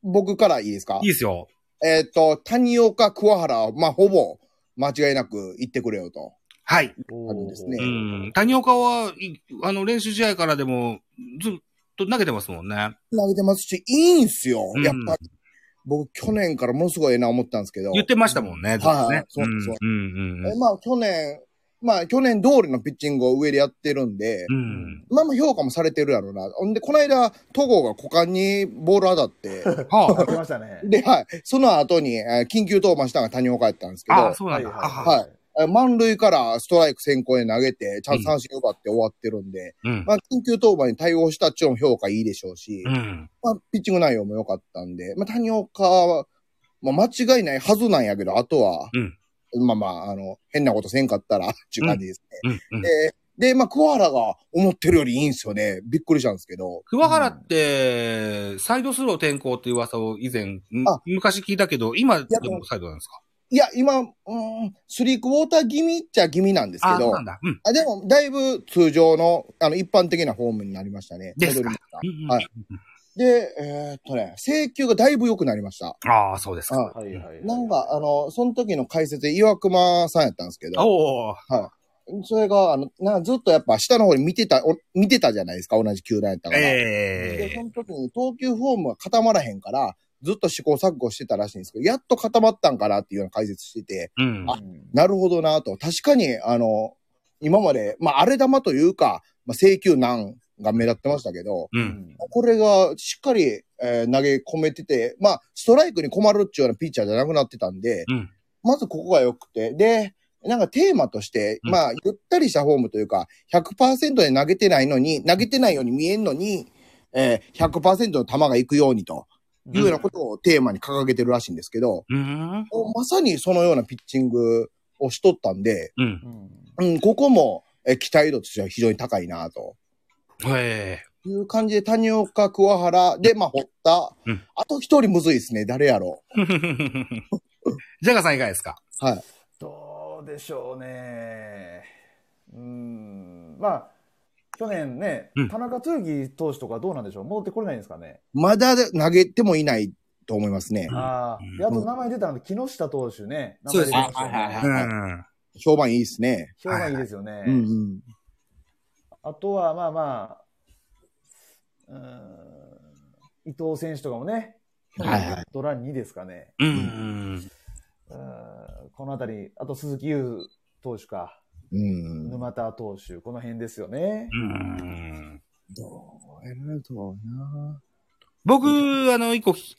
Speaker 2: 僕からいいですか
Speaker 1: いいですよ。
Speaker 2: えっと、谷岡、桑原は、まあ、ほぼ、間違いなく言ってくれよと。
Speaker 1: はい。
Speaker 3: お
Speaker 2: あるんですね
Speaker 1: うん。谷岡は、いあの、練習試合からでも、ずっと投げてますもんね。
Speaker 2: 投げてますし、いいんすよ。
Speaker 1: うん
Speaker 2: やっぱり。僕、去年からものすごいええな思ったんですけど。
Speaker 1: 言ってましたもんね、ずっとね。
Speaker 2: そうそう
Speaker 1: うん。うん。
Speaker 2: え
Speaker 1: うん
Speaker 2: まあ、去年、まあ、去年通りのピッチングを上でやってるんで、
Speaker 1: うん。
Speaker 2: まあまあ評価もされてるやろうな。ほんで、この間、戸郷が股間にボール当たって、
Speaker 1: は
Speaker 3: 来ましたね。
Speaker 2: で、はい。その後に、えー緊急登板したのが谷岡やったんですけ
Speaker 1: あ。ああ、
Speaker 2: ど、
Speaker 1: そうなんだ。ああ
Speaker 2: はいえー満塁からストライク先行で投げて、ちゃんと三振奪って終わってるんで、
Speaker 1: うん。
Speaker 2: まあ、緊急登板に対応したっちゅうのも評価いいでしょうし、
Speaker 1: うん。
Speaker 2: まあ、ピッチング内容も良かったんで、まあ、谷岡は、まあ、間違いないはずなんやけど、あとは、まあまあ、あの、変なことせんかったら、っていう感じですね。
Speaker 1: うん。うん。
Speaker 2: でで、まあ、桑原が思ってるよりいいんですよね。びっくりしたんですけど。
Speaker 1: 桑原って、サイドスロー転向っていう噂を以前、ん
Speaker 2: あ
Speaker 1: 昔聞いたけど、今で
Speaker 2: や
Speaker 1: もサイドなんですか
Speaker 2: いや、今、うーん、スリークウォーター気味っちゃ気味なんです
Speaker 1: ああ、
Speaker 2: け
Speaker 1: そう
Speaker 2: ど
Speaker 1: な、んだ。うん。
Speaker 2: あでも、だいぶ通常の、あの、一般的なフォームになりましたね。
Speaker 1: ですか
Speaker 2: 戻りま
Speaker 1: う
Speaker 2: し
Speaker 1: んうん
Speaker 2: はいたで、えーっとね、請求がだいぶ良くなりました。
Speaker 1: ああ、そうですか。
Speaker 2: あ
Speaker 3: はいはいはい。
Speaker 2: なんか、あの、その時の解説で岩隈さんやったんですけど、
Speaker 1: おお
Speaker 2: それが、あの、なんかずっとやっぱ下の方に見てた、お見てたじゃないですか、同じ球団やったから。
Speaker 1: え
Speaker 2: で、
Speaker 1: え
Speaker 2: その時に投球フォームが固まらへんから、ずっと試行錯誤してたらしいんですけど、やっと固まったんかなっていうような解説してて、
Speaker 1: うん。
Speaker 2: あなるほどなと。確かに、あの、今まで、まあ、荒れ玉というか、まあ、請求難が目立ってましたけど、
Speaker 1: う。
Speaker 3: うんん
Speaker 2: これがしっかり、えー投げ込めてて、まあ、ストライクに困るっていうようなピッチャーじゃなくなってたんで、
Speaker 1: うん。
Speaker 2: まずここが良くて、で、なんかテーマとして、
Speaker 1: うん
Speaker 2: まあ、ゆったりしたフォームというか、100%で投げてないのに、投げてないように見えんのに、えー、100%の球が行くようにというようなことをテーマに掲げてるらしいんですけど、
Speaker 1: うん。
Speaker 2: まさにそのようなピッチングをしとったんで、
Speaker 1: うん。
Speaker 3: うん
Speaker 2: うん、ここも、えー期待度としては非常に高いなと。
Speaker 1: ええ
Speaker 2: いう感じで、谷岡、桑原、で、まあ、堀田。
Speaker 1: うん
Speaker 2: あと一人むずいですね。誰やろう。
Speaker 1: ジャガーさんいかがですか
Speaker 3: どうでしょうね。うん。まあ、去年ね
Speaker 1: うん、
Speaker 3: 田中豊樹投手とかどうなんでしょう戻ってこれないんですかね。
Speaker 2: まだ投げてもいないと思いますね。
Speaker 3: ああ。で、あと名前出たの、木下投手ね。名
Speaker 1: そう
Speaker 3: 前
Speaker 1: です
Speaker 3: 出てましたよ
Speaker 2: あはいはい
Speaker 3: ね。
Speaker 2: はい
Speaker 1: ん。
Speaker 2: 評判いいですね。
Speaker 3: 評判いいですよね
Speaker 2: う。んうん。
Speaker 3: あとは、まあまあ、うん、伊藤選手とかもね、
Speaker 2: はいはい
Speaker 3: ドラン2ですかね。
Speaker 1: うん。
Speaker 3: うんこのあたり、あと鈴木優投手か、
Speaker 2: うん。
Speaker 3: 沼田投手、この辺ですよね。
Speaker 1: うん。
Speaker 2: どうやるとな。
Speaker 1: 僕、あの、一個き、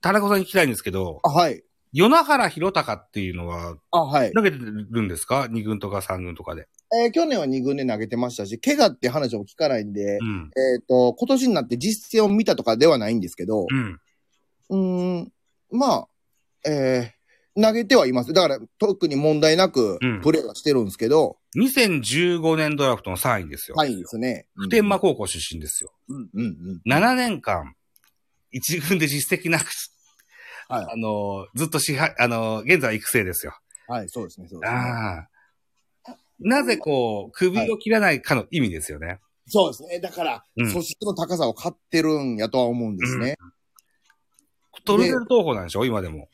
Speaker 1: 田中さんに聞きたいんですけど、
Speaker 2: あ、はい。
Speaker 1: 与那原博隆っていうのは、
Speaker 2: あ、はい。
Speaker 1: 投げてるんですか二軍とか三軍とかで。
Speaker 2: えー去年は2軍で投げてましたし、怪我って話も聞かないんで、
Speaker 1: うん。
Speaker 2: えっ、と、今年になって実戦を見たとかではないんですけど
Speaker 1: う、ん。
Speaker 2: うーん、まあ、えー投げてはいます。だから、特に問題なく
Speaker 1: うん、
Speaker 2: プレーはしてるんですけど、
Speaker 1: 2015年ドラフトの3位ですよ。
Speaker 2: はい、ですね。
Speaker 1: 普天間高校出身ですよ。
Speaker 2: うんうんうん。
Speaker 1: 7年間、一軍で実績なく、
Speaker 2: はい
Speaker 1: あの、ずっと支配、あの、現在は育成ですよ。
Speaker 2: はい、そうですね、そうですね。
Speaker 1: ああ。なぜこう、首を切らないかの意味ですよね。
Speaker 2: そうですね。だから、
Speaker 1: うん
Speaker 2: 素質の高さを買ってるんやとは思うんですね。
Speaker 1: トルネード投法なんでしょ今でも。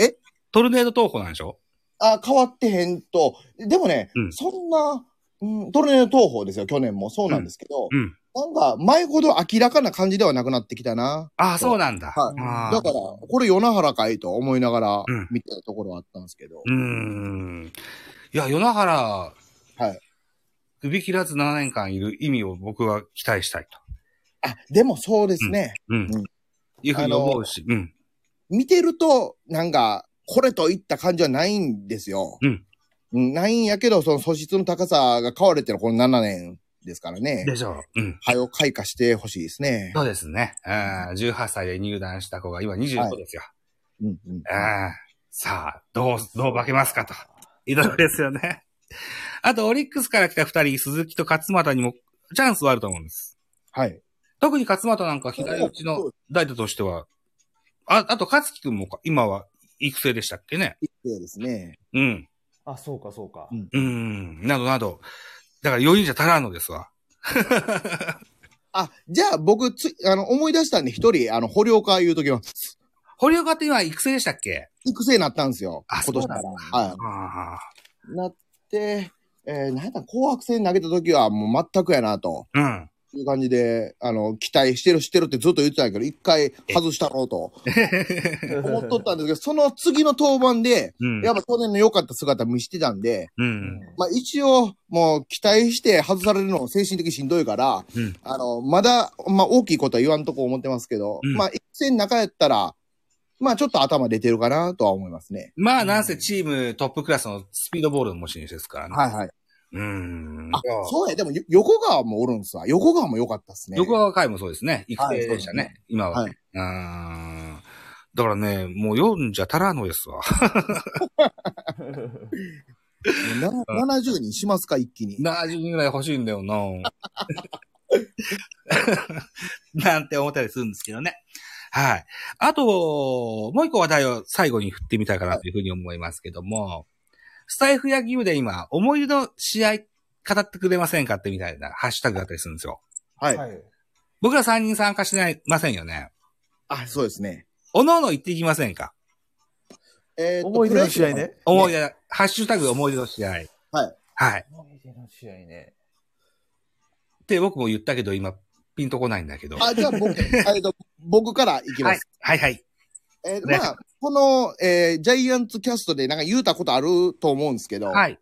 Speaker 2: え
Speaker 1: トルネード投法なんでしょ
Speaker 2: あ、変わってへんと。でもね、
Speaker 1: うん
Speaker 2: そんな、うん、トルネード投法ですよ、去年もそうなんですけど、
Speaker 1: うんうん
Speaker 2: なんか、前ほど明らかな感じではなくなってきたな。
Speaker 1: ああ、そうなんだ。
Speaker 2: はい
Speaker 1: ああ
Speaker 2: だから、これ、与那原かいと思いながら
Speaker 1: うん
Speaker 2: 見てたところはあったんですけど。。
Speaker 1: うーん。いや、与那原、はい首切らず7年間いる意味を僕は期待したいと。
Speaker 2: あ、でもそうですね。
Speaker 1: うん。
Speaker 2: うん
Speaker 1: いうふうに思うし、うん。
Speaker 2: 見てると、なんか、これといった感じはないんですよ。
Speaker 1: うん
Speaker 2: うん。ないんやけど、その素質の高さが変われてるこの7年ですからね。
Speaker 1: でしょう。うん。
Speaker 2: はよ開花してほしいですね。
Speaker 1: そうですね。ああ18歳で入団した子が今
Speaker 2: は
Speaker 1: 25
Speaker 2: い
Speaker 1: ですよ。
Speaker 2: うんうん。
Speaker 1: ああさあ、どう、どう化けますかと。いろいろですよ
Speaker 2: <laughs>
Speaker 1: ね。あと、オリックスから来た二人、鈴木と勝俣にもチャンスはあると思うんです。
Speaker 2: はい。
Speaker 1: 特に勝俣なんか左打ちの代打としては、あ、あと勝木くんもか今は育成でしたっけね。
Speaker 2: そうですね。
Speaker 1: うん。
Speaker 4: あ、そうか、そうか。
Speaker 2: うん
Speaker 1: うん。などなど。だから4人じゃ足らんのですわ。
Speaker 2: あ、じゃあ僕つ、あの、思い出したんで一人、あの、堀岡言うときます。
Speaker 1: 堀岡って今育成でしたっけ
Speaker 2: 育成になったんですよ。
Speaker 1: あ
Speaker 2: 今
Speaker 3: <laughs>
Speaker 2: 年から。
Speaker 1: そう
Speaker 2: は
Speaker 1: ああ。
Speaker 2: い。なって、えー、なんだ、紅白戦投げた時はもう全くやな、と
Speaker 1: うん。
Speaker 2: いう感じで、あの、期待してる、してるってずっと言ってたんやけど、一回外したろうと思っとったんですけど、その次の登板で、
Speaker 1: うん。
Speaker 2: やっぱ去年の良かった姿見してたんで、
Speaker 1: う。
Speaker 4: うん
Speaker 2: まあ一応、もう期待して外されるのも精神的にしんどいから、
Speaker 1: うん
Speaker 2: あの、まだ、まあ大きいことは言わんとこ思ってますけど、
Speaker 1: うん
Speaker 2: まあ一戦中やったら、まあちょっと頭出てるかなとは思いますね。
Speaker 1: まあ、なんせチームトップクラスのスピードボールの持ち主ですからね。
Speaker 2: はいはい。
Speaker 1: うーん。
Speaker 2: あ、そうや、でもよ横川もおるんすわ。横川も良かったっすね。
Speaker 1: 横川海もそうですね。育成でしたね、
Speaker 2: は
Speaker 1: 今は、
Speaker 2: は
Speaker 1: ねうーん。だからね、もう読んじゃ足らんのですわ。 <laughs>
Speaker 4: ん
Speaker 2: な70人しますか、一気に。
Speaker 1: 70人ぐらい欲しいんだよな。 <laughs> なんて思ったりするんですけどね。はい。あと、もう一個話題を最後に振ってみたいかなというふうに思いますけども、スタイフ野球で今、思い出の試合語ってくれませんかってみたいなハッシュタグだったりするんですよ。
Speaker 2: はい。
Speaker 4: はい。
Speaker 1: 僕ら3人参加してないませんよね。
Speaker 2: あ、そうですね。
Speaker 1: おのおの言っていきませんか
Speaker 2: えーと
Speaker 3: 思い出の試合。ね。
Speaker 1: 思い出、ハッシュタグ思い出の試合。はい。はい。
Speaker 4: 思い出の試合ね。
Speaker 1: って僕も言ったけど、今、ピンとこないんだけど。
Speaker 2: プロ野球あ、じゃあ僕、えーと僕からいきま
Speaker 1: はい
Speaker 2: す。。
Speaker 1: はいはい。
Speaker 2: えー
Speaker 1: ね
Speaker 2: まあ、この、えージャイアンツキャストでなんか言うたことあると思うんですけど、
Speaker 1: はい。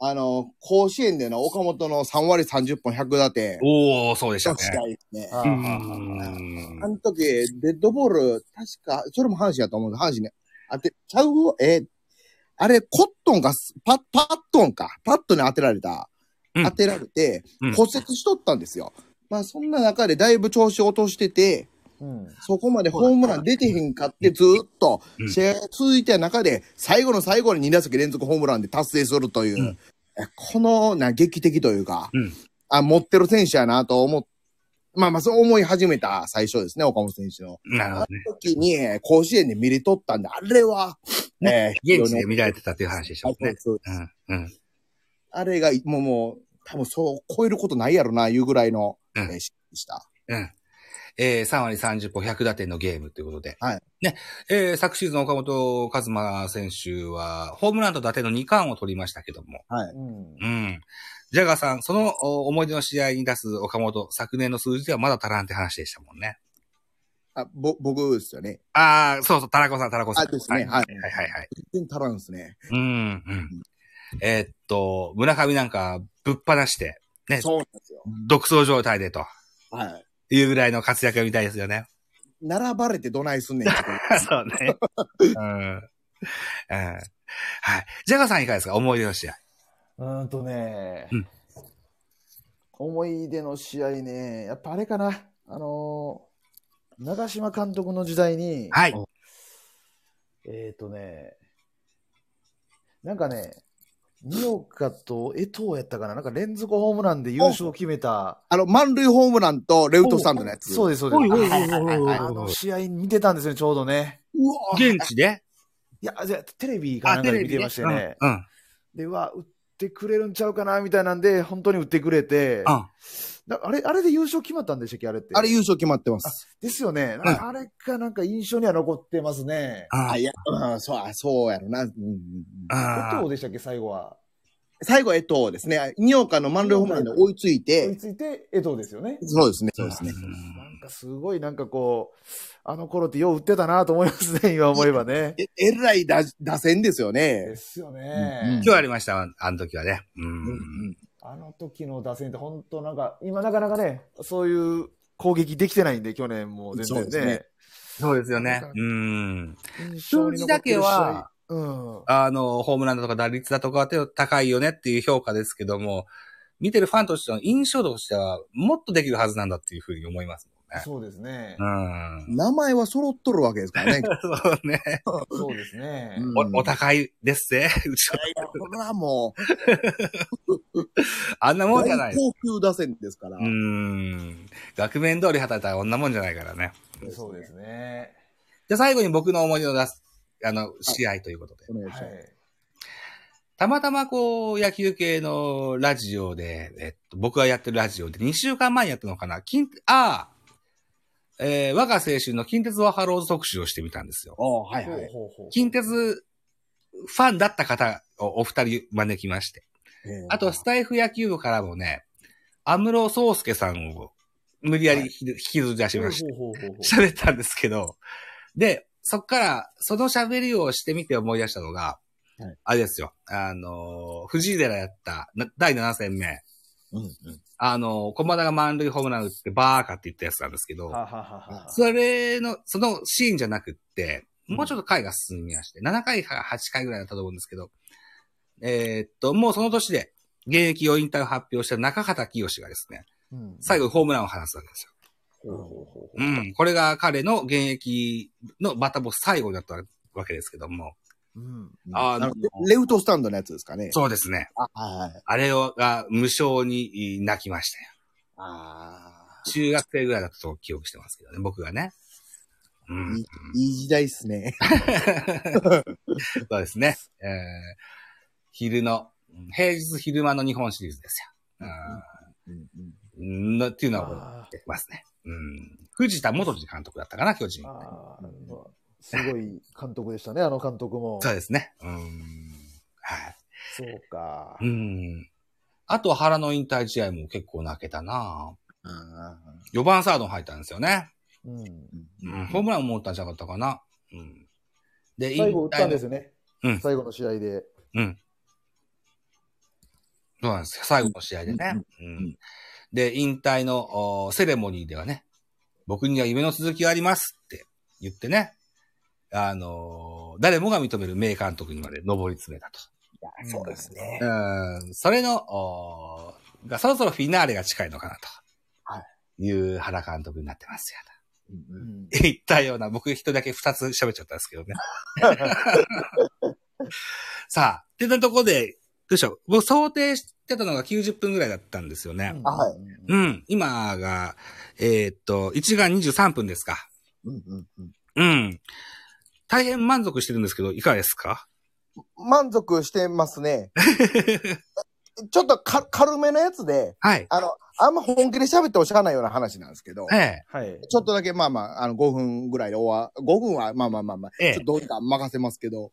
Speaker 2: あの、甲子園での岡本の3割30本100打点
Speaker 1: おー、そうでした
Speaker 2: の
Speaker 1: ね
Speaker 2: 試。合ですね。
Speaker 4: あ
Speaker 1: うー
Speaker 4: ー
Speaker 1: ん
Speaker 2: あの時、デッドボール、確か、それも阪神やと思うんです。阪神ね。あて、ちゃうわえーあれ、コットンがす、パパットンか。パットンに当てられた。
Speaker 1: うん
Speaker 2: 当てられて、
Speaker 1: うん
Speaker 2: 骨折しとったんですよ。まあ、そんな中でだいぶ調子落としてて、
Speaker 4: うん。
Speaker 2: そこまでホームラン出てへんかってずーっと
Speaker 1: うん
Speaker 2: 試合が続いた中で、最後の最後に2打席連続ホームランで達成するという、
Speaker 1: うん
Speaker 2: えこのな劇的というか、
Speaker 1: うん
Speaker 2: あ、持ってる選手やなと思っまあまあそう思い始めた最初ですね、岡本選手の。
Speaker 1: なるほどね。
Speaker 2: その時にえー甲子園で見れとったんで、あれは、えー
Speaker 1: 現地で見られてたという話でしたもん
Speaker 2: はい
Speaker 1: ね。
Speaker 2: そうです
Speaker 1: うん。うん。
Speaker 2: あれが、もうもう、多分そう超えることないやろな、いうぐらいの、
Speaker 1: うん
Speaker 2: えー試合でした。
Speaker 1: うん。えー、3割30本100打点のゲームということで。
Speaker 2: はい。
Speaker 1: ね。えー、昨シーズン岡本和真選手は、ホームランと打点の2冠を取りましたけども。
Speaker 4: うん。
Speaker 1: うん。ジャガーさん、そのお思い出の試合に出す岡本、昨年の数字ではまだ足らんって話でしたもんね。
Speaker 2: あ、ぼ、僕ですよね。
Speaker 1: ああ、そうそう、タラコさん、タラコさん。
Speaker 2: あですね
Speaker 1: はい、
Speaker 2: は
Speaker 1: はいい、はいはい。
Speaker 2: 全然足らんですね。
Speaker 1: うん、うん。えーっと、村上なんかぶっ放して、ね、
Speaker 2: そうなんですよ。
Speaker 1: 独走状態でと
Speaker 2: はい。
Speaker 1: いうぐらいの活躍みたいですよね。
Speaker 2: 並ばれてどないすんねんって。
Speaker 1: そうね。 <laughs> うん。うん。はい。ジャガーさんいかがですか思い出の試合。
Speaker 4: うーんとね、
Speaker 1: うん
Speaker 3: 思い出の試合ね、やっぱあれかな、あのー長嶋監督の時代に、
Speaker 1: はい。
Speaker 4: えっ、とね、
Speaker 3: なんかね、二岡と江藤やったかな、なんか連続ホームランで優勝を決めた、
Speaker 2: あの、満塁ホームランとレフトスタンドのやつ。
Speaker 3: そう
Speaker 2: う
Speaker 3: です、そう
Speaker 1: おいおいお
Speaker 3: で
Speaker 1: い
Speaker 3: す。
Speaker 1: おいおい
Speaker 3: あ
Speaker 1: お
Speaker 3: の
Speaker 1: い。
Speaker 3: 試合見てたんですよね、ちょうどね。
Speaker 2: わ
Speaker 1: 現地で
Speaker 3: いや、じゃあテレビかなんかで見てまして
Speaker 1: うん。う
Speaker 3: ね。
Speaker 1: ん。
Speaker 3: で、うわ、打ってくれるんちゃうかな、みたいなんで、本当に打ってくれて、
Speaker 1: うん
Speaker 3: なあれ、あれで優勝決まったんでしたっけ、あれって。
Speaker 2: あれ優勝決まってます。
Speaker 3: ですよね。なあれがなんか印象には残ってますね。
Speaker 1: あ
Speaker 2: あ、いや、うん、そう、あそうやろな。うんうんうん
Speaker 1: あ
Speaker 3: どうでしたっけ、最後は。
Speaker 2: 最後、江藤ですね。二岡の満塁ホームランで追いつい
Speaker 3: 追い
Speaker 2: て、
Speaker 3: ついて、江藤ですよね。
Speaker 2: そうですね、そうですね。
Speaker 3: なんかすごい、なんかこう、あの頃ってよう打ってたなと思いますね、 <laughs> 今思えばね。
Speaker 2: ええらい打打線ですよ
Speaker 3: で
Speaker 2: ね。
Speaker 3: すよ
Speaker 2: うんう
Speaker 3: ね
Speaker 2: ん。
Speaker 1: 今日ありました、あの時はね。う。
Speaker 2: うんうんん
Speaker 3: あの時の打線って本当なんか、今なかなかね、そういう攻撃できてないんで、去年も全
Speaker 2: そう
Speaker 3: 然
Speaker 2: です
Speaker 3: ね。
Speaker 2: ね
Speaker 1: そうですよね
Speaker 3: なん。か
Speaker 1: うん。
Speaker 3: 印象に残ってる試合
Speaker 1: 数字だけは、
Speaker 3: うん。
Speaker 1: あの、ホームランだとか打率だとかは高いよねっていう評価ですけども、見てるファンとしての印象としては、もっとできるはずなんだっていうふうに思いますもんね。
Speaker 3: そうですね。
Speaker 1: うん。
Speaker 2: 名前は揃っとるわけですからね。
Speaker 1: そうね。
Speaker 3: そうですね。
Speaker 2: うん
Speaker 1: お、お高いですぜ。うちはい
Speaker 2: やこれはもう、
Speaker 1: <laughs> あんなもんじゃない
Speaker 2: 大。高級打線ですから。
Speaker 1: うん。額面通り働いたらこんなもんじゃないからね。
Speaker 3: そうですね。
Speaker 1: じゃあ最後に僕の思い出の出す、あの、試合ということで。
Speaker 2: お願いし
Speaker 3: は
Speaker 2: ます。
Speaker 3: い。
Speaker 1: たまたまこう、野球系のラジオで、えっと、僕がやってるラジオで、2週間前にやったのかな金、ああ、えー我が青春の近鉄ワハローズ特集をしてみたんですよ。
Speaker 2: おーはいはい。
Speaker 3: ほうほうほう
Speaker 1: 近鉄ファンだった方をお二人招きまして。あと、スタイフ野球部からもね、安室宗介さんを無理やり引き引きずり出しました。
Speaker 3: ほうほうほうほう
Speaker 1: <laughs> 喋ったんですけど、で、そっから、その喋りをしてみて思い出したのが、
Speaker 2: はい
Speaker 1: あれですよ、あのー、藤井寺やった、な第7戦目、
Speaker 2: うんうん
Speaker 1: あのー、駒田が満塁ホームラン打ってバーカって言ったやつなんですけど、
Speaker 3: はあはあはあ
Speaker 1: それの、そのシーンじゃなくって、もうちょっと回が進みまして、7回から8回ぐらいだったと思うんですけど、えーっと、もうその年で、現役を引退を発表した中畑清がですね、
Speaker 3: うん
Speaker 1: 最後にホームランを放つわけですよ。
Speaker 3: ほうほうほうほ
Speaker 1: う
Speaker 3: う
Speaker 1: ん。これが彼の現役のバッターボス最後だったわけですけども。
Speaker 3: うん
Speaker 1: あー
Speaker 2: あのレレフトスタンドのやつですかね。
Speaker 1: そうですね。
Speaker 2: あはいはい。
Speaker 1: あれをが無償に泣きましたよ。
Speaker 2: あ
Speaker 1: 中学生ぐらいだったと記憶してますけどね、僕がね。う
Speaker 2: あ、
Speaker 1: ん
Speaker 2: い。いいい時代っすね。
Speaker 1: そうですね。えー昼の、平日昼間の日本シリーズですよ。うん。のっていうのは覚えてますね。うん。藤田元次監督だったかな、巨人。
Speaker 3: ああ、なんかすごい監督でしたね、あの監督も。
Speaker 1: そうですね。うん。はい。
Speaker 3: そうか
Speaker 1: う。ん。あと、原の引退試合も結構泣けたな
Speaker 2: あ
Speaker 1: 4番サードに入ったんですよね。
Speaker 3: うん
Speaker 1: うん。ホームランも打ったんじゃなかったかな。うん。で、
Speaker 3: 最後打ったんです
Speaker 1: よ。
Speaker 3: よね
Speaker 1: うん。
Speaker 3: 最後の試合で。
Speaker 1: そうなんですよ。最後の試合でね。うん。で、引退のおーセレモニーではね、僕には夢の続きがありますって言ってね、あのー誰もが認める名監督にまで上り詰めたと。
Speaker 2: あそうですね。
Speaker 1: うん。それの、おーがそろそろフィナーレが近いのかなと。。
Speaker 2: はい
Speaker 1: いう原監督になってますよ。 <laughs>
Speaker 2: うんうん
Speaker 1: 言ったような、僕一人だけ二つ喋っちゃったんですけ
Speaker 2: <laughs>
Speaker 1: どね。さあ、ってなところで、どうしよう。僕想定してたのが90分ぐらいだったんですよね。
Speaker 2: あはい
Speaker 1: うん。今が、えーっと、1時間23分ですか。
Speaker 2: うんうんうん
Speaker 1: うん。大変満足してるんですけど、いかがですか
Speaker 2: 満足してますね。ちょっとか軽めのやつで、
Speaker 1: はい。
Speaker 2: あの、あんま本気で喋っておしゃあないような話なんですけど、
Speaker 1: ええ。
Speaker 3: はい。
Speaker 2: ちょっとだけまあまあ、あの、5分ぐらいで終わ、5分はまあまあまあまあ、
Speaker 1: ええ
Speaker 2: ちょっとどうにか任せますけど、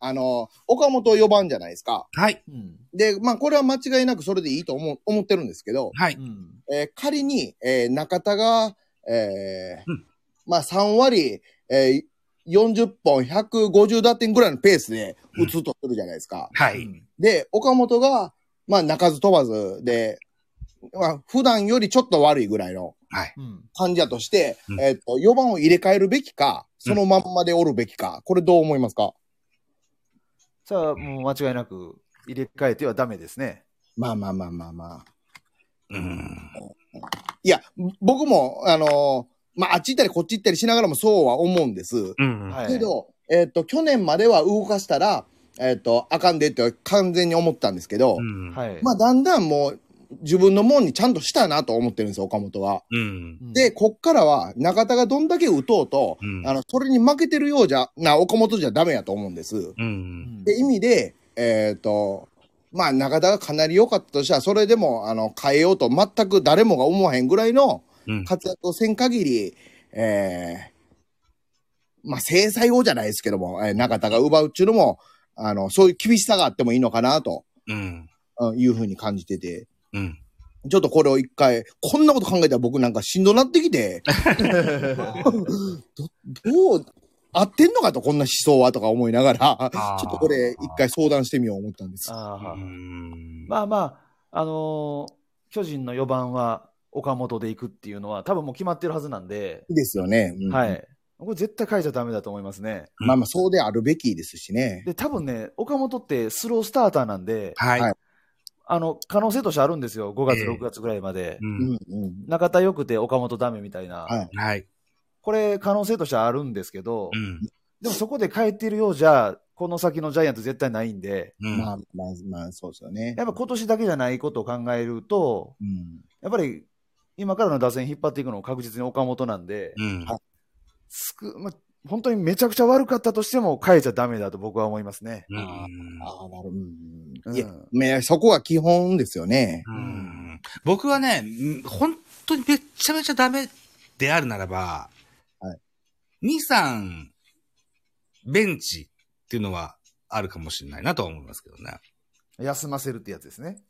Speaker 2: あの、岡本4番じゃないですか。
Speaker 1: はい。
Speaker 3: うん
Speaker 2: で、まあこれは間違いなくそれでいいと思う思ってるんですけど、
Speaker 1: はい。
Speaker 2: えー仮に、えー中田が、えー
Speaker 1: うん
Speaker 2: まあ3割、えー40本150打点ぐらいのペースで打つとするじゃないですか。
Speaker 1: は
Speaker 3: う
Speaker 1: い。
Speaker 3: ん
Speaker 2: で、岡本が、まあ、鳴かず飛ばずで、まあ、普段よりちょっと悪いぐらいの
Speaker 3: うん
Speaker 2: 感じだとして、
Speaker 1: うん
Speaker 2: えっと、4番を入れ替えるべきか、そのまんまでおるべきか、これどう思いますか
Speaker 3: さあ、もう間違いなく入れ替えてはダメですね。
Speaker 2: まあまあまあまあまあ。
Speaker 1: うん。
Speaker 2: いや、僕も、あのーまあ、あっち行ったりこっち行ったりしながらもそうは思うんです。
Speaker 1: うん。
Speaker 3: はい
Speaker 2: けど、えっと、去年までは動かしたら、えっ、と、あかんでって完全に思ったんですけど、
Speaker 1: うん。い。
Speaker 3: はい。
Speaker 2: まあ、だんだんもう、自分のもんにちゃんとしたなと思ってるんですよ、岡本は。
Speaker 1: うん。
Speaker 3: うん、
Speaker 2: で、こっからは、中田がどんだけ打とうと、
Speaker 1: うん
Speaker 2: あの、それに負けてるようじゃ、な、岡本じゃダメやと思うんです。
Speaker 1: う。
Speaker 3: うんん
Speaker 2: で、意味で、えっ、と、まあ、中田がかなり良かったとしたら、それでも、あの、変えようと全く誰もが思わへんぐらいの
Speaker 1: うん。
Speaker 2: 活躍をせん限り、えーまあ、制裁王じゃないですけども、えー中田が奪うっていうのも、あの、そういう厳しさがあってもいいのかな、と
Speaker 1: うん。
Speaker 2: うんいうふうに感じてて。
Speaker 1: うん。
Speaker 2: ちょっとこれを一回、こんなこと考えたら僕なんかしんどなってきて、
Speaker 4: <laughs>
Speaker 2: どう、合ってんのかと、こんな思想はとか思いながら、
Speaker 1: あー
Speaker 2: ちょっとこれ一回相談してみよう思ったんです。
Speaker 3: あ
Speaker 1: う
Speaker 3: ー
Speaker 1: ん。
Speaker 4: ま
Speaker 1: ま
Speaker 4: あまあ、あのー巨人の4番は岡本で行くっていうのは、多分もう決まってるはずなんで、
Speaker 2: ですよね。うん
Speaker 4: はい。これ絶対変えちゃダメだと思いますね。
Speaker 2: まあまあ、そうであるべきですしね。
Speaker 4: で、多分ね、岡本ってスロースターターなんで、
Speaker 1: あ、はい。
Speaker 4: あの、可能性としてあるんですよ。5月、
Speaker 1: ええ
Speaker 4: 6月ぐらいまで
Speaker 1: う。。
Speaker 2: うんんうん。
Speaker 4: 中田良くて岡本ダメみたいな。
Speaker 2: はい
Speaker 1: はい。
Speaker 4: これ、可能性としてはあるんですけど、
Speaker 1: うん。
Speaker 4: でもそこで変えてるようじゃ、この先のジャイアント絶対ないんで、
Speaker 1: うん。
Speaker 2: まあまあまあ、そうですよね。
Speaker 4: やっぱ今年だけじゃないことを考えると、
Speaker 2: うん。
Speaker 4: やっぱり今からの打線引っ張っていくのも確実に岡本なんで、
Speaker 1: うん。
Speaker 4: すくま、本当にめちゃくちゃ悪かったとしても変えちゃダメだと僕は思いますね。
Speaker 1: うん
Speaker 2: ああ、なるほどうん
Speaker 4: う。ん
Speaker 2: いや、ねそこは基本ですよね。
Speaker 1: うん僕はね、ん本当にめっちゃめちゃダメであるならば、
Speaker 2: はい
Speaker 1: 2、3、ベンチっていうのはあるかもしれないなとは思いますけどね。
Speaker 3: 休ませるってやつですね。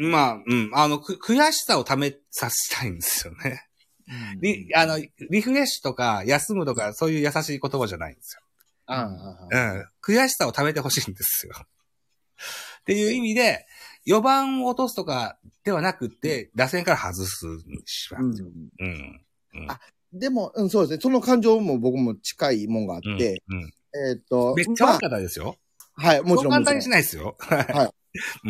Speaker 1: まあ、うん、あの、く悔しさをためさせたいんですよね。リあの、リフレッシュとか休むとかそういう優しい言葉じゃないんですよ。
Speaker 2: あ
Speaker 1: う
Speaker 2: あ、
Speaker 1: ん。悔しさをためてほしいんですよ。っていう意味で、4番を落とすとかではなくて、打線から外すにします。
Speaker 2: うん
Speaker 1: うん。うん
Speaker 2: あでも、うん、そうですね。その感情も僕も近いもんがあっ
Speaker 1: うん
Speaker 2: て、
Speaker 1: うん
Speaker 2: えーっと、
Speaker 1: めっちゃ
Speaker 2: まあ
Speaker 1: 悪かったですよ。
Speaker 2: はい、も
Speaker 1: も
Speaker 2: ち
Speaker 1: ちろ
Speaker 2: ろん。
Speaker 1: 簡単に
Speaker 2: もち
Speaker 1: し
Speaker 2: ろん
Speaker 1: ないですよ。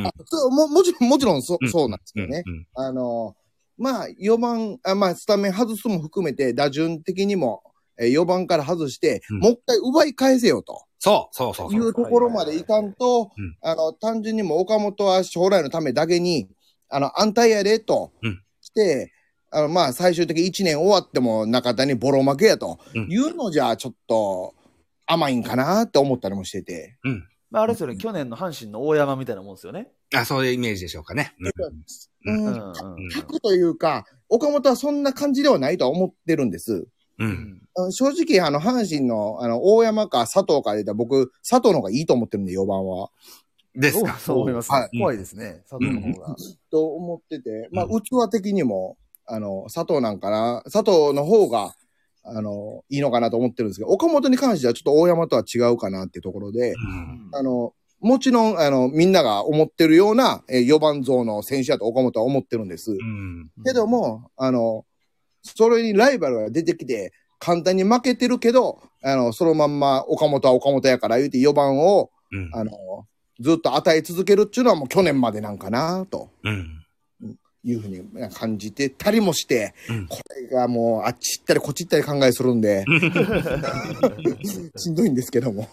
Speaker 2: あそうももちろん、もちろんそ、
Speaker 1: うん
Speaker 2: そうなんですよね。
Speaker 1: うん
Speaker 2: あの、まあ、4番、あまあ、スタメン外すも含めて、打順的にも、え4番から外して、
Speaker 1: うん
Speaker 2: もう一回奪い返せよと
Speaker 1: そう、そうそう
Speaker 2: い
Speaker 1: そう。
Speaker 2: うところまでいかん
Speaker 1: う
Speaker 2: と
Speaker 1: ん、
Speaker 2: あの、単純にもう岡本は将来のためだけに、あの、安泰やでと
Speaker 1: うん、
Speaker 2: して、あの、まあ、最終的に1年終わっても中田にボロ負けやと
Speaker 1: うん
Speaker 2: いうのじゃ、ちょっと甘いんかなって思ったりもしてて。
Speaker 4: まあ、あれですよね、去年の阪神の大山みたいなもんですよね。
Speaker 1: あ、そういうイメージでしょうかね。うんう
Speaker 4: うん
Speaker 2: う
Speaker 4: うんん
Speaker 2: 格というか、岡本はそんな感じではないとは思ってるんです。
Speaker 1: う。
Speaker 4: うんん。
Speaker 2: うん正直、あの、阪神の、あの、大山か佐藤かで言ったら僕、佐藤の方がいいと思ってるんで、4番は。
Speaker 1: です
Speaker 3: そう
Speaker 1: か。
Speaker 3: そう思います、
Speaker 2: は
Speaker 3: 怖いですね。佐藤の方が。
Speaker 2: と思ってて、まあ、
Speaker 1: う
Speaker 2: 器的にも、あの、佐藤なんかな、佐藤の方が、あの、いいのかなと思ってるんですけど、岡本に関してはちょっと大山とは違うかなっていうところで、
Speaker 1: うん
Speaker 2: あの、もちろん、あの、みんなが思ってるような、え4番像の選手だと岡本は思ってるんです。
Speaker 1: うん。
Speaker 2: けども、あの、それにライバルが出てきて、簡単に負けてるけど、あの、そのまんま岡本は岡本やから言うて4番を、
Speaker 1: うん
Speaker 2: あの、ずっと与え続けるっていうのはもう去年までなんかなと
Speaker 1: うん。
Speaker 2: いうふうに感じてたりもして、
Speaker 1: うん
Speaker 2: これがもうあっち行ったりこっち行ったり考えするんで、しんどいんですけども。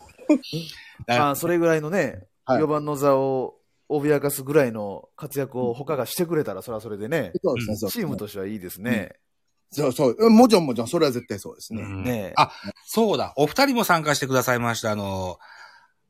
Speaker 4: まあ、それぐらいのね、
Speaker 2: はい
Speaker 4: 4番の座を脅かすぐらいの活躍を他がしてくれたら、それはそれでね、
Speaker 2: そうですね、そうです
Speaker 4: チ
Speaker 2: ね
Speaker 4: ームとしてはいいですね。
Speaker 2: そうそううん。もちろんもちろん、それは絶対そうですね。
Speaker 1: うん
Speaker 4: ねえ
Speaker 1: あ、そうだ。お二人も参加してくださいました。あの、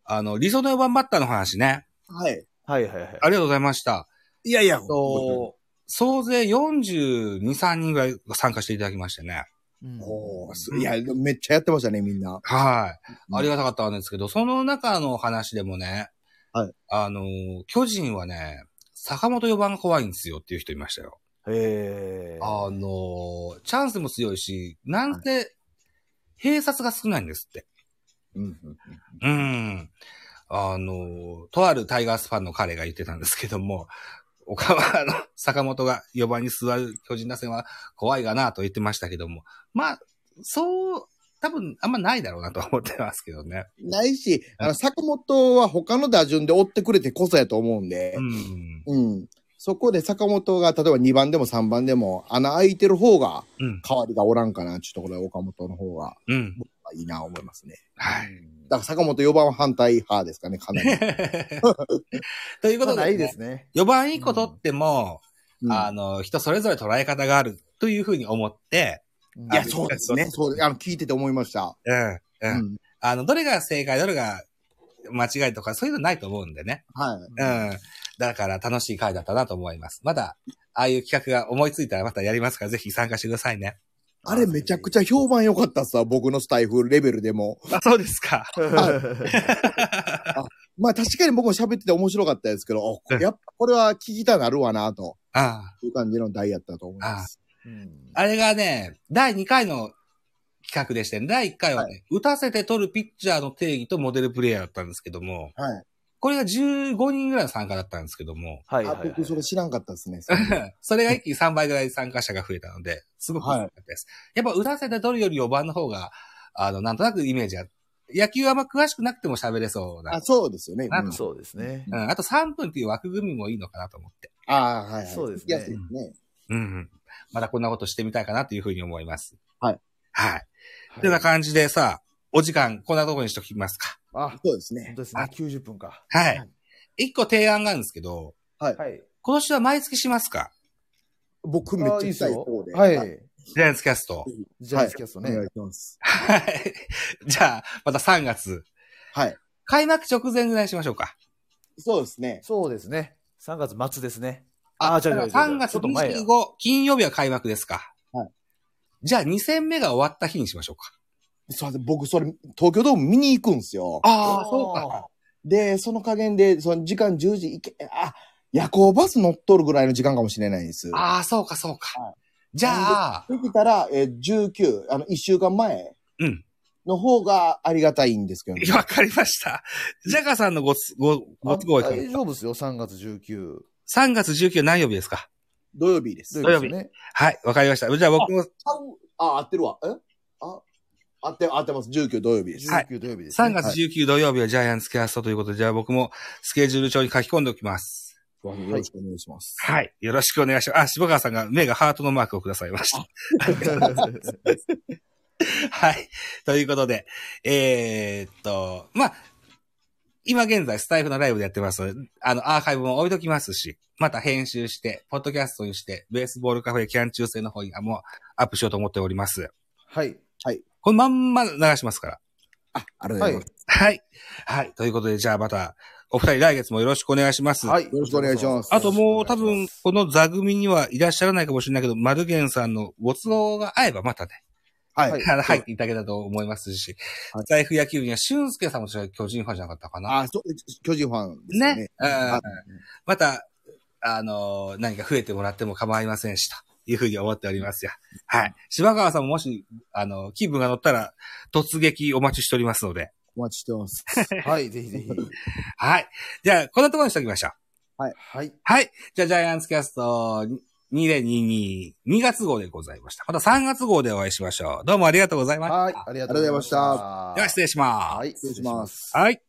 Speaker 1: あの、理想の4番バッターの話ね。
Speaker 2: はい。
Speaker 4: はいはいはい。
Speaker 1: ありがとうございました。
Speaker 2: いやいや、
Speaker 1: と、総勢42、3人ぐらい参加していただきましてね。
Speaker 4: うん
Speaker 2: おーすいや、めっちゃやってましたね、みんな。
Speaker 1: はい。
Speaker 2: うん
Speaker 1: ありがたかったんですけど、その中の話でもね、
Speaker 2: はい
Speaker 1: あのー、巨人はね、坂本4番が怖いんですよっていう人いましたよ。
Speaker 4: へえ。
Speaker 1: あのー、チャンスも強いし、なんて、併殺が少ないんですって。
Speaker 2: うん。
Speaker 1: うん。あのー、とあるタイガースファンの彼が言ってたんですけども、岡は、あの、坂本が4番に座る巨人打線は怖いがなと言ってましたけども、まあ、そう、多分あんまないだろうなと思ってますけどね。
Speaker 2: ないし、あの、坂本は他の打順で追ってくれてこそやと思うんで
Speaker 1: う、ん。
Speaker 2: うん。そこで坂本が、例えば2番でも3番でも穴開いてる方が、
Speaker 1: うん。
Speaker 2: 代わりがおらんかな、ちょっとこれ、岡本の方が。
Speaker 1: うん。
Speaker 2: がいいな、思いますね。
Speaker 1: はい。
Speaker 2: だから坂本4番は反対派ですかね、かな <laughs> り。
Speaker 1: というこ
Speaker 3: ま
Speaker 1: とで、
Speaker 3: あな
Speaker 1: ね、
Speaker 3: いですね。
Speaker 1: 4番以降取っても、
Speaker 2: うん
Speaker 1: あの、人それぞれ捉え方があるというふうに思って、
Speaker 3: い
Speaker 2: いや、そうですね。そうですあの、聞いてて思いました。
Speaker 1: うん、う。
Speaker 2: うんん。
Speaker 1: あの、どれが正解、どれが間違いとか、そういうのないと思うんでね。
Speaker 2: はい。
Speaker 1: うん。だから楽しい回だったなと思います。まだ、ああいう企画が思いついたらまたやりますから、ぜひ参加してくださいね。
Speaker 2: あれめちゃくちゃ評判良かったっすわ、僕のスタイフレベルでも。
Speaker 1: あ、そうです <laughs> か。
Speaker 2: まあ確かに僕も喋ってて面白かったですけど、あ
Speaker 1: うん
Speaker 2: やっぱこれは聞きたなるわな、と
Speaker 1: あ
Speaker 2: いう感じの題やったと思います。
Speaker 3: うん
Speaker 1: あ。あれがね、第2回の企画でして、第1回はね、打たせて取るピッチャーの定義とモデルプレイヤーだったんですけども、
Speaker 2: はい。
Speaker 1: これが15人ぐらいの参加だったんですけども、
Speaker 3: はい
Speaker 2: あ
Speaker 3: は、いはい
Speaker 2: 僕それ知らんかったですね。それ
Speaker 1: それが一気に3倍ぐらい参加者が増えたので、すごく良かったです。やっぱ打たせて取るより4番の方が、あの、なんとなくイメージが、野球はあんま詳しくなくても喋れそうな
Speaker 2: あ、。そうですよね。
Speaker 1: あ
Speaker 2: うん
Speaker 3: そうですね。
Speaker 1: うん、あと3分っていう枠組みもいいのかなと思って。
Speaker 2: あーはいはい。
Speaker 3: そうですね
Speaker 2: 聞きやいですね。
Speaker 1: うんうん。またこんなことしてみたいかなというふうに思います。
Speaker 2: はい。
Speaker 1: はい。
Speaker 3: はい
Speaker 1: てな感じでさ、お時間、こんなところにしときますか。
Speaker 3: あ、
Speaker 2: そうです
Speaker 3: 本
Speaker 2: ね。
Speaker 3: 当です
Speaker 1: あ
Speaker 3: ね。90分か。
Speaker 1: はい。
Speaker 2: は
Speaker 1: 一個提案があるんですけど、
Speaker 4: はい。
Speaker 1: 今年は毎月しますか
Speaker 2: 僕めっちゃ痛い方で。
Speaker 3: は
Speaker 2: はい。
Speaker 3: い。
Speaker 1: ジャイアンツキャスト。
Speaker 3: ジャイアンツキャスト
Speaker 2: お
Speaker 3: ね。
Speaker 2: 願いします。
Speaker 1: はい。 <laughs> じゃあ、また3月。
Speaker 2: はい。
Speaker 1: 開幕直前ぐらいにしましょうか。
Speaker 2: そうですね。
Speaker 3: そうですね。3月末ですね。
Speaker 1: あ
Speaker 3: あ、じゃあ、じゃあ
Speaker 1: 3月
Speaker 3: ちょっと前や
Speaker 1: 25、金曜日は開幕ですか。
Speaker 2: はい。
Speaker 1: じゃあ、2戦目が終わった日にしましょうか。
Speaker 2: すいません、僕それ、東京ドーム見に行くんですよ。
Speaker 1: あ
Speaker 3: あそうか。
Speaker 2: で、その加減で、その時間10時行け、あ、夜行バス乗っとるぐらいの時間かもしれないです。
Speaker 1: ああ、そうか、そうか。
Speaker 2: は
Speaker 1: じゃあ、
Speaker 2: できたら、えー、19、あの、1週間前
Speaker 1: うん
Speaker 2: の方がありがたいんですけど、ね、
Speaker 1: わかりました。ジャガさんのごつ、ご、ご都合いかが
Speaker 3: 大丈夫ですよ、3月19。
Speaker 1: 3月19何曜日ですか
Speaker 2: 土曜日です。
Speaker 1: 土曜日
Speaker 3: ですね。
Speaker 1: はい、わかりました。じゃあ僕も
Speaker 2: あ、合ってるわ。えあ、合って、合ってます。19土曜日です。
Speaker 1: はい
Speaker 3: 19土曜日ですね。
Speaker 1: 3月19土曜日はジャイアンツキャストということで、じゃあ僕もスケジュール帳に書き込んでおきます。
Speaker 2: よろしくお願いします。
Speaker 1: はい。よろしくお願いします。あ、柴川さんが目がハートのマークをくださいました。はい。ということで、えーっと、まあ、今現在スタイフのライブでやってますので、あの、アーカイブも置いときますし、また編集して、ポッドキャストにして、ベースボールカフェキャン中制の方にあもうアップしようと思っております。
Speaker 3: はい。
Speaker 1: このまんま流しますから。
Speaker 2: あ、ありが
Speaker 3: は
Speaker 2: とう
Speaker 3: い。
Speaker 2: ござい
Speaker 1: はい。はい。ということで、じゃあまた、お二人来月もよろしくお願いします。
Speaker 3: はい。
Speaker 2: よろしくお願いします
Speaker 1: あともう多分、この座組にはいらっしゃらないかもしれないけど、マルゲンさんのご都合が合えばまたね、
Speaker 2: ます。は
Speaker 3: はい
Speaker 2: い。
Speaker 1: あの <laughs> 入っていただけたと思いますし、
Speaker 2: はい
Speaker 1: 財布野球部には俊介さんも巨人ファンじゃなかったかな。
Speaker 2: あ、そう、巨人ファンですよ
Speaker 1: ね
Speaker 2: ね。
Speaker 1: うん
Speaker 2: あ
Speaker 1: また、あのー何か増えてもらっても構いませんし、というふうに思っておりますよ。はい。柴川さんももし、あの、気分が乗ったら、突撃お待ちしておりますので。
Speaker 2: お待ちしてます。
Speaker 3: はい、ぜひぜひ。
Speaker 1: はい。じゃあ、こんなところにしておきましょう。
Speaker 3: はい。
Speaker 1: はい。じゃあ、ジャイアンツキャスト2022、2月号でございました。また3月号でお会いしましょう。どうもありがとうございまし
Speaker 3: はい、ありがとうございまし
Speaker 1: た。
Speaker 3: た
Speaker 2: あ
Speaker 1: では、。失礼します。
Speaker 3: はい、。
Speaker 2: 失礼します
Speaker 1: はい。